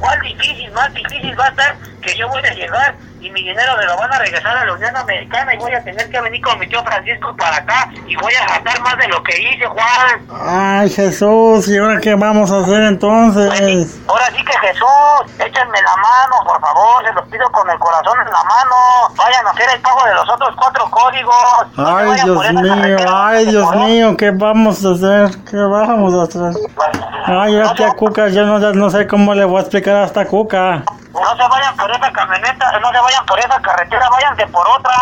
¿cuál difícil, más difícil va a estar que yo voy a llegar y mi dinero me lo van a regresar a la Unión Americana y voy a tener que venir con mi tío Francisco para acá y voy a gastar más de lo que hice, Juan. Ay, Jesús, ¿y ahora qué vamos a hacer entonces? Ahora sí que Jesús, échenme la mano, por favor, se los pido con el corazón en la mano. Vayan a hacer el pago de los otros cuatro códigos. No se Ay, vayan por Dios esa mío, carretera, ay, por Dios favor. mío, ¿qué vamos a hacer? ¿Qué vamos a hacer? Ay, no, hostia, se, Cuca, yo no, no sé cómo le voy a explicar a esta Cuca. no se vayan por esa camioneta, no se vayan por esa carretera, váyanse por otra.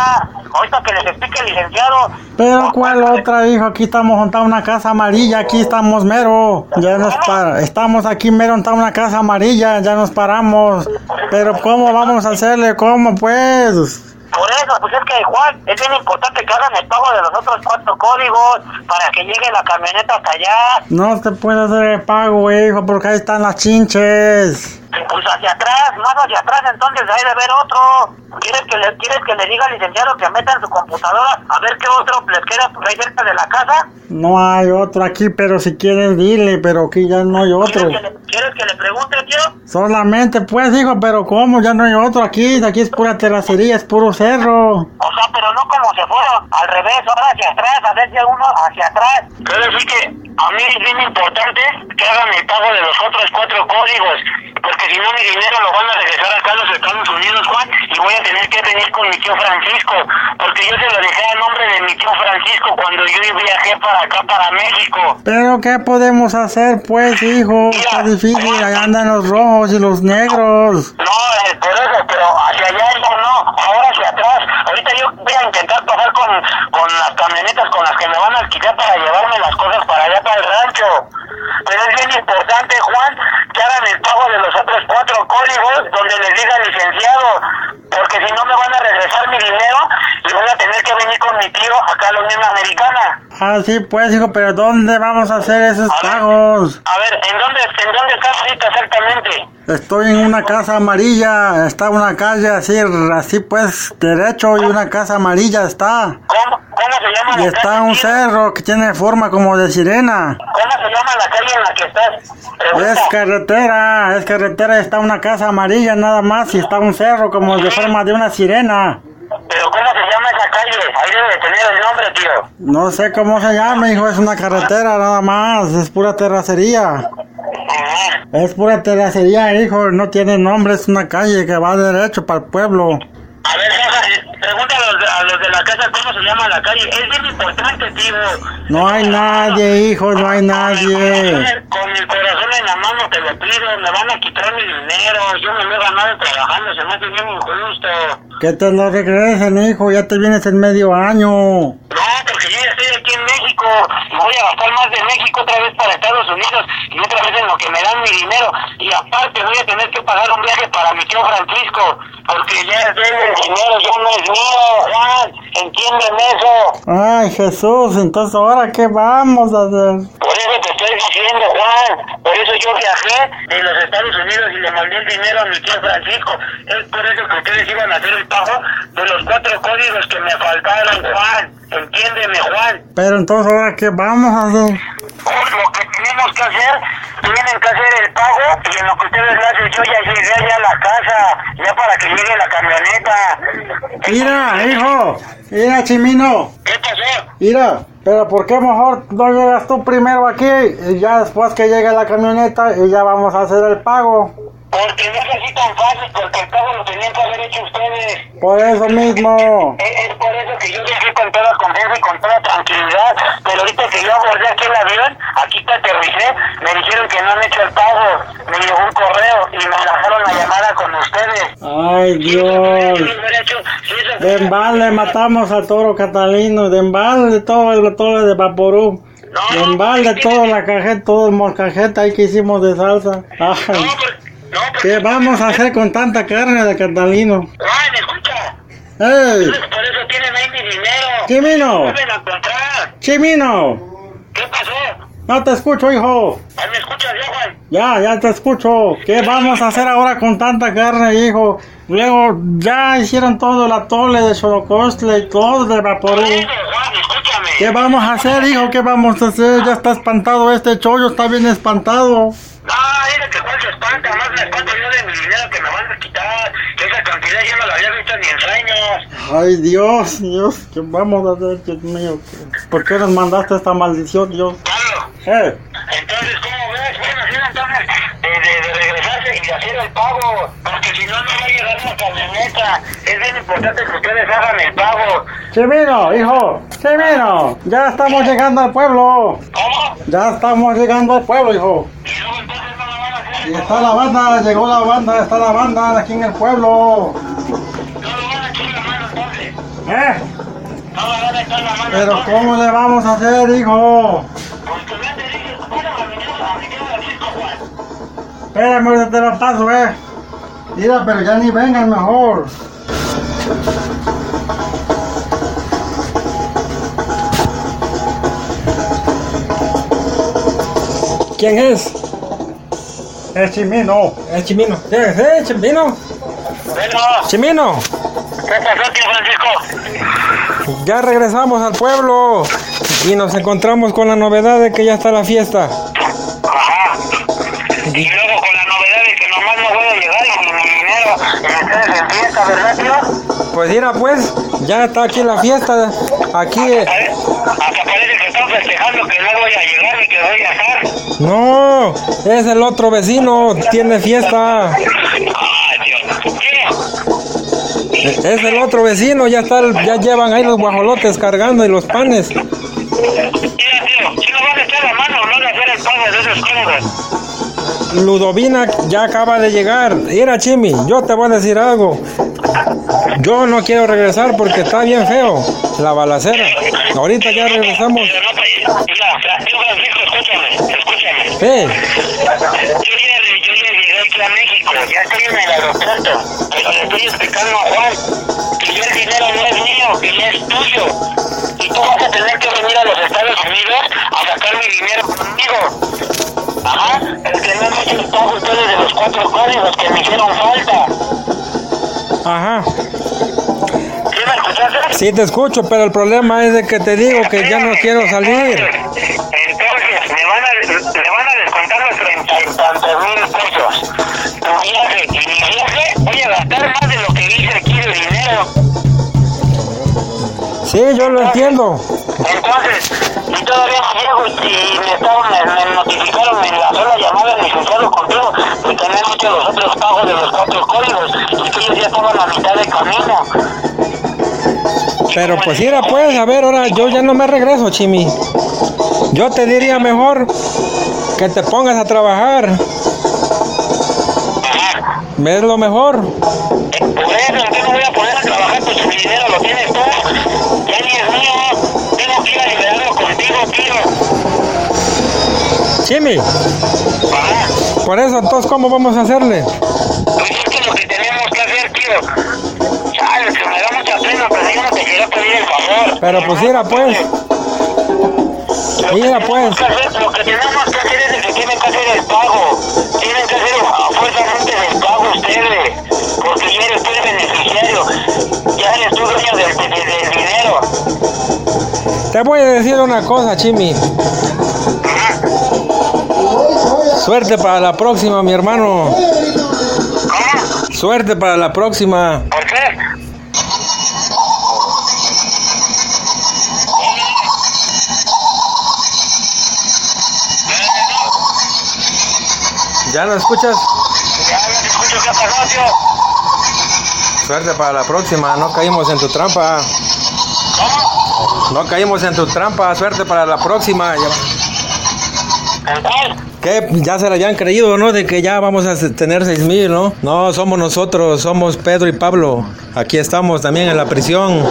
Ahorita que les explique el licenciado. Pero cuál otra, hijo, aquí estamos juntados una casa amarilla, aquí estamos mero. Ya nos para, estamos aquí mero juntados una casa amarilla, ya nos paramos. Pero ¿cómo vamos a hacerle? ¿Cómo pues? Por eso, pues es que Juan, es bien importante que hagan el pago de los otros cuatro códigos para que llegue la camioneta hasta allá. No te puede hacer el pago, hijo, porque ahí están las chinches. Pues hacia atrás, más hacia atrás, entonces hay de haber otro. ¿Quieres que le, quieres que le diga al licenciado que meta en su computadora a ver qué otro les queda por ahí cerca de la casa? No hay otro aquí, pero si quieres dile, pero aquí ya no hay otro. ¿Quieres que le, quieres que le pregunte, tío? Solamente pues hijo, pero ¿cómo? Ya no hay otro aquí, aquí es pura terracería, es puro cerro. O sea, pero no como se fueron, al revés, ahora hacia atrás, hacerse uno hacia atrás. Pero sí que Eh, a mí es bien importante que hagan el pago de los otros cuatro códigos, porque si no mi dinero lo van a regresar acá a los Estados Unidos, Juan, y voy a tener que venir con mi tío Francisco, porque yo se lo dejé a nombre de mi tío Francisco cuando yo viajé para acá, para México. Pero ¿qué podemos hacer pues hijo? Está difícil, allá andan los rojos y los negros. No, eh, pero eso, pero hacia allá ya no, ahora hacia atrás. Ahorita yo voy a intentar pasar con, con las camionetas con las que me van a alquilar para llevarme las cosas para allá, para el rancho. Pero es bien importante, Juan, que hagan el pago de los otros cuatro códigos donde les diga licenciado, porque si no me van a regresar mi dinero y voy a tener que venir con mi tío acá a la Unión Americana. Así pues hijo, pero ¿dónde vamos a hacer esos pagos? A ver, ¿en dónde, en dónde estás ahorita exactamente? Estoy en una casa amarilla, está una calle así, así pues derecho y una casa amarilla está. ¿Cómo, ¿Cómo se llama Y la calle? está un cerro que tiene forma como de sirena. ¿Cómo se llama la calle en la que estás? Pregunta. Es carretera, es carretera, está una casa amarilla nada más y está un cerro como de forma de una sirena. Pero ¿cómo se llama esa calle? Ahí debe de tener el nombre, tío. No sé cómo se llama, hijo, es una carretera nada más, es pura terracería. Ujú. Es pura terracería, hijo, no tiene nombre, es una calle que va derecho para el pueblo. A ver, Jaja, eh, pregúntale a los, de, a los de la casa cómo se llama la calle. Es bien importante, tío. No hay nadie, hijo, no hay nadie. Con mi corazón en la mano te lo pido, me van a quitar mi dinero, yo me lo he ganado trabajando, se me hace bien injusto. Que te lo regresen, hijo, ya te vienes en medio año. No, porque yo ya estoy aquí en México y voy a gastar más de México otra vez para Estados Unidos y otra vez en lo que me dan mi dinero. Y aparte voy a tener que pagar un viaje para mi tío Francisco, porque ya es de él el dinero, ya no es mío, Juan, entienden eso. Ay, Jesús, entonces ahora qué vamos a hacer. Por eso te estoy diciendo, Juan. Por eso yo viajé de los Estados Unidos y le mandé el dinero a mi tío Francisco. Es por eso que ustedes iban a hacer el pago de los cuatro códigos que me faltaron, Juan. Entiéndeme, Juan. Pero entonces ahora qué vamos a hacer. Lo que tenemos que hacer, tienen que hacer el pago y en lo que ustedes lo hacen, yo ya llegué allá a la casa, ya para que llegue la camioneta. Mira, hijo, mira, Chimino, ¿Qué pasó? mira. Pero ¿por qué mejor no llegas tú primero aquí y ya después que llegue la camioneta y ya vamos a hacer el pago? Porque no es así tan fácil, porque el pago lo tenían que haber hecho ustedes. Por eso mismo. Es, es Eh, por eso que yo viajé con toda confianza y con toda tranquilidad, pero ahorita que yo abordé aquí el avión, aquí que aterricé, me dijeron que no han hecho el pago, me llegó un correo y me lanzaron la llamada con ustedes. Ay, Si eso Dios. hubiera- si hubiera hecho- si eso De embalde matamos a Toro Catalino, de embalde todo el toro de Vaporú. De embalde todo la cajeta, todo el molcajeta ahí que hicimos de salsa. Ay, No, por- no, por- ¿Qué vamos a hacer con tanta carne de Catalino? Juan, escucha, ¡Ey! Pues por eso tienen ahí mi dinero. ¡Chimino! Vuelven a encontrar. ¡Chimino! ¿Qué pasó? No te escucho, hijo. Ahí me escuchas, ya, Juan. Ya, ya te escucho. ¿Qué vamos a hacer ahora con tanta carne, hijo? Luego ya hicieron todo el atole de Xolocostle y todo de Vaporú. Bueno, Juan, escúchame. ¿Qué vamos a hacer, hijo? ¿Qué vamos a hacer? Ya está espantado este chollo, está bien espantado. No, dice que cuál se espanta, más me espanto yo de mi dinero que me van a quitar. Esa cantidad yo no la había visto ni en sueños. Ay, Dios, Dios, ¿qué vamos a hacer, Dios mío? ¿Por qué nos mandaste esta maldición, Dios? Pablo, Eh, entonces, ¿cómo ves? Bueno, sí, entonces, de, de, de regresarse y de hacer el pago, porque si no, no va a llegar la camioneta. Es bien importante que ustedes hagan el pago. Chimino, hijo, Chimino, ya estamos llegando al pueblo. ¿Cómo? Ya estamos llegando al pueblo, hijo. Y luego entonces no lo van a hacer. Y está la banda, llegó la banda, está la banda aquí en el pueblo. No lo van a echar la mano entonces. ¿Eh? No lo van a echar la mano Pero entonces. ¿cómo le vamos a hacer, hijo? Porque ya te dije, ¿cómo la a mi tío Francisco, Juan? Espérame, ahorita te la paso, eh. Mira, pero ya ni vengan mejor. ¿Quién es? Es Chimino. Es Chimino. ¿Quién es? ¿Eh, Chimino? Bueno, Chimino, ¿qué pasó, tío Francisco? ya regresamos al pueblo y nos encontramos con la novedad de que ya está la fiesta. Ajá. Y luego con la novedad de que nomás no voy a llegar y ni mi dinero. Y ustedes en fiesta, ¿verdad, tío? Pues mira, pues, ya está aquí la fiesta. Aquí, eh, A ver, hasta parece que están festejando que no voy a llegar ni que voy a estar. no, es el otro vecino, tiene fiesta. Ay, Dios. Tío, Es el otro vecino, ya está, el- ya llevan ahí los guajolotes cargando y los panes. mira, tío, si no van a echar la mano o no van a hacer el pago de esos cómodos. Ludovina ya acaba de llegar. Mira, Chimi, yo te voy a decir algo. Yo no quiero regresar porque está bien feo la balacera. Ahorita ya regresamos. Pero no, pa- mira, Fra- tío Francisco, escúchame, escúchame. Eh, Yo ya, re- yo ya llegué aquí a México, ya estoy en el aeropuerto, pero le estoy explicando a Juan que yo el dinero no es mío, que ya es tuyo. Y tú vas a tener que venir a los Estados Unidos a sacar mi dinero conmigo. Ajá, el que no me hecho el pago ustedes de los cuatro códigos que me hicieron falta. ajá. ¿Sí me me escuchaste? Sí te escucho, pero el problema es de que te digo que ya no quiero salir. Entonces, entonces, me van a, me van a descontar los treinta y tantos mil pesos. Tu viaje y mi viaje, voy a gastar más de lo que dice aquí de dinero. Sí, yo lo entiendo. Entonces, y todavía no llego y, y me, estaban, me, me notificaron en la sola llamada del licenciado contigo que tenían muchos los otros pagos de los cuatro códigos y que ellos ya estaban a mitad del camino. Pero pues mira, pues, a ver, ahora yo ya no me regreso, Chimi. Yo te diría mejor que te pongas a trabajar. ¿Ves lo mejor? Por eso yo no voy a poner a trabajar, pues mi dinero lo tienes tú. Ya ni es mío. Tengo que ir a liberarlo contigo, tío. Chimi, Ajá. por eso entonces, ¿cómo vamos a hacerle? Pues es que lo que tenemos que hacer, tío. Chale, que me da mucha pena, pero yo no te quiero pedir el favor. Pero pues mira, pues. Mira, pues. Lo que hacer- Lo que tenemos que hacer es el que tienen que hacer el pago. Tienen que hacer a fuerzamente el pago ustedes. Porque ya eres tú el beneficiario. Ya eres tú dueño del, del- del dinero. Te voy a decir una cosa, Chimi. Suerte para la próxima, mi hermano. ¿Cómo? Suerte para la próxima. ¿Por qué? ¿Ya no escuchas? Ya no te escucho qué ha pasado, tío. Suerte para la próxima. No caímos en tu trampa. ¿Cómo? No caímos en tu trampa. Suerte para la próxima. Ya- ¿Entonces? ¿Qué? Ya se la hayan creído, ¿no? De que ya vamos a tener seis mil, ¿no? No, somos nosotros. Somos Pedro y Pablo. Aquí estamos también en la prisión.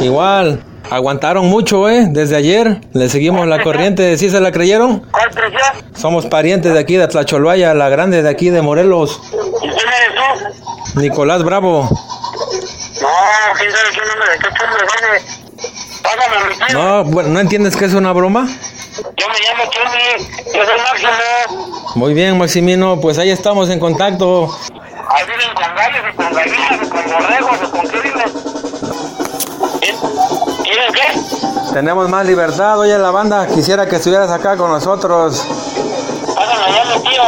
Igual. Aguantaron mucho, ¿eh? Desde ayer. Le seguimos la corriente. ¿Sí se la creyeron? ¿Cuál presión? Somos parientes de aquí de Tlacholoaya, la grande de aquí de Morelos. ¿Y quién eres tú? Nicolás Bravo. No, quién sabe qué nombre de qué hombre, vale. Pásame a mi tío. No, bueno, ¿no entiendes que es una broma? Yo me llamo Tony. Yo soy Máximo. Muy bien, Maximino, pues ahí estamos en contacto. Ahí viven con gallos y con gallinas y con borregos y con qué viven. ¿Y- ¿Tienen qué? Tenemos más libertad, oye la banda, quisiera que estuvieras acá con nosotros. Pásame allá a mi tío.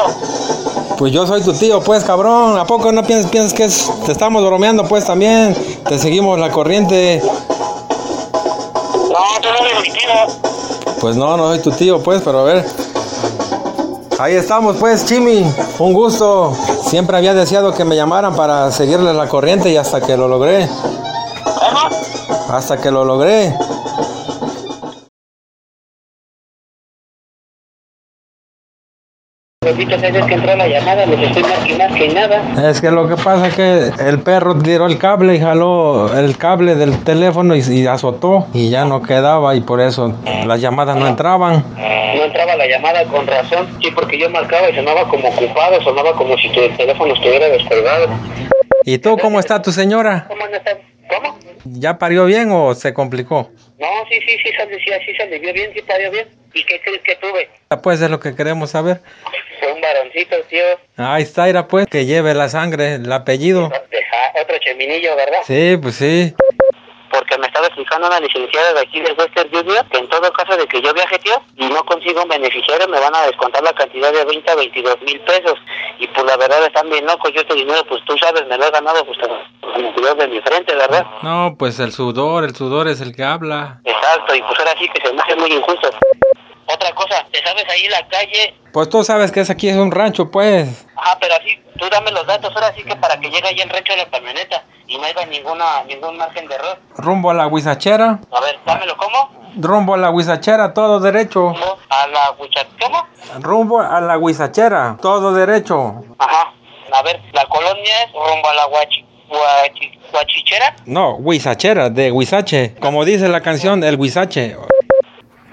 Pues yo soy tu tío, pues cabrón, ¿a poco no piensas, piensas que es- te estamos bromeando pues también? Te seguimos la corriente. No, tú no eres mi tío. Pues no, no soy tu tío pues, pero a ver. Ahí estamos pues, Chimi, un gusto. Siempre había deseado que me llamaran para seguirle la corriente y hasta que lo logré. ¿Cómo? Hasta que lo logré. Las dichas veces que entró la llamada, les estoy más que más que nada. Es que lo que pasa es que el perro tiró el cable y jaló el cable del teléfono y, y azotó y ya no quedaba y por eso las llamadas no entraban. No entraba la llamada con razón. Sí, porque yo marcaba y sonaba como ocupado, sonaba como si tu teléfono estuviera descolgado. ¿Y tú cómo está tu señora? ¿Cómo no está? ¿Cómo? ¿Ya parió bien o se complicó? No, sí, sí, sí, se sí, sí, se alivió bien, sí parió bien. ¿Y qué crees que tuve? Ah, Pues es lo que queremos saber. Fue un varoncito, tío. Ahí está, Ira, pues, que lleve la sangre, el apellido. Deja- Otro cheminillo, ¿verdad? Sí, pues sí. porque me estaba explicando una licenciada de aquí del Western Junior que en todo caso de que yo viaje, tío, y no consigo un beneficiario, me van a descontar la cantidad de 20 a 22 mil pesos. Y pues la verdad están bien locos. Yo este dinero, pues tú sabes, me lo he ganado pues con el sudor de mi frente, ¿verdad? No, pues el sudor, el sudor es el que habla. Exacto, y pues ahora sí que se me hace muy injusto. Otra cosa, te sabes ahí la calle, Pues tú sabes que es aquí es un rancho, pues. ajá, pero así, tú dame los datos, pues ahora sí que para que llegue ahí el recho de la camioneta y no haya ninguna, ningún margen de error. Rumbo a la huizachera. A ver, dámelo, ¿cómo? Rumbo a la huizachera, todo derecho. ¿Cómo? A la huicha, ¿cómo? Rumbo a la Huizachera, todo derecho. Ajá. A ver, la colonia es rumbo a la guachi, guachi- guachichera. No, Huizachera, de Huizache. Como dice la canción, el Huizache.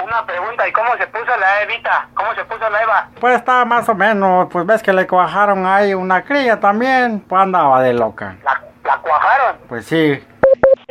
Una pregunta, ¿y cómo se puso la Evita? ¿Cómo se puso la Eva? Pues estaba más o menos, pues ves que le cuajaron ahí una cría también, pues andaba de loca. La, la cuajaron. Pues sí,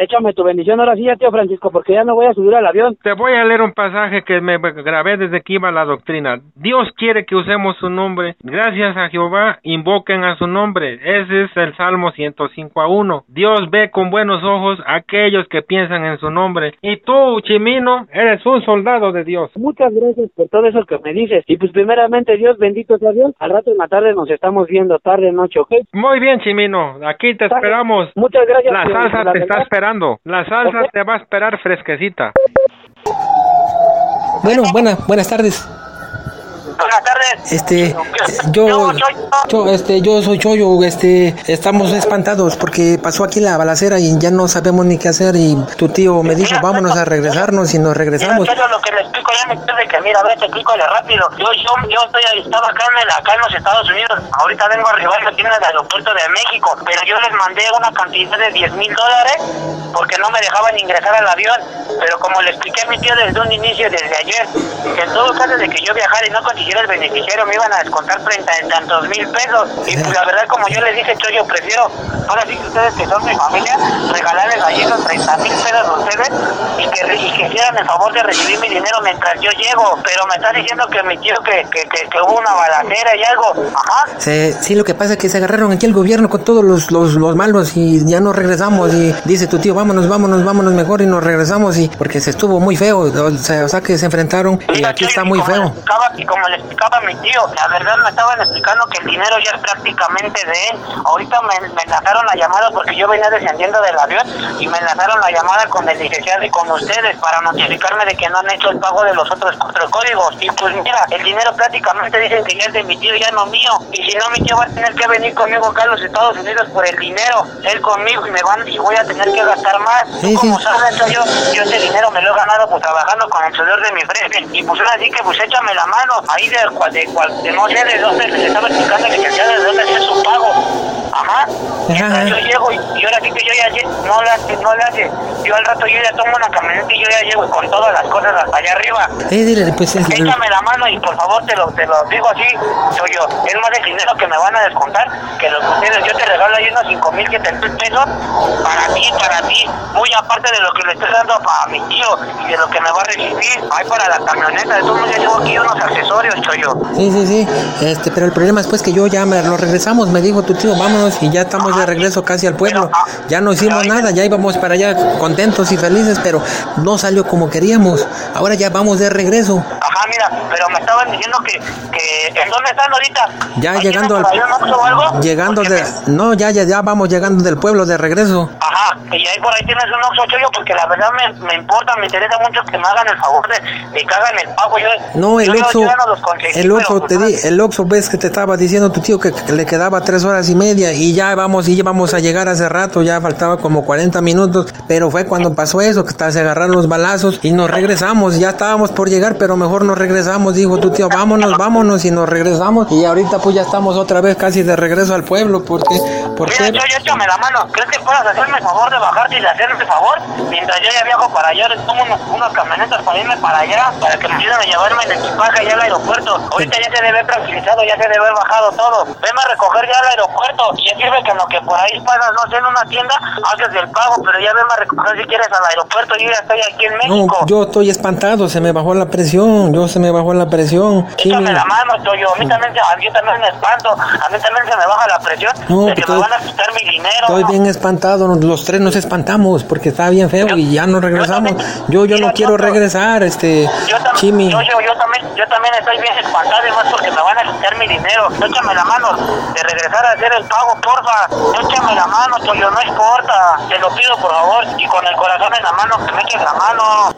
Échame tu bendición ahora sí ya, tío Francisco, porque ya no voy a subir al avión. Te voy a leer un pasaje que me grabé desde que iba la doctrina. Dios quiere que usemos su nombre. Gracias a Jehová, invoquen a su nombre. Ese es el Salmo 105 a 1. Dios ve con buenos ojos a aquellos que piensan en su nombre. Y tú, Chimino, eres un soldado de Dios. Muchas gracias por todo eso que me dices. Y pues primeramente, Dios, bendito sea Dios. Al rato en la tarde nos estamos viendo, tarde, noche, ¿ok? Muy bien, Chimino. Aquí te esperamos. Muchas gracias. La tío, salsa la te está verdad. esperando. La salsa te va a esperar fresquecita. Bueno, buenas, buenas tardes. Buenas tardes. Este, yo, yo, este, yo soy Choyo, este, estamos espantados porque pasó aquí la balacera y ya no sabemos ni qué hacer y tu tío me dijo, vámonos a regresarnos y nos regresamos. Mira, Pedro, lo que le explico ya me pierde que mira, a ver, te explico rápido. Yo, yo, yo estoy, estaba acá en, el- acá en los Estados Unidos. Ahorita vengo arribando aquí en el aeropuerto de México. Pero yo les mandé una cantidad de 10 mil dólares porque no me dejaban ingresar al avión. Pero como le expliqué a mi tío desde un inicio, desde ayer, que en todo caso de que yo viajara y no consiguiera el beneficiario, me iban a descontar treinta y tantos mil pesos. Y pues la verdad, como yo les dije, yo, yo prefiero, ahora sí que ustedes que son mi familia, regalarles allí los 30 mil pesos a ustedes y que, re- y que hicieran el favor de recibir mi dinero mientras yo llego. Pero me está diciendo que mi tío que, que, que, que hubo una balacera y algo. Ajá. Se- sí, lo que pasa es que se agarraron aquí el gobierno con todos los, los, los malos y ya no regresamos y dice tu tío, vámonos, vámonos, vámonos mejor y nos regresamos y porque se estuvo muy feo, o sea, o sea que se enfrentaron y aquí está muy feo. explicaba- y como le explicaba a mi tío, la verdad me estaban explicando que el dinero ya es prácticamente de él. Ahorita me, me enlazaron la llamada porque yo venía descendiendo del avión y me enlazaron la llamada con el licenciado y con ustedes para notificarme de que no han hecho el pago de los otros cuatro códigos. Y pues mira, el dinero prácticamente dicen que ya es de mi tío, ya no mío. Y si no, mi tío va a tener que venir conmigo acá a los Estados Unidos por el dinero. Él conmigo y me van y voy a tener que gastar más. Tú Sí, sí. como sabes, soy yo, yo este dinero me lo he ganado pues trabajando con el sudor de mi frente. Y pues ahora sí que pues échame la mano. Ahí de cual, de cual, de no sé de dónde les estaba explicando que ya de dónde es su pago. Ajá. Mientras Yo llego y, y ahora sí que yo ya llego, no le hace, no le hace. Yo al rato yo ya tomo una camioneta y yo ya llego con todas las cosas hasta allá arriba. Eh, dile, pues, es- Échame la mano y por favor te lo, te lo digo así, soy yo. Es más el dinero que me van a descontar que los que ustedes. Yo te regalo ahí unos cinco mil, siete mil pesos para ti, para ti. Muy aparte de lo que le estoy dando a mi tío y de lo que me va a recibir. Ahí para la camioneta. De todos modos, yo llevo aquí unos accesorios, soy yo. Sí, sí, sí. Este, pero el problema es pues que yo ya me lo regresamos, me dijo tu tío, vámonos y ya estamos de regreso casi al pueblo. ah, Ya no hicimos nada, ya íbamos para allá contentos y felices, pero no salió como queríamos. Ahora ya vamos de regreso. Ajá, mira, pero me estaban diciendo que, que ¿en dónde están ahorita? Ya ¿Ahí llegando tienen al por ahí un Oxxo o algo? llegando Porque de no, ya ya ya vamos llegando del pueblo de regreso. Ajá, y ahí por ahí tienes un Oxxo Choyo, porque la verdad me, me importa, me interesa mucho que me hagan el favor de, de que hagan el pago. Yo, No, el yo- yo Oxxo, ya no los conseguí, el Oxxo pero, te di, el Oxxo ves que te estaba diciendo tu tío que, que le quedaba tres horas y media y ya vamos y ya vamos a llegar hace rato, ya faltaba como 40 minutos, pero fue cuando pasó eso que ta- se agarraron los balazos y nos regresamos, ya estábamos por llegar, pero mejor nos regresamos, dijo tu tío, vámonos, vámonos y nos regresamos y ahorita pues ya estamos otra vez casi de regreso al pueblo, porque Mira, porque Choyo, échame la mano. ¿Crees que puedas hacerme el favor de bajarte y de hacerme el favor? Mientras yo ya viajo para allá, les tomo unos- unas camionetas para irme para allá, para que me ayuden a llevarme el equipaje allá al aeropuerto. Ahorita ya se debe haber tranquilizado, ya se debe haber bajado todo. Venme a recoger ya al aeropuerto. Y ya sirve que en lo que por ahí pasas, no sé, en una tienda, haces el pago, pero ya venme a recoger si quieres al aeropuerto. Yo ya estoy aquí en no, México. yo estoy espantado, se me bajó la presión, yo se me bajó la presión. Échame Chimi. la mano, Toyo. A mí también, se- a mí también me espanto. A mí también se me baja la presión. No, de que porque- me van a quitar mi dinero. Estoy ¿no? bien espantado, nos- los tres nos espantamos porque está bien feo y ya nos regresamos. Yo yo no quiero regresar, este Yo también, Chimi. Yo, yo, yo también, yo también estoy bien espantado y más porque me van a quitar mi dinero. Échame la mano de regresar a hacer el pago, porfa. Échame la mano, Toyo, no importa. Te lo pido, por favor. Y con el corazón en la mano, que me eches la mano.